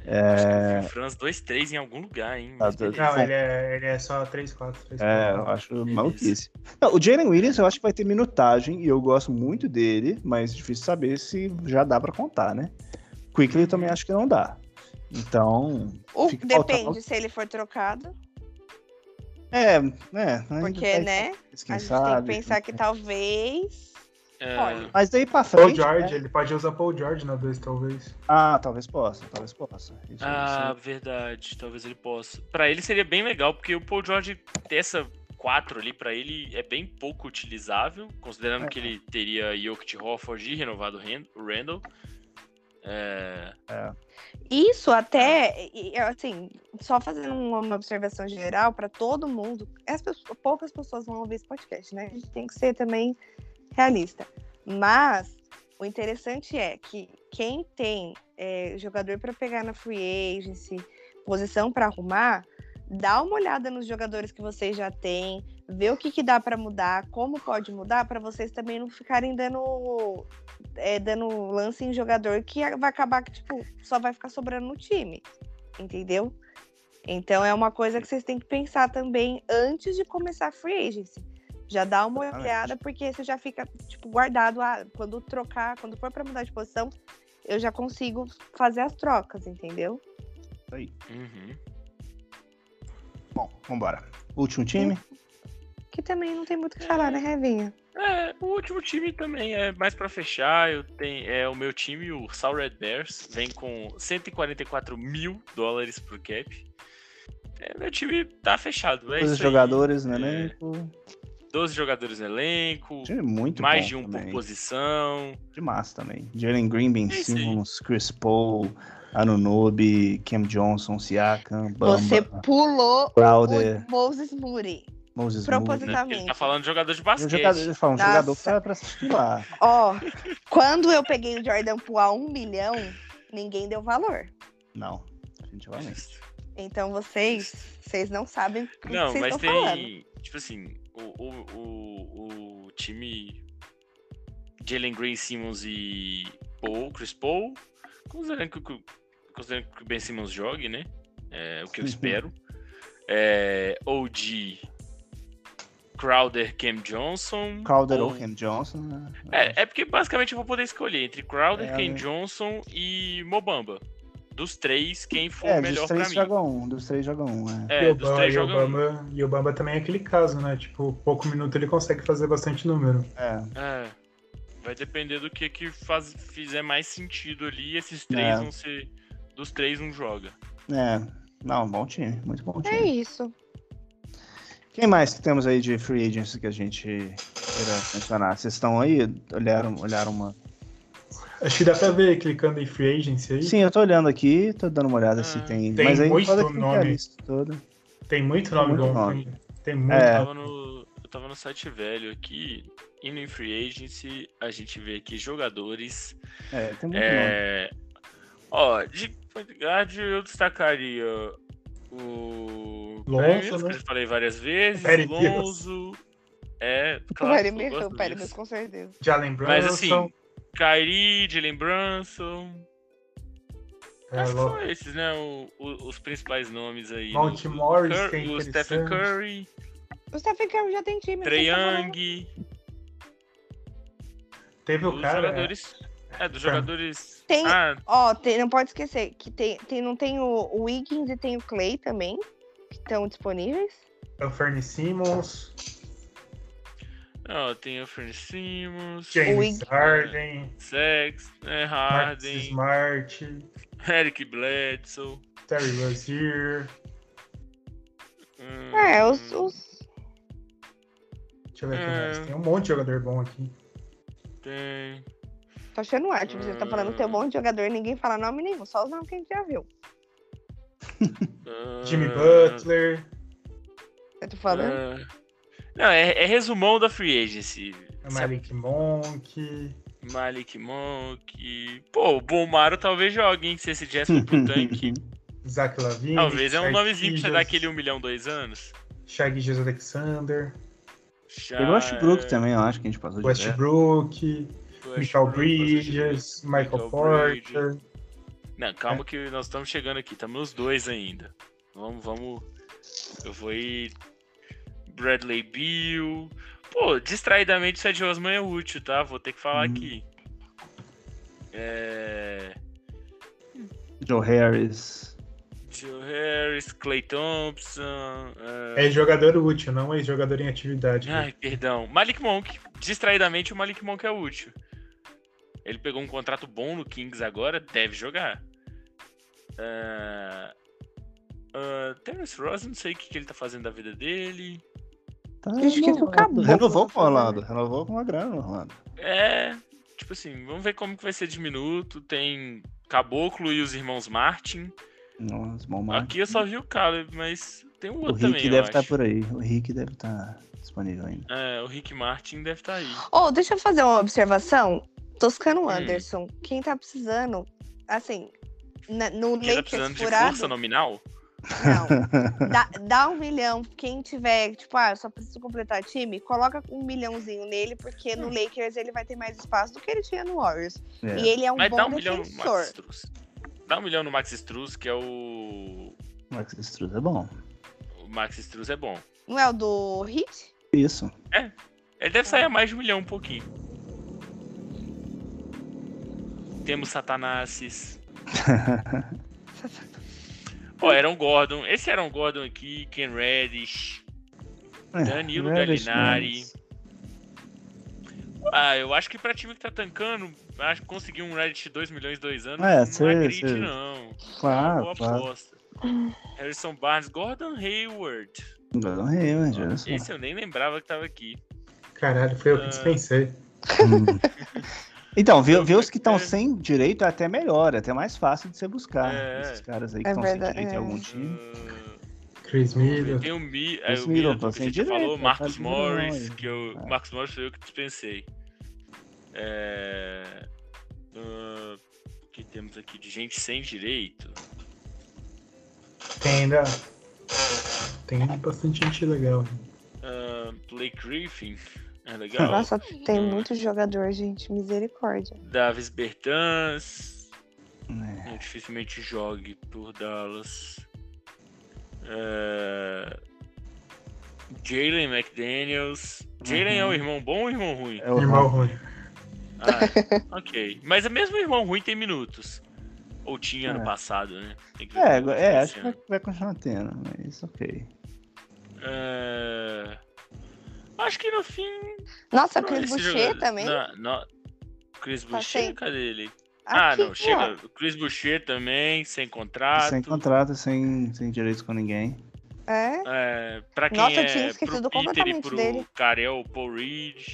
B: Acho que eu vi o Franz 2-3 em algum lugar, hein?
A: é. Tá
B: Mas
A: doido.
B: beleza.
D: Não, ele é, ele é só 3, 4, 3, 4.
A: É, eu acho maluquice. Não, o Jalen Williams eu acho que vai ter minutagem e eu gosto muito dele, mas é difícil saber se já dá pra contar, né? Quickly eu também acho que não dá. Então,
C: O,
A: Fica faltando-
C: Uh, depende se ele for trocado.
A: é, né? ainda
C: Porque,
A: tá-
C: né?
A: quem
C: a gente
A: sabe,
C: tem que pensar que talvez.
B: É,
C: Olha.
A: Mas daí pra
D: Paul
A: frente.
D: George,
A: né?
D: ele pode usar Paul George na 2, talvez.
A: Ah, talvez possa, talvez possa. Isso, é
B: Ah,
A: isso.
B: verdade. Talvez ele possa. Pra ele seria bem legal, porque o Paul George ter essa 4 ali pra ele é bem pouco utilizável, considerando
A: É.
B: que ele teria Jokic Hofford e renovado o Ran- o Randall. É,
C: Isso até, e- e, assim, só fazendo uma uma observação geral para todo mundo. As pessoas- poucas pessoas vão ouvir esse podcast, né? A gente tem que ser também realista. Mas o interessante é que quem tem é, jogador para pegar na free agency, posição para arrumar, dá uma olhada nos jogadores que vocês já têm, vê o que, que dá para mudar, como pode mudar, para vocês também não ficarem dando, é, dando lance em jogador que vai acabar que tipo, só vai ficar sobrando no time, entendeu? Então é uma coisa que vocês têm que pensar também antes de começar a free agency. Já dá uma
A: Exatamente.
C: olhada, porque você já fica tipo, guardado. ah, quando trocar, quando for para mudar de posição, eu já consigo fazer as trocas, entendeu?
B: uhum.
A: Bom, vambora. Último time?
C: Que também não tem muito o que falar, né, Revinha?
B: É, o último time também é mais pra fechar. Eu tenho, é o meu time, o Sal Red Bears, vem com 144 mil dólares pro cap. É, meu time tá fechado. É
A: Os
B: isso aí.
A: jogadores né, no
B: É.
A: elenco.
B: 12 jogadores no elenco,
A: Time muito
B: mais
A: bom
B: de um por
A: também.
B: posição. né?
A: De massa também. Jalen Green, Ben
B: É isso aí.
A: Simmons, Chris Paul, Anunobi, Cam Johnson, Siakam, Bamba,
C: Você pulou
A: Crowder,
C: o Moses Moody.
A: Moses Moody.
B: Né? Porque ele
C: proposita-
B: tá
C: Exatamente.
B: falando de jogador de
A: Um
B: basquete.
A: jogador, eu falo, um
C: Nossa.
A: jogador pra, pra assistir lá.
C: Ó, quando eu peguei o Jordan Poole a um milhão, ninguém deu valor.
A: Não, definitivamente.
C: Então vocês, vocês não sabem o que
B: Não,
C: vocês
B: mas
C: estão
B: tem.
C: falando.
B: Tipo assim, o, o, o, o time Jalen Green, Simmons e Paul, Chris Paul, considerando que, o- considerando que o Ben Simmons jogue, né? É, o que eu
A: Uhum.
B: espero. É, OG, Crowder, Cam Johnson.
A: Crowder ou Cam Johnson, né?
B: É, é porque basicamente eu vou poder escolher entre Crowder,
A: É,
B: Cam
A: né?
B: Johnson e Mobamba. Dos três, quem for
A: É,
B: melhor
A: dos
B: pra
A: três
B: mim.
A: joga um, dos três joga um, é.
B: É, dos
D: Obama,
B: três
D: e,
B: joga um.
D: Obama, e Obama também é aquele caso, né? Tipo, pouco minuto ele consegue fazer bastante número.
A: É,
B: É. Vai depender do que, que faz, fizer mais sentido ali. Esses três
A: É.
B: vão ser. Dos três, um joga.
A: é. Não, bom time, muito bom
E: É
A: time.
E: isso.
A: Quem mais que temos aí de free agents que a gente queira mencionar? Vocês estão aí? Olharam, olharam uma.
D: Acho que dá pra ver clicando em free agency aí.
A: Sim, eu tô olhando aqui, tô dando uma olhada se
B: Ah,
A: tem.
D: tem
A: Mas aí
D: muito
A: fala que não tem a
D: nome.
A: lista toda.
D: Tem muito nome
A: muito
D: bom.
A: nome.
D: Tem, tem muito
A: É.
B: Eu
D: nome.
B: tava no, eu tava no site velho aqui. Indo em free agency, a gente vê aqui jogadores
A: É, tem muito nome.
B: É... Ó, de point guard eu destacaria o.
D: Lonzo,
B: Pérez,
D: né?
B: que eu já falei várias vezes.
D: Perry Mills.
B: Lonzo. É,
C: O
B: claro.
C: Perry
B: eu
C: Mills,
B: gosto
C: o Perry
B: disso.
C: Mills, com certeza.
D: Jalen é Brunson.
B: Mas assim, Kyrie, Jalen Brunson.
D: é,
B: acho que
D: Lo-
B: são esses, né? o- o- os principais nomes aí.
D: Monte
B: O- o
D: Morris,
B: Cur-
D: que é
B: o Stephen
D: interessante.
B: Curry,
E: O Stephen Curry já tem time.
B: Trae
E: não sei se eu vou-
B: Young.
D: teve
B: Dos
D: o cara.
B: jogadores. É, dos jogadores.
C: Tem-
B: Ah,
C: Ó, tem- não pode esquecer que tem, tem, não tem o o Wiggins e tem o Clay também, que estão disponíveis.
D: é o Fernie Simmons,
B: não, tem o Fern Simmons,
D: James
C: Wiggins.
D: Harden,
B: Sex, né,
D: Marcus
B: Harden.
D: Smart,
B: Eric Bledsoe.
D: Terry Rozier.
B: hum,
C: É, os, os-
D: Deixa eu ver quem
B: É.
D: mais. Tem um monte de jogador bom aqui.
B: Tem.
C: Tô achando ótimo. Você tá falando que tem um monte de jogador e ninguém fala nome nenhum, só os nomes que a gente já viu.
B: ah,
D: Jimmy Butler.
C: Eu tô falando.
B: ah. Não, é, é resumão da Free Agency.
D: é Malik Monk.
B: Malik Monk. Pô, o Bomaro talvez jogue, hein? Se esse Jasper pro tanque.
D: Zach Lavine.
B: talvez é um
D: Shai
B: nomezinho pra você
D: Gilgeous,
B: dar aquele 1 milhão, 2 anos.
D: Shai Gilgeous Alexander,
B: Já... é
A: Tem o Westbrook também, eu acho que a gente passou de ver.
D: Westbrook,
B: Westbrook,
D: Michael
B: Westbrook.
D: Bridges, Michael
B: Michael Bridges.
D: Porter.
B: Não, calma que nós estamos chegando aqui. Estamos nos dois ainda. Vamos, vamos. Eu vou ir. Bradley Bill. Pô, distraidamente o Sérgio Osman é útil, tá? Vou ter que falar
A: Uhum.
B: aqui. É...
A: Joe Harris.
B: Joe Harris, Clay Thompson. é,
D: É jogador útil, não é jogador em atividade.
B: Ai, perdão. Malik Monk. Distraidamente o Malik Monk é útil. Ele pegou um contrato bom no Kings agora, deve jogar. Ah, ah, Terrence Ross, não sei o que, que ele tá fazendo da vida dele.
A: Tá,
C: Acho que
A: renovado.
C: acabou.
A: Renovou com o Orlando, renovou com uma grana, Orlando.
B: É, tipo assim, vamos ver como que vai ser de minuto. Tem Caboclo e os irmãos Martin.
A: Nossa, bom marketing.
B: Aqui eu só vi o Caleb, mas tem um
A: O
B: outro
A: Rick
B: também, eu
A: deve estar
B: acho.
A: por aí. O Rick deve estar disponível ainda.
B: É, o Rick Martin deve estar aí.
C: Ô, deixa eu fazer uma observação. Toscano
B: Hum.
C: Anderson, quem tá precisando, assim, na- no
B: Quem tá
C: Lakers
B: precisando de
C: é furado,
B: força nominal?
C: não. Dá, dá um milhão. Quem tiver, tipo, ah, eu só preciso completar time, coloca um milhãozinho nele, porque no Lakers ele vai ter mais espaço do que ele tinha no Warriors.
A: É.
C: E ele é um
B: Mas
C: bom
B: dá um milhão no
C: defensor.
B: Max Struz. Dá um milhão no Max Struz, que é o.
A: Max Struz é bom.
B: O Max Struz é bom.
C: Não é o do Hit?
A: Isso.
B: Ele deve sair a mais de um milhão um pouquinho. Temos Satanás. Pô, Aaron Gordon. Esse Aaron Gordon aqui, Ken Reddish.
A: É,
B: Danilo
A: Reddish,
B: Gallinari.
A: Nunes.
B: Ah, eu acho que pra time que tá tancando, acho que conseguir um Reddit 2 milhões em dois anos
A: É,
B: não
A: cê-
B: é grid,
A: cê-
B: não. é uma
A: Claro,
B: boa
A: claro.
B: aposta. Harrison Barnes, Gordon Hayward.
A: Gordon Hayward, olha só.
B: Esse eu nem lembrava que tava aqui.
D: Caralho, foi eu
B: É.
D: que dispensei.
A: Hum. Então, ver,
B: Eu
A: ver os que estão
B: quero-
A: sem direito é até melhor, é até mais fácil de você buscar. né?
B: É.
A: Esses caras aí que
C: É
A: estão sem
C: verdade,
A: direito em
C: é.
A: algum time.
B: Ah,
D: Chris Miller.
B: Tem o Mi, é,
A: Chris
B: o Miller,
A: Middleton,
B: que
A: sem
B: você já
A: direito,
B: falou,
A: tá
B: Marcos
A: de milhão,
B: Morris,
A: hein?
B: que eu,
A: É.
B: Marcos Morris foi eu que dispensei. É, ah, o que temos aqui de gente sem direito?
D: Tem ainda. Tem bastante gente legal.
B: Ah, Blake Griffin, é legal.
C: Nossa, tem muito jogador, gente. Misericórdia.
B: Davis Bertans,
A: É.
B: eu dificilmente jogue por Dallas. É, Jalen McDaniels. Jalen é um irmão bom ou irmão ruim?
A: É o
D: Irmão ruim.
B: Ah, ok. Mas mesmo o irmão ruim tem minutos. Ou tinha ano
A: É.
B: passado, né? Tem que ver
A: É,
B: como
A: agora-
B: vai ser
A: é,
B: esse
A: acho que
B: ano.
A: vai, vai continuar tendo, mas ok.
B: É, Acho que no fim.
C: Nossa,
B: não,
C: Tá Chris
B: esse
C: Boucher
B: jogador-
C: também.
B: na- na- Chris
C: Tá
B: Boucher,
C: sem-
B: cadê ele? ah,
C: Aqui,
B: não, chega. O Chris Boucher também, sem contrato.
A: Sem contrato, sem, sem direitos com ninguém.
C: ó. É.
B: É, pra quem
C: Nossa, eu tinha
B: é
C: esquecido
B: pro Peter e
C: completamente
B: pro
C: dele.
B: Karel, Paul Reed.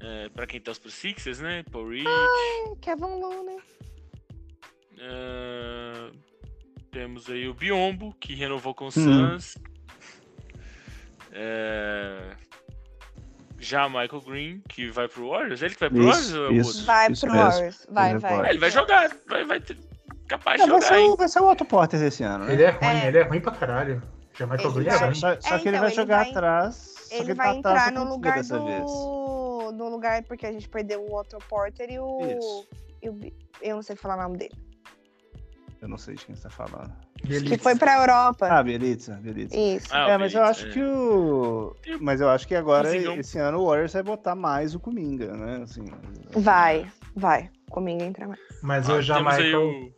B: É, pra quem torce pro Sixers, né? Paul Reed.
C: Kevin Looney.
B: É, temos aí o Biombo, que renovou com o
A: Hum.
B: Suns. É, já Michael Green, que vai pro Warriors. Ele que vai pro
A: Isso,
B: Warriors ou é o
A: isso.
B: outro?
C: Vai
A: Isso
C: pro
A: mesmo.
C: Warriors. Vai,
A: Ele
B: É,
A: vai.
C: vai.
B: ele vai jogar, vai, vai ter- capaz
A: É,
B: de
A: vai,
B: jogar.
A: ser
B: hein?
A: o, vai ser o Otto Porter esse ano, né?
D: Ele é ruim,
C: É.
D: ele é ruim pra caralho. Já Michael
C: Ele
D: Green é
A: Só,
C: vai-
D: ruim.
A: só- só
C: É,
A: que ele
C: então,
A: vai
C: ele
A: jogar
C: vai-
A: atrás. Só que
C: Ele
A: ele
C: vai
A: tá
C: entrar
A: atrás
C: no lugar
A: dessa vez.
C: do. No lugar, porque a gente perdeu o outro Porter e o.
A: Isso.
C: e o Bi- Eu não sei falar o nome dele.
A: Eu não sei de quem você tá falando.
D: Ele- é
C: Que foi pra Europa.
A: Ah, Belitza, Belitza.
C: Isso.
B: Ah,
A: é,
B: o
A: mas eu
B: Belitz,
A: acho
B: é.
A: que o. Mas eu acho que agora,
B: Cozinhão.
A: esse ano, o Warriors vai botar mais o Kuminga, né? Assim,
C: Vai, vai. Comigo entra mais.
D: Mas
B: Ah,
D: o já
B: temos aí
D: Michael.
B: o-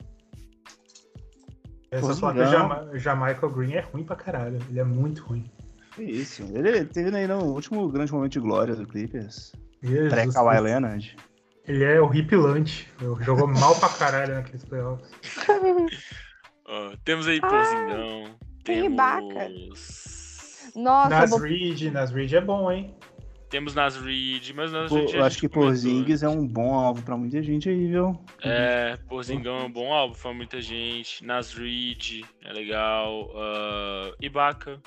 D: É só
A: Pois
D: falar que
A: não.
D: o Jama- já Michael Green é ruim pra caralho. Ele é muito ruim.
A: que é Isso. Ele teve aí no último grande momento de glória do Clippers.
D: Jesus
A: Pré-Kawhi
D: Cristo.
A: Leonard.
D: Ele é horripilante. Jogou mal pra caralho naqueles playoffs.
B: ó, temos
A: Ah,
B: aí Porzingão.
C: tem Ibaka.
B: temos.
C: Nossa,
D: Nas
C: bo-
D: Reed, Nas Reed é bom, hein?
B: Temos Nasrid, mas
A: Pô,
B: Nasrid.
A: eu acho que
B: né?
A: Porzingis é um bom alvo pra muita gente aí, viu?
B: É,
A: Uhum.
B: Porzingão é um bom álbum pra muita gente. Nasrid é legal. ah, Ibaka.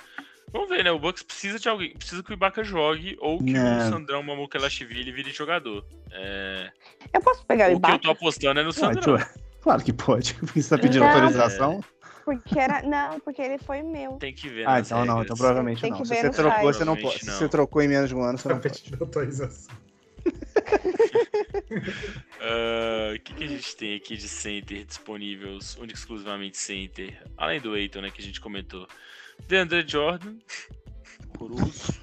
B: Vamos ver, né? O Bucks precisa de alguém. Precisa que o Ibaka jogue ou que
A: Né.
B: o Sandrão Mamukelashvili vire jogador. É,
C: eu posso pegar o
B: o que eu
C: Ibaka?
B: tô apostando é no
A: Ué,
B: Sandrão.
A: tio, Claro que pode, porque você tá pedindo
C: Não.
A: autorização.
C: Porque era. Não, porque ele foi meu.
B: Tem que ver.
A: Ah,
B: nas
A: então não,
B: regras.
A: então provavelmente
C: Tem
A: não.
C: que
A: Se
C: ver
A: você
C: no
A: trocou,
C: site.
A: você não pode. Se
B: É, Provavelmente
A: você
B: não.
A: trocou em menos de um ano, você
D: Tá
A: não pode.
D: pedindo autorização.
B: Ah, O que, que a gente tem aqui de center disponíveis, única e exclusivamente center, além do Eiton, né, que a gente comentou. DeAndre Jordan, Coruso,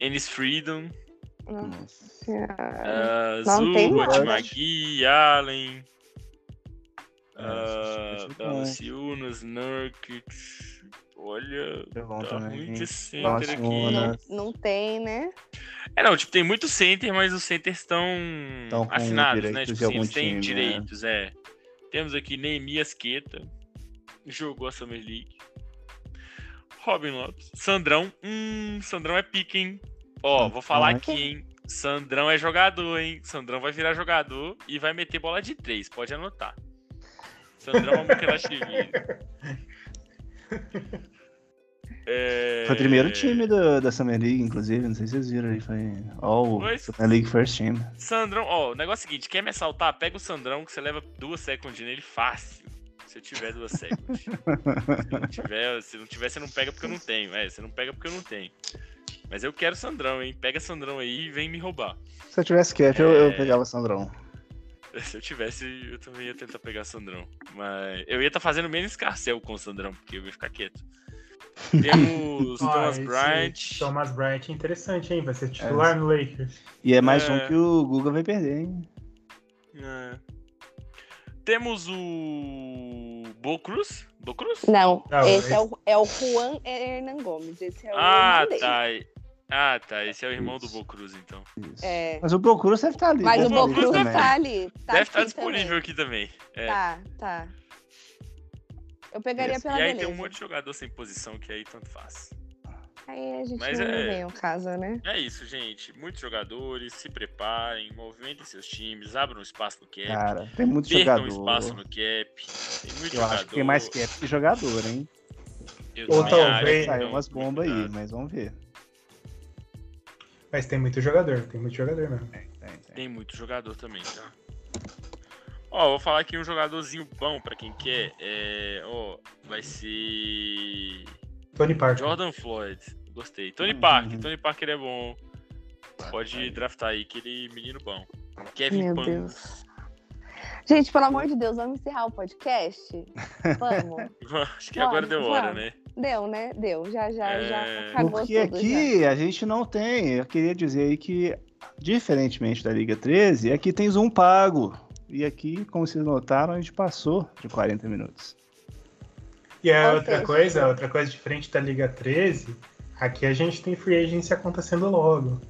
B: Ennis Freedom,
C: Nossa
A: Nossa.
C: senhora.
B: ah,
C: não tem
B: Zubat,
A: mais.
B: Magui, Allen,
A: É,
B: ah,
A: acho que- acho que não.
B: Valanciunas, Nurkic, olha,
A: Foi é bom
B: tá ruim
A: também.
B: de
A: hein?
B: center aqui.
A: Valanciunas.
C: Não, não tem, né?
B: É, não, tipo, tem muito center, mas os centers estão
A: Tão com
B: assinados, né?
A: direitos
B: Tipo,
A: de
B: assim, eles
A: algum time,
B: têm direitos, é. Temos aqui Neemias Queta, jogou a Summer League. Robin Lopes, Sandrão, hum, Sandrão é pique, hein? Ó, vou falar aqui,
A: Sandrão
B: hein? Sandrão é jogador, hein? Sandrão vai virar jogador e vai meter bola de três, pode anotar. Sandrão é um Mukelashvili. É...
A: Foi o primeiro time do- da Summer League, inclusive. Não sei se vocês viram aí. Foi All
B: Foi.
A: Summer League First Team.
B: Sandrão, ó, o negócio é o seguinte, quer me assaltar? Pega o Sandrão que você leva duas seconds nele fácil. Se eu tiver duas seconds. se, não tiver, se não tiver, você não pega porque eu não tenho. É, você não pega porque eu não tenho. Mas eu quero Sandrão, hein? Pega Sandrão aí e vem me roubar.
A: Se eu tivesse cap, eu, eu
B: É.
A: pegava o Sandrão.
B: Se eu tivesse, eu também ia tentar pegar Sandrão. Mas eu ia estar fazendo menos carcel com o Sandrão, porque eu ia ficar quieto. Temos
D: Ah,
B: Thomas
D: esse
B: Bryant.
D: Thomas Bryant é interessante, hein? Vai ser
A: É.
D: titular no Lakers.
A: E é mais
B: É.
A: um que o Guga vai perder, hein?
B: é. Temos o. Bocruz? Bocruz?
C: Não,
D: Não,
C: esse
D: esse-
C: é o, é o Juan Hernan Gomes. Esse é o
B: Ah,
C: irmão dele.
B: tá. Ah, tá. Esse é o irmão do
A: Isso.
B: Bocruz, então.
A: Isso.
C: É.
A: Mas o Procura deve estar ali.
C: Mas
B: Tá
C: o
A: deve
B: disponível
C: Bocruz
A: estar ali
C: tá ali. Tá
B: Deve estar
C: aqui
B: disponível
C: também.
B: aqui também. É.
C: Tá, tá. Eu pegaria
B: Isso.
C: pela
B: e aí
C: Tá, beleza.
B: tem um monte de jogador sem posição que aí tanto faz.
C: Aí a gente
B: Mas
C: não
B: é-
C: vem o caso, né?
B: É isso, gente. Muitos jogadores, se preparem, movimentem seus times, abram espaço no cap,
A: Cara, tem muito
B: percam
A: jogador.
B: espaço né? no cap. Tem muito
A: Eu
B: jogador.
A: acho que tem mais cap que jogador, hein?
B: Eu
D: Ou
B: também acho,
D: talvez-
A: Saiu
B: então,
A: umas bombas aí,
B: cuidado.
A: mas vamos ver.
D: Mas tem muito jogador, tem muito jogador mesmo.
A: Tem, tem.
B: Tem muito jogador também, tá? Ó, vou falar aqui um jogadorzinho bom pra quem quer. É, ó, vai ser.
D: Tony Parker.
B: Jordan Floyd, gostei. Tony
A: Uhum.
B: Parker, Tony Parker é bom. Pode draftar aí, aquele menino bom. Kevin
C: Meu
B: Pang.
C: Deus. Gente, pelo amor de Deus, vamos encerrar o podcast? Vamos.
B: Acho que agora
C: Vamos,
B: deu hora,
C: vamos.
B: né?
C: Deu, né? Deu. Já, já,
B: É.
C: já acabou
A: Porque
C: tudo. já.
A: aqui a gente não tem. Eu queria dizer aí que, diferentemente da Liga 13, aqui tem Zoom pago. E aqui, como vocês notaram, a gente passou de 40 minutos.
D: E a
C: Ou
D: outra
C: seja-
D: coisa, outra coisa diferente da Liga 13, aqui a gente tem free agency acontecendo logo.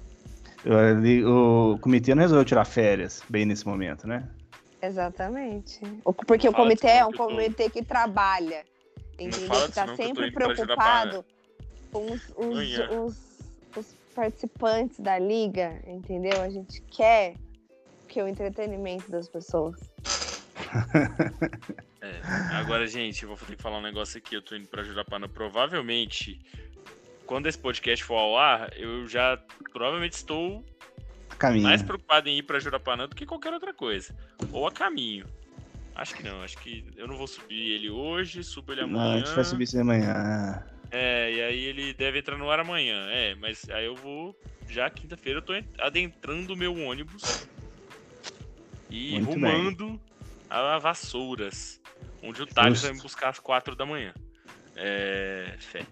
A: Eu- ali, o comitê não resolveu tirar férias bem nesse momento, né?
C: Exatamente. O- Porque o
B: Fala
C: comitê
B: disso,
C: é um
B: que eu tô-
C: comitê que trabalhar. Entendeu?
B: fala
C: Que tá
B: disso, não, que eu tô
C: sempre
B: indo pra ajudar
C: preocupado com os, os,
B: Amanhã.
C: os- os participantes da liga, entendeu? A gente quer que o entretenimento das pessoas.
B: É, agora, gente, eu vou ter que falar um negócio aqui. Eu tô indo pra Jurapana. Provavelmente, quando esse podcast for ao ar, eu já provavelmente estou
A: A caminho.
B: mais preocupado em ir pra Jurapanã do que qualquer outra coisa. Ou a caminho. Acho que não, acho que eu não vou subir ele hoje, subo ele
A: Não, Ah, a
B: amanhã.
A: gente vai subir isso de manhã. Ah,
B: É, e aí ele deve entrar no ar amanhã. É, mas aí eu vou. Já quinta-feira eu tô en- adentrando o meu ônibus e
A: Muito bem.
B: rumando a Vassouras, onde o Thales
A: Justo.
B: vai me buscar às quatro da manhã. É. Fé.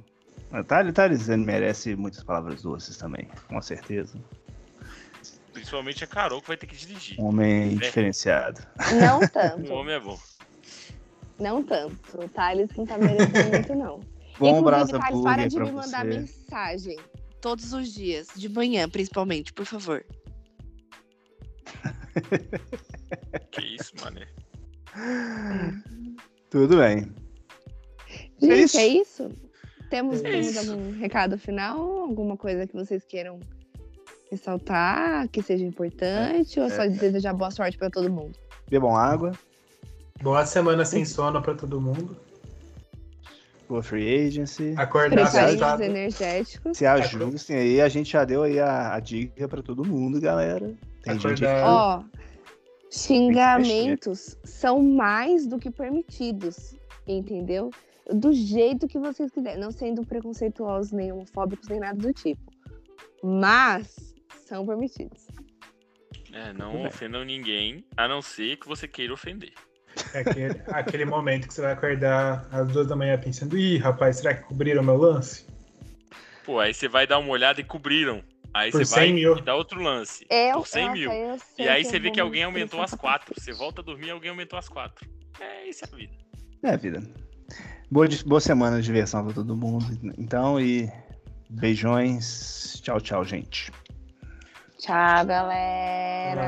A: O Thales, Thales, ele merece muitas palavras doces também, com certeza.
B: Principalmente a Carol que vai ter que dirigir.
A: Um homem
B: É.
A: diferenciado.
C: Não
B: O
C: tanto,
B: homem é bom.
C: não tanto. O Thales não tá merecendo muito, não.
A: Bom
C: Inclusive,
A: brasa
C: Thales,
A: pura
C: para
A: aí
C: de
A: pra
C: me mandar
A: você.
C: mensagem todos os dias, de manhã principalmente, por favor.
B: Que isso, mané.
A: Tudo bem.
C: Gente,
A: É isso.
C: é isso? Temos,
B: É
C: temos
B: isso.
C: algum recado final? Alguma coisa que vocês queiram ressaltar, que seja importante? ou só
B: É.
C: desejar boa sorte pra todo mundo?
A: Bebam água,
D: Boa semana sem sono pra todo mundo.
A: boa free agency.
B: É
D: Acordar tá?
C: Preparem os
D: assustado.
C: energéticos.
A: Se ajustem aí, a gente já deu aí a, a dica pra todo mundo, galera. Tem gente
B: É.
A: aqui.
D: Acordar-
C: Ó, xingamentos são mais do que permitidos, entendeu? Do jeito que vocês quiserem, não sendo preconceituosos, nem homofóbicos, nem nada do tipo. Mas são permitidos.
B: É,
A: Tudo
B: não
A: bem.
B: ofendam ninguém, a não ser que você queira ofender.
D: É aquele, aquele momento que você vai acordar às duas da manhã pensando, ih, rapaz, será que cobriram meu lance?
B: Pô, aí você vai dar uma olhada e cobriram. Aí
D: Por
B: você vai
D: 100 mil.
B: e dá outro lance.
C: Eu,
B: por 100
C: nossa,
B: mil.
C: eu sei
B: E aí
C: eu
B: você vê
C: vou
B: que alguém
C: me
B: aumentou
C: estressar
B: as
C: pra
B: quatro.
C: cacete.
B: Você volta a dormir e alguém aumentou as quatro. É, isso é a vida.
A: É vida. Boa, dis- boa semana de diversão pra todo mundo. Então, e beijões. Tchau, tchau, gente.
C: Tchau, galera.